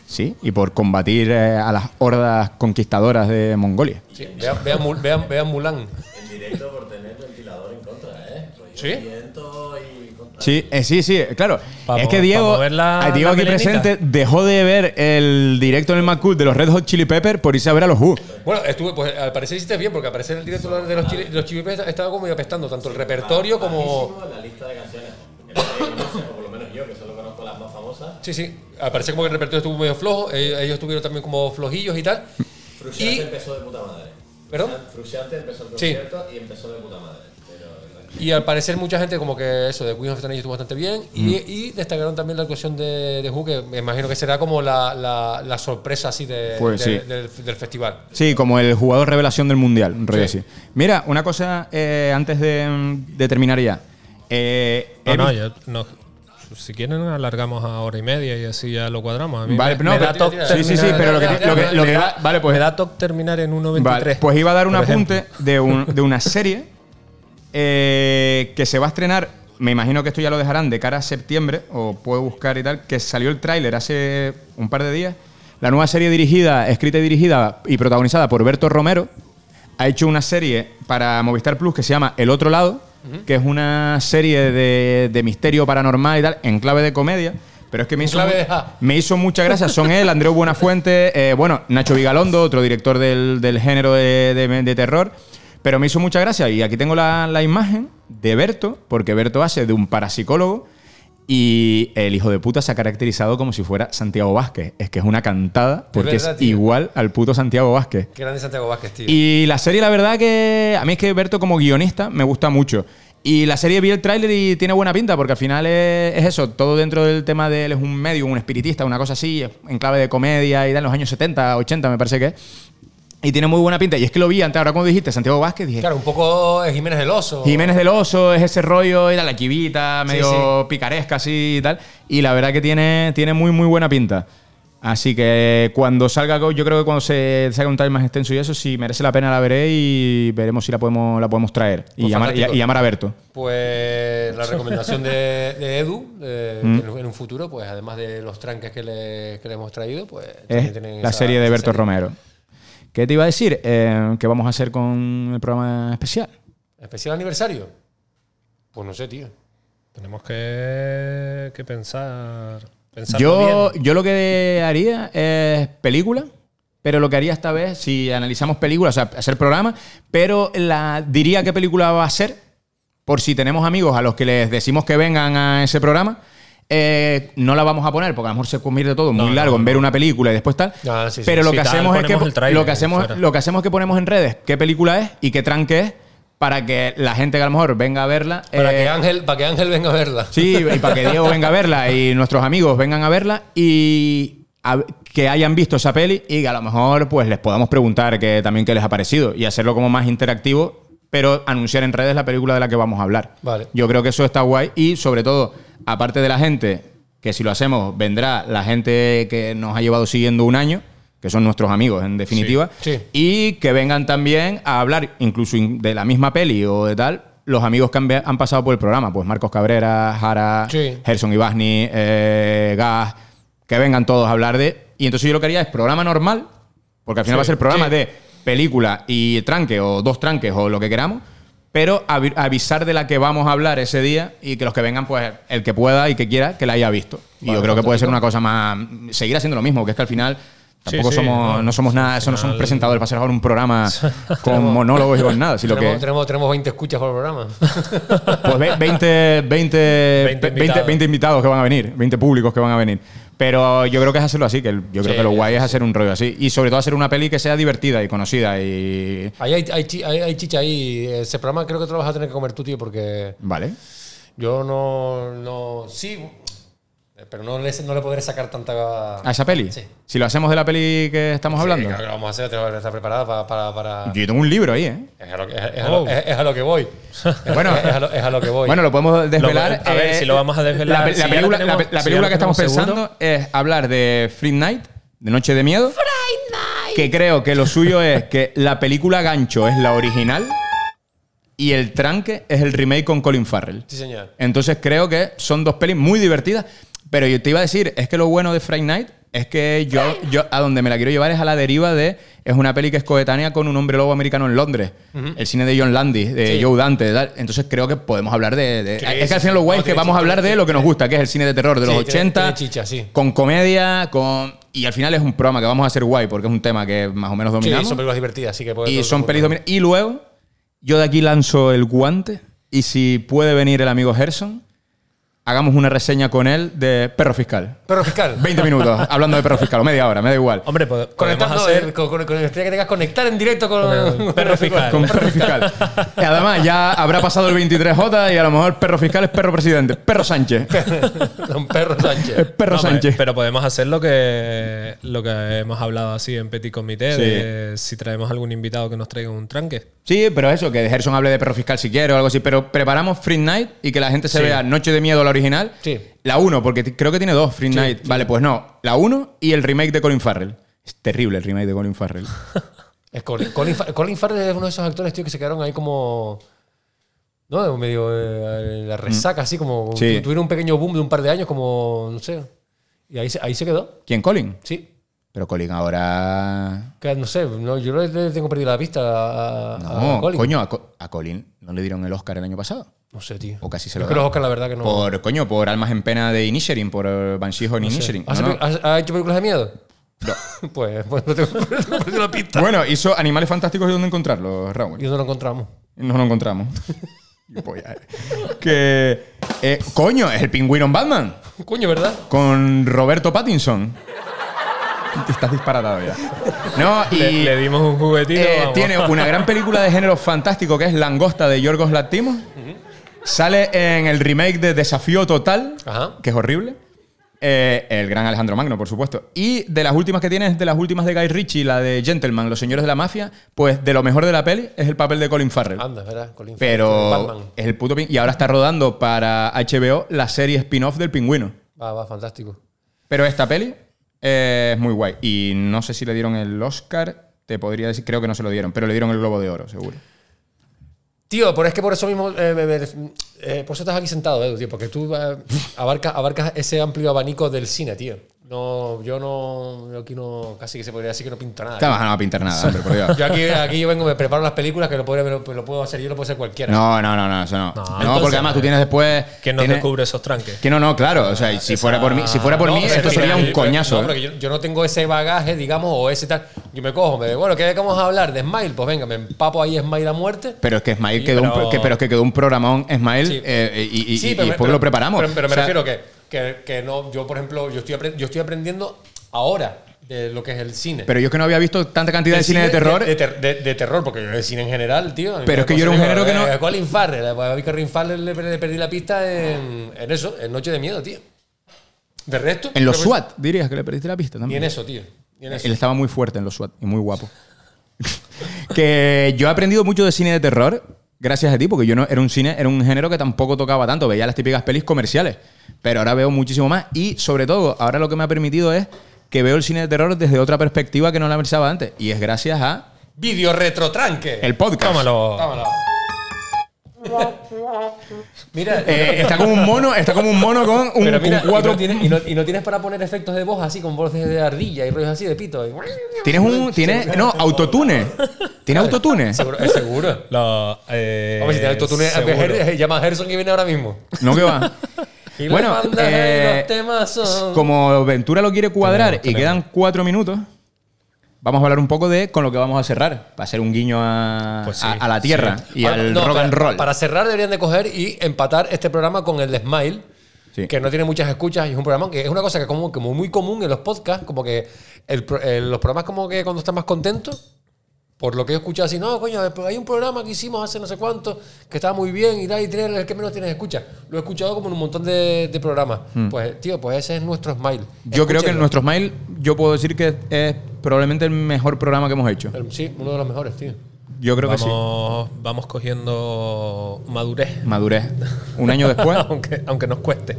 C: Sí. Y por combatir eh, a las hordas conquistadoras de Mongolia.
B: Sí, vean, vean, Mul- vean, vean Mulan. En directo
C: Sí, eh, sí, sí, claro.
D: Pa
C: es
D: mo-
C: que
D: pa
C: Diego,
D: mover la-
C: a Diego
D: la
C: aquí
D: melenita.
C: presente dejó de ver el directo en el Macul de los Red Hot Chili Peppers por irse a ver a los Who.
B: por tener el ventilador en contra, ¿eh? Bueno, estuve, pues al parecer hiciste bien, porque al parecer el directo de los, chili- de los chivipes estaba como medio apestando, tanto el repertorio como.
S: La lista de canciones. o por lo menos
B: yo, que solo conozco las más famosas. Sí, sí. Aparece como que el repertorio estuvo medio flojo. Ellos, ellos tuvieron también como flojillos y tal.
S: Frusciante empezó de puta madre.
B: ¿Perdón?
S: Frusciante empezó el
B: Sí.
S: concierto y empezó de puta madre. Pero
B: Y al parecer mucha gente como que eso, de Queen of the Stone Age estuvo bastante bien.
C: Mm.
B: Y, y destacaron también la actuación de, de Who, que me imagino que será como la, la, la sorpresa así de-
C: Pues
B: de-
C: sí.
B: del, del festival.
C: Sí, como el jugador revelación del mundial, un rollo así. Mira, una cosa eh, antes de, de terminar ya. Eh,
D: No,
C: he
D: no,
C: vi-
D: yo no- Si quieren, alargamos a hora y media y así ya lo cuadramos. A mí
C: Vale,
D: me-
C: no,
D: me
C: pero
D: da toc
C: tira, tira, sí, sí, sí,
D: terminar-
C: pero lo que, lo que- lo
D: me
C: que
D: da-
C: da- vale, pues
D: me da toc terminar en 1.23.
C: Vale, pues iba a dar un
D: por ejemplo.
C: apunte de, un- de una serie eh, que se va a estrenar, me imagino que esto ya lo dejarán de cara a septiembre, o puedo buscar y tal, que salió el tráiler hace un par de días. La nueva serie dirigida, escrita y dirigida y protagonizada por Berto Romero, ha hecho una serie para Movistar Plus que se llama El Otro Lado, que es una serie de, de misterio paranormal y tal, en clave de comedia. Pero es que me
B: En
C: hizo,
B: clave
C: mu-
B: de ja.
C: me hizo mucha gracia. Son él, Andreu Buenafuente, eh, bueno, Nacho Vigalondo, otro director del, del género de, de- de terror. Pero me hizo mucha gracia. Y aquí tengo la, la imagen de Berto, porque Berto hace de un parapsicólogo. Y el hijo de puta se ha caracterizado como si fuera Santiago Vázquez. Es que es una cantada, porque es,
B: verdad, tío.
C: igual al puto Santiago Vázquez.
B: Qué grande Santiago Vázquez, tío.
C: Y la serie, la verdad que a mí es que Berto como guionista me gusta mucho. Y la serie vi el tráiler y tiene buena pinta, porque al final es, es eso, todo dentro del tema de él es un medio, un espiritista, una cosa así, es en clave de comedia y da en los años 70, 80 me parece que es. Y tiene muy buena pinta. Y es que lo vi antes, ahora cuando dijiste Santiago Vázquez, dije,
B: claro, un poco es Jiménez del Oso.
C: Jiménez del Oso es ese rollo, era la chivita,
B: Sí,
C: medio picaresca así y tal. Y la verdad que tiene, tiene muy, muy buena pinta. Así que cuando salga, yo creo que cuando se salga un time más extenso y eso, si merece la pena la veré y veremos si la podemos, la podemos traer. y,
B: Pues
C: llamar, y,
B: fantástico.
C: y llamar a Berto.
B: Pues la recomendación de, de Edu, eh,
C: Mm.
B: que en, en un futuro, pues además de los tranques que le, que le hemos traído, pues también
C: Es
B: tienen
C: la
B: esa-
C: serie de
B: esa
C: Berto Romero. ¿Qué te iba a decir? Eh, ¿Qué vamos a hacer con el programa especial?
B: ¿Especial aniversario? Pues no sé, tío.
D: Tenemos que, que pensar. pensarlo
C: Yo,
D: bien.
C: yo lo que haría es película, pero lo que haría esta vez, si analizamos películas, o sea, hacer programa, pero la, diría qué película va a ser, por si tenemos amigos a los que les decimos que vengan a ese programa. eh, no la vamos a poner porque a lo mejor se convierte todo muy largo en ver una película y después tal.
B: Ah, sí, sí.
C: Pero lo
B: Sí,
C: que
B: tal,
C: hacemos es que
B: ponemos el tráiler
C: lo que hacemos,
B: fuera.
C: lo que hacemos es que ponemos en redes qué película es y qué tranque es para que la gente que a lo mejor venga a verla
B: Para,
C: eh,
B: que Ángel, para que Ángel venga a verla.
C: Sí, y para que Diego venga a verla y nuestros amigos vengan a verla y a- que hayan visto esa peli y que a lo mejor pues les podamos preguntar que también qué les ha parecido y hacerlo como más interactivo, pero anunciar en redes la película de la que vamos a hablar.
B: Vale.
C: Yo creo que eso está guay y sobre todo, aparte de la gente, que si lo hacemos vendrá la gente que nos ha llevado siguiendo un año, que son nuestros amigos en definitiva,
B: Sí.
C: y que vengan también a hablar incluso in- de la misma peli o de tal. Los amigos que han, ve- han pasado por el programa, pues Marcos Cabrera, Jara,
B: Sí.
C: Gerson Ibasni, eh, Gas, que vengan todos a hablar de. Y entonces yo lo que haría es programa normal, porque al
B: Sí,
C: final va a ser programa
B: sí.
C: de película y tranque, o dos tranques, o lo que queramos, pero avi- avisar de la que vamos a hablar ese día y que los que vengan, pues el que pueda y que quiera, que la haya visto. y
B: Vale,
C: yo creo que puede ser
B: fantástico.
C: una cosa más. Seguir haciendo lo mismo, que es que al final. Tampoco
B: sí,
C: somos,
B: no,
C: no, somos nada, eso no somos presentadores para hacer ahora un programa con monólogos y con nada, sino
B: tenemos,
C: que
B: tenemos, tenemos 20 escuchas por programa.
C: pues ve- 20, 20, 20,
B: invitados.
C: 20 invitados que van a venir, 20 públicos que van a venir. Pero yo creo que es hacerlo así, que el- yo creo
B: Sí,
C: que lo guay
B: sí,
C: es hacer un rollo así. Y sobre todo hacer una peli que sea divertida y conocida. Y.
B: Ahí hay, hay chi- hay- hay chicha ahí. Ese programa creo que te lo vas a tener que comer tú, tío, porque
C: Vale.
B: yo no. no sí, pero no le, no le podré sacar tanta.
C: ¿A esa peli?
B: Sí.
C: Si lo hacemos de la peli que estamos hablando.
B: Sí, claro que lo vamos a hacer, tenemos que estar preparada para. para, para-
C: Yo tengo un libro ahí, ¿eh?
B: Es a lo que, es- es a lo- es- es a lo que voy.
C: Bueno.
B: es, a lo, es a lo que voy.
C: Bueno, lo podemos desvelar. eh,
D: Lo- a ver, si lo vamos a desvelar,
C: La, pe- la
D: si ya lo
C: película,
D: tenemos-
C: la pe- la
D: si ya
C: película
D: lo
C: que estamos
D: tenemos seguro.
C: pensando es hablar de Free Night, de Noche de Miedo. Que creo que lo suyo es que la película gancho es la original y el tranque es el remake con Colin Farrell.
B: Sí, señor.
C: Entonces creo que son dos pelis muy divertidas. Pero yo te iba a decir, es que lo bueno de Friday Night es que yo, yo a donde me la quiero llevar es a la deriva de. Es una peli que es coetánea con un hombre lobo americano en Londres.
B: Ujú.
C: El cine de John Landis, de
B: Sí.
C: Joe Dante. tal. Entonces creo que podemos hablar de. de-
B: Sí,
C: es
B: sí,
C: que al final lo
B: sí.
C: guay
B: No,
C: es que
B: tiene
C: vamos a
B: chicha,
C: hablar de lo que nos gusta, que es el cine de terror de los
B: Sí, tiene-
C: 80.
B: tiene chicha, sí.
C: Con comedia, con. Y al final es un programa que vamos a hacer guay porque es un tema que más o menos
B: Sí,
C: dominamos.
B: son películas divertidas, así que puede todo
C: Y
B: el
C: son
B: mundo.
C: pelis domin- Y luego, yo de aquí lanzo el guante. Y si puede venir el amigo Gerson, hagamos una reseña con él de Perro Fiscal.
B: Perro fiscal.
C: 20 minutos hablando de Perro Fiscal, o media hora, me da igual.
D: Hombre, podemos
B: Conectando el-
C: eh,
B: con, con, con la estrella que tengas, conectar en directo con,
D: eh. Con el perro fiscal.
C: Con Perro Fiscal. Y además, ya habrá pasado el 23J y a lo mejor Perro Fiscal es Perro Presidente. Perro Sánchez.
B: Don Perro Sánchez.
C: Perro
D: hombre,
C: Sánchez.
D: Pero podemos hacer lo que, lo que hemos hablado así en Petit Comité,
C: Sí.
D: de si traemos algún invitado que nos traiga un tranque.
C: Sí, pero eso, que Gerson hable de Perro Fiscal si quiere o algo así. Pero preparamos Free Night y que la gente se
D: Sí.
C: vea Noche de Miedo, la original.
B: Sí.
C: La 1, porque t- creo que tiene dos, Free Night. Vale, pues no. La 1 y el remake de Colin Farrell. Es terrible el remake de Colin Farrell.
B: Es Colin, Colin Fa- Colin Farrell es uno de esos actores, tío, que se quedaron ahí como. ¿No? Medio eh, en la resaca, así como.
C: Sí.
B: tu- Tuvieron un pequeño boom de un par de años, como. No sé. Y ahí, se- ahí se quedó.
C: ¿Quién, Colin?
B: Sí.
C: Pero Colin ahora...
B: Que, no sé, no, yo le- le tengo perdida la pista a, a-
C: No,
B: a Ah, Colin.
C: coño, a, Co- a Colin no le dieron el Oscar el año pasado.
B: No sé, tío.
C: O casi se
B: Yo
C: lo
B: creo que los
C: dan.
B: Oscar, la verdad, que no.
C: Por, coño, por Almas en Pena de Inisherin, por eh, Banshee
B: no
C: on
B: sé. Ah,
C: Inisherin.
B: ¿Hace
C: No, no.
B: pe- ¿Has, has hecho películas de miedo? pues, pues no tengo, no tengo la pista.
C: Bueno, hizo Animales Fantásticos y dónde encontrarlos, Raúl.
B: Y no lo encontramos.
C: No lo encontramos. Y polla, eh. que. eh, coño, es el pingüino en Batman.
B: Coño, ¿verdad?
C: Con Roberto Pattinson. Te estás disparatado ya. No, y.
D: Le, le dimos un juguetito.
C: eh,
D: vamos.
C: tiene una gran película de género fantástico que es Langosta de Yorgos Latimos. Sale en el remake de Desafío Total, que es horrible. Eh, el gran Alejandro Magno, por supuesto. Y de las últimas que tienes, de las últimas de Guy Ritchie, la de Gentleman, Los Señores de la Mafia, pues de lo mejor de la peli es el papel de Colin Farrell.
D: Ah,
B: Anda, ¿verdad? Colin Farrell, Batman.
C: Pero es el puto pin- Y ahora está rodando para HBO la serie spin-off del pingüino.
B: Va, va, fantástico.
C: Pero esta peli eh, es muy guay. Y no sé si le dieron el Oscar. Te podría decir, creo que no se lo dieron, pero le dieron el Globo de Oro, seguro.
B: Tío, pero es que por eso mismo. eh, me- me- eh, por eso estás aquí sentado, Edu, tío, porque tú eh, abarcas, abarcas ese amplio abanico del cine, tío. No, yo no. Yo aquí no. Casi que se podría decir que no pinto nada.
C: Estabas
B: tío.
C: no va a pintar nada, hombre, por Dios.
B: Yo aquí, aquí yo vengo, me preparo las películas que lo, podría- lo- lo puedo hacer yo, lo puedo hacer cualquiera.
C: No, no, no, no, eso no. No,
B: entonces,
C: porque además tú tienes después.
D: Que no
C: tienes-
D: te cubre esos tranques.
C: Que no, no, claro. O sea, y si fuera por mí, si fuera por
B: No,
C: mí,
B: pero es
C: esto
B: que-
C: sería un
B: yo-
C: coñazo. ¿eh?
B: no, porque yo, yo no tengo ese bagaje, digamos, o ese tal. Yo me cojo, me digo, bueno, ¿qué vamos a hablar? De Smile. Pues venga, me empapo ahí Smile a muerte.
C: Pero es que Ismael
B: Sí,
C: quedó un,
B: pero-
C: que, pero es que quedó un programón, Ismael,
B: Sí.
C: eh, y, y-
B: Sí,
C: y- y
B: pero me-
C: después lo preparamos.
B: Pero, pero me
C: O sea,
B: refiero que, que, que no, yo por ejemplo, yo estoy, apre- yo estoy aprendiendo ahora de lo que es el cine.
C: pero yo es que no había visto tanta cantidad de
B: Del
C: cine de terror.
B: De, ter- de- de terror, porque yo el cine en general, tío. a mí
C: Pero
B: me
C: es que yo era un
B: aconsejo,
C: género que
B: eh,
C: no-
B: A Colin Farrell, a Colin Farrell le, le perdí la pista en, en eso, en Noche de Miedo, tío. De resto.
C: en los
B: creo que-
C: SWAT, dirías que le perdiste la pista
B: Y
C: también.
B: en eso, tío. y en eso.
C: Él estaba muy fuerte en los SWAT y muy guapo. que yo he aprendido mucho de cine de terror gracias a ti, porque yo no era un cine, era un género que tampoco tocaba tanto, veía las típicas pelis comerciales, pero ahora veo muchísimo más y sobre todo ahora lo que me ha permitido es que veo el cine de terror desde otra perspectiva que no la pensaba antes y es gracias a
B: Video retrotranque.
C: el podcast.
B: Tómalo. Mira.
C: Eh, está como un mono, está como un mono con un
B: Pero mira,
C: con cuatro.
B: y, no tienes, y no- y no tienes para poner efectos de voz así, con voces de ardilla y rollos así de pito. y-
C: Tienes un, tienes, no, autotune. Tiene autotune.
B: Seguro. es seguro.
D: Lo, eh,
B: Hombre, si te autotune,
D: seguro.
B: Her- llama a Gerson que viene ahora mismo.
C: No que va.
B: Y
C: Bueno,
B: las bandas
C: eh,
B: y los temas son-
C: Como Ventura lo quiere cuadrar y quedan cuatro minutos, vamos a hablar un poco de con lo que vamos a cerrar. Va a ser un guiño a,
D: Pues sí,
C: a- a la tierra
D: sí.
C: y
B: Ah,
C: al
B: no,
C: rock
B: para-
C: and roll.
B: Para cerrar deberían de coger y empatar este programa con el de Smile,
C: Sí.
B: que no tiene muchas escuchas y es un programa que es una cosa que como que muy común en los podcasts, como que el pro- eh, los programas como que cuando están más contentos, por lo que he escuchado así, no, coño, pero hay un programa que hicimos hace no sé cuánto, que estaba muy bien y tal, y tiene el que menos tienes escucha. Lo he escuchado como en un montón de, de programas.
C: Mm.
B: Pues, tío, pues ese es nuestro Smile.
C: yo creo que en
B: Escúchenlo.
C: nuestro Smile, yo puedo decir que es probablemente el mejor programa que hemos hecho.
B: El- Sí, uno de los mejores, tío.
C: Yo creo que sí.
D: vamos, vamos cogiendo madurez.
C: Madurez. Un año después,
D: aunque, aunque nos cueste.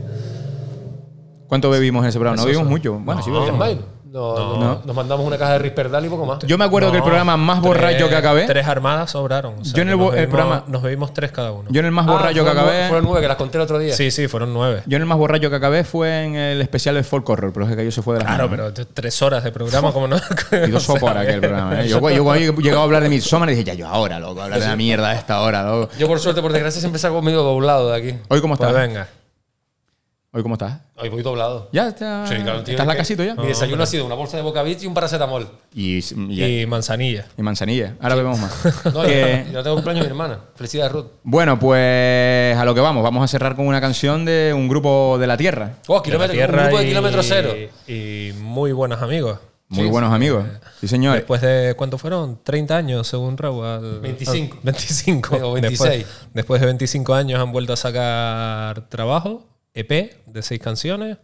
C: ¿cuánto bebimos en ese programa? No
D: Eso
C: bebimos
D: sí.
C: mucho. Bueno, sí
D: No.
B: ¿El
C: bebimos.
B: Smile? No, no,
C: No.
B: Nos mandamos una caja de Risperdal y poco más.
C: Yo me acuerdo que el
D: No,
C: programa más
D: tres-
C: borracho que acabé.
D: Tres armadas sobraron. o sea,
C: Yo en
D: que
C: el
D: nos
C: bo- el
D: bebimos-
C: programa-
D: Nos bebimos tres cada uno.
C: Yo en el más
B: Ah,
C: borracho que
B: fueron nueve-
C: acabé.
B: Fueron nueve que las conté el otro día.
D: Sí, sí, fueron nueve.
C: Yo en el más borracho que acabé fue en el especial de Folk Horror, pero es que yo se fue de las
D: Claro,
C: manos.
D: pero t- tres horas de programa, como no.
C: Y dos sopos ahora aquel programa. ¿eh? Yo, yo cuando llegaba a hablar de Midsommar y dije, ya, yo ahora, loco, hablar de la mierda a esta hora, loco.
B: Yo, por suerte, por desgracia, siempre salgo medio doblado de aquí.
C: Hoy, ¿cómo
D: Pues
C: estás?
D: venga.
C: ¿Hoy cómo estás?
B: Hoy voy doblado.
C: Ya está.
B: Sí, claro, tío,
C: ¿Estás
B: es
C: la
B: que
C: casito ya?
B: Mi desayuno ha sido una bolsa de bocavits y un paracetamol.
C: Y,
B: Y
D: manzanilla.
C: Y manzanilla. Ahora vemos más.
B: No,
C: Que-
B: yo, yo tengo cumpleaños de mi hermana. Felicidades, Ruth.
C: Bueno, pues a lo que vamos. Vamos a cerrar con una canción de un grupo de la Tierra.
B: Oh, kilómetro,
D: De la
B: un grupo de
D: y-
B: kilómetro cero.
D: Y muy buenos amigos.
C: Muy
D: Sí,
C: buenos
D: sí.
C: amigos.
B: Eh,
C: Sí, señor.
D: Después de, ¿cuánto fueron? 30 años, según Raúl. al-
B: 25.
D: al- 25.
B: O 26.
D: Después, después de 25 años han vuelto a sacar trabajo, EP de seis canciones.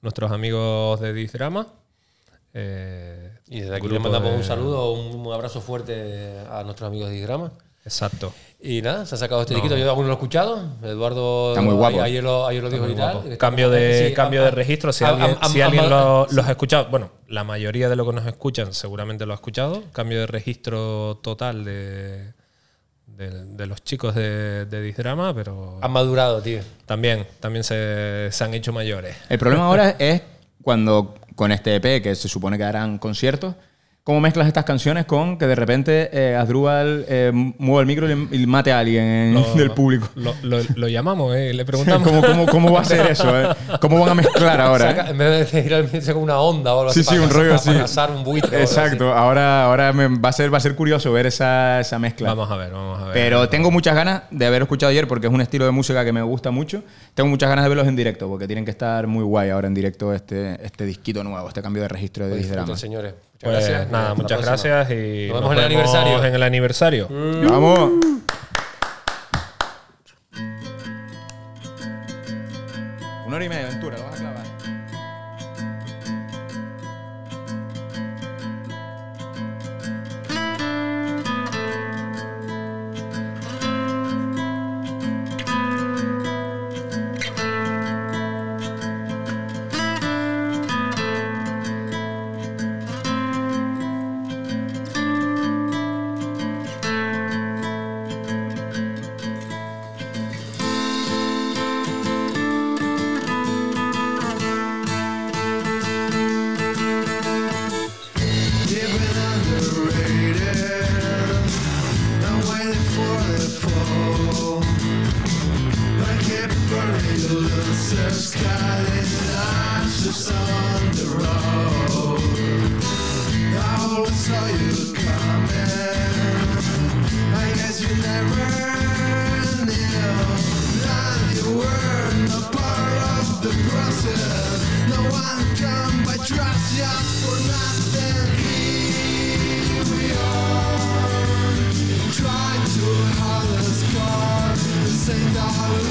D: Nuestros amigos de Disdrama. Eh,
B: Y desde aquí le
D: grupo
B: mandamos
D: de-
B: un saludo, un, un abrazo fuerte a nuestros amigos de Digrama.
D: Exacto.
B: Y nada, se ha sacado este
D: No.
B: disquito. Yo alguno lo he escuchado. Eduardo
D: Está muy guapo.
B: a- Ayer, lo, ayer lo
D: Está
B: dijo
D: muy
B: y tal.
D: guapo.
B: Que está
D: Cambio
B: muy guapo.
D: de,
B: Eh, Sí,
D: cambio
B: am-
D: de registro. Si
B: am-
D: alguien,
B: am-
D: si
B: am-
D: alguien
B: am-
D: lo, los ha escuchado, bueno, la mayoría de lo que nos escuchan seguramente lo ha escuchado. Cambio de registro total de, de- de los chicos de, de Disdrama, pero.
B: Han madurado, tío.
D: También, también se, se han hecho mayores.
C: El problema ahora es cuando con este EP, que se supone que harán conciertos, ¿cómo mezclas estas canciones con que de repente eh, Asdrúbal eh, mueva el micro y, le- y mate a alguien
D: Lo-
C: del público?
D: Lo, lo- lo llamamos, eh, le preguntamos.
C: ¿Cómo- cómo- cómo va a ser eso, eh? ¿Cómo van a mezclar ahora,
B: Saca-
C: eh?
B: En vez de ir al medio, saca una onda o algo
C: Sí,
B: así
C: sí,
B: para-
C: un rollo
B: para
C: así.
B: cazar un buitre o algo
C: Exacto, ahora, ahora me- va, a ser, va a ser curioso ver esa, esa mezcla.
D: Vamos a ver, vamos a ver.
C: Pero tengo muchas ganas de haber escuchado ayer porque es un estilo de música que me gusta mucho. Tengo muchas ganas de verlos en directo porque tienen que estar muy guay ahora en directo este, este disquito nuevo, este cambio de registro de
B: disfruten,
C: Disdrama.
B: señores.
D: Pues nada,
B: Hasta la
D: muchas
B: próxima.
D: gracias y
B: Nos vemos en el aniversario.
D: en el aniversario.
C: Vamos. Una hora y media, Ventura, lo vas a clavar.
E: No one can by trust just for nothing. Here we are. Try to hide the scar. Sing our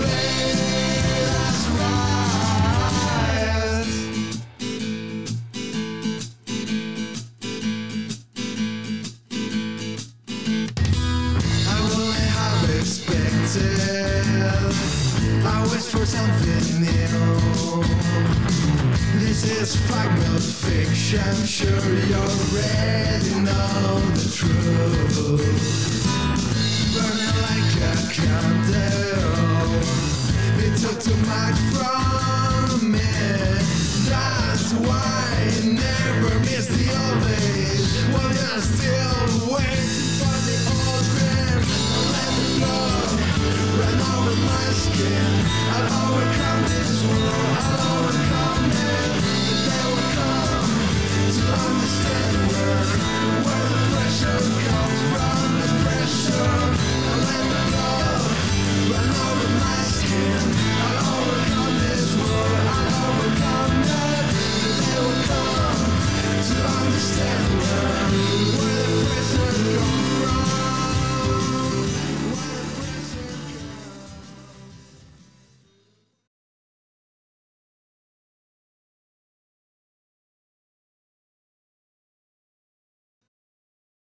E: let's rise. I wouldn't have expected. I wish for something new. This is fact, not fiction. Sure, you already know the truth. Burning like a candle. It took too much from me. That's why I never miss the old days. While you're still waiting for the old dream. Let the blood run over my skin. I'll overcome.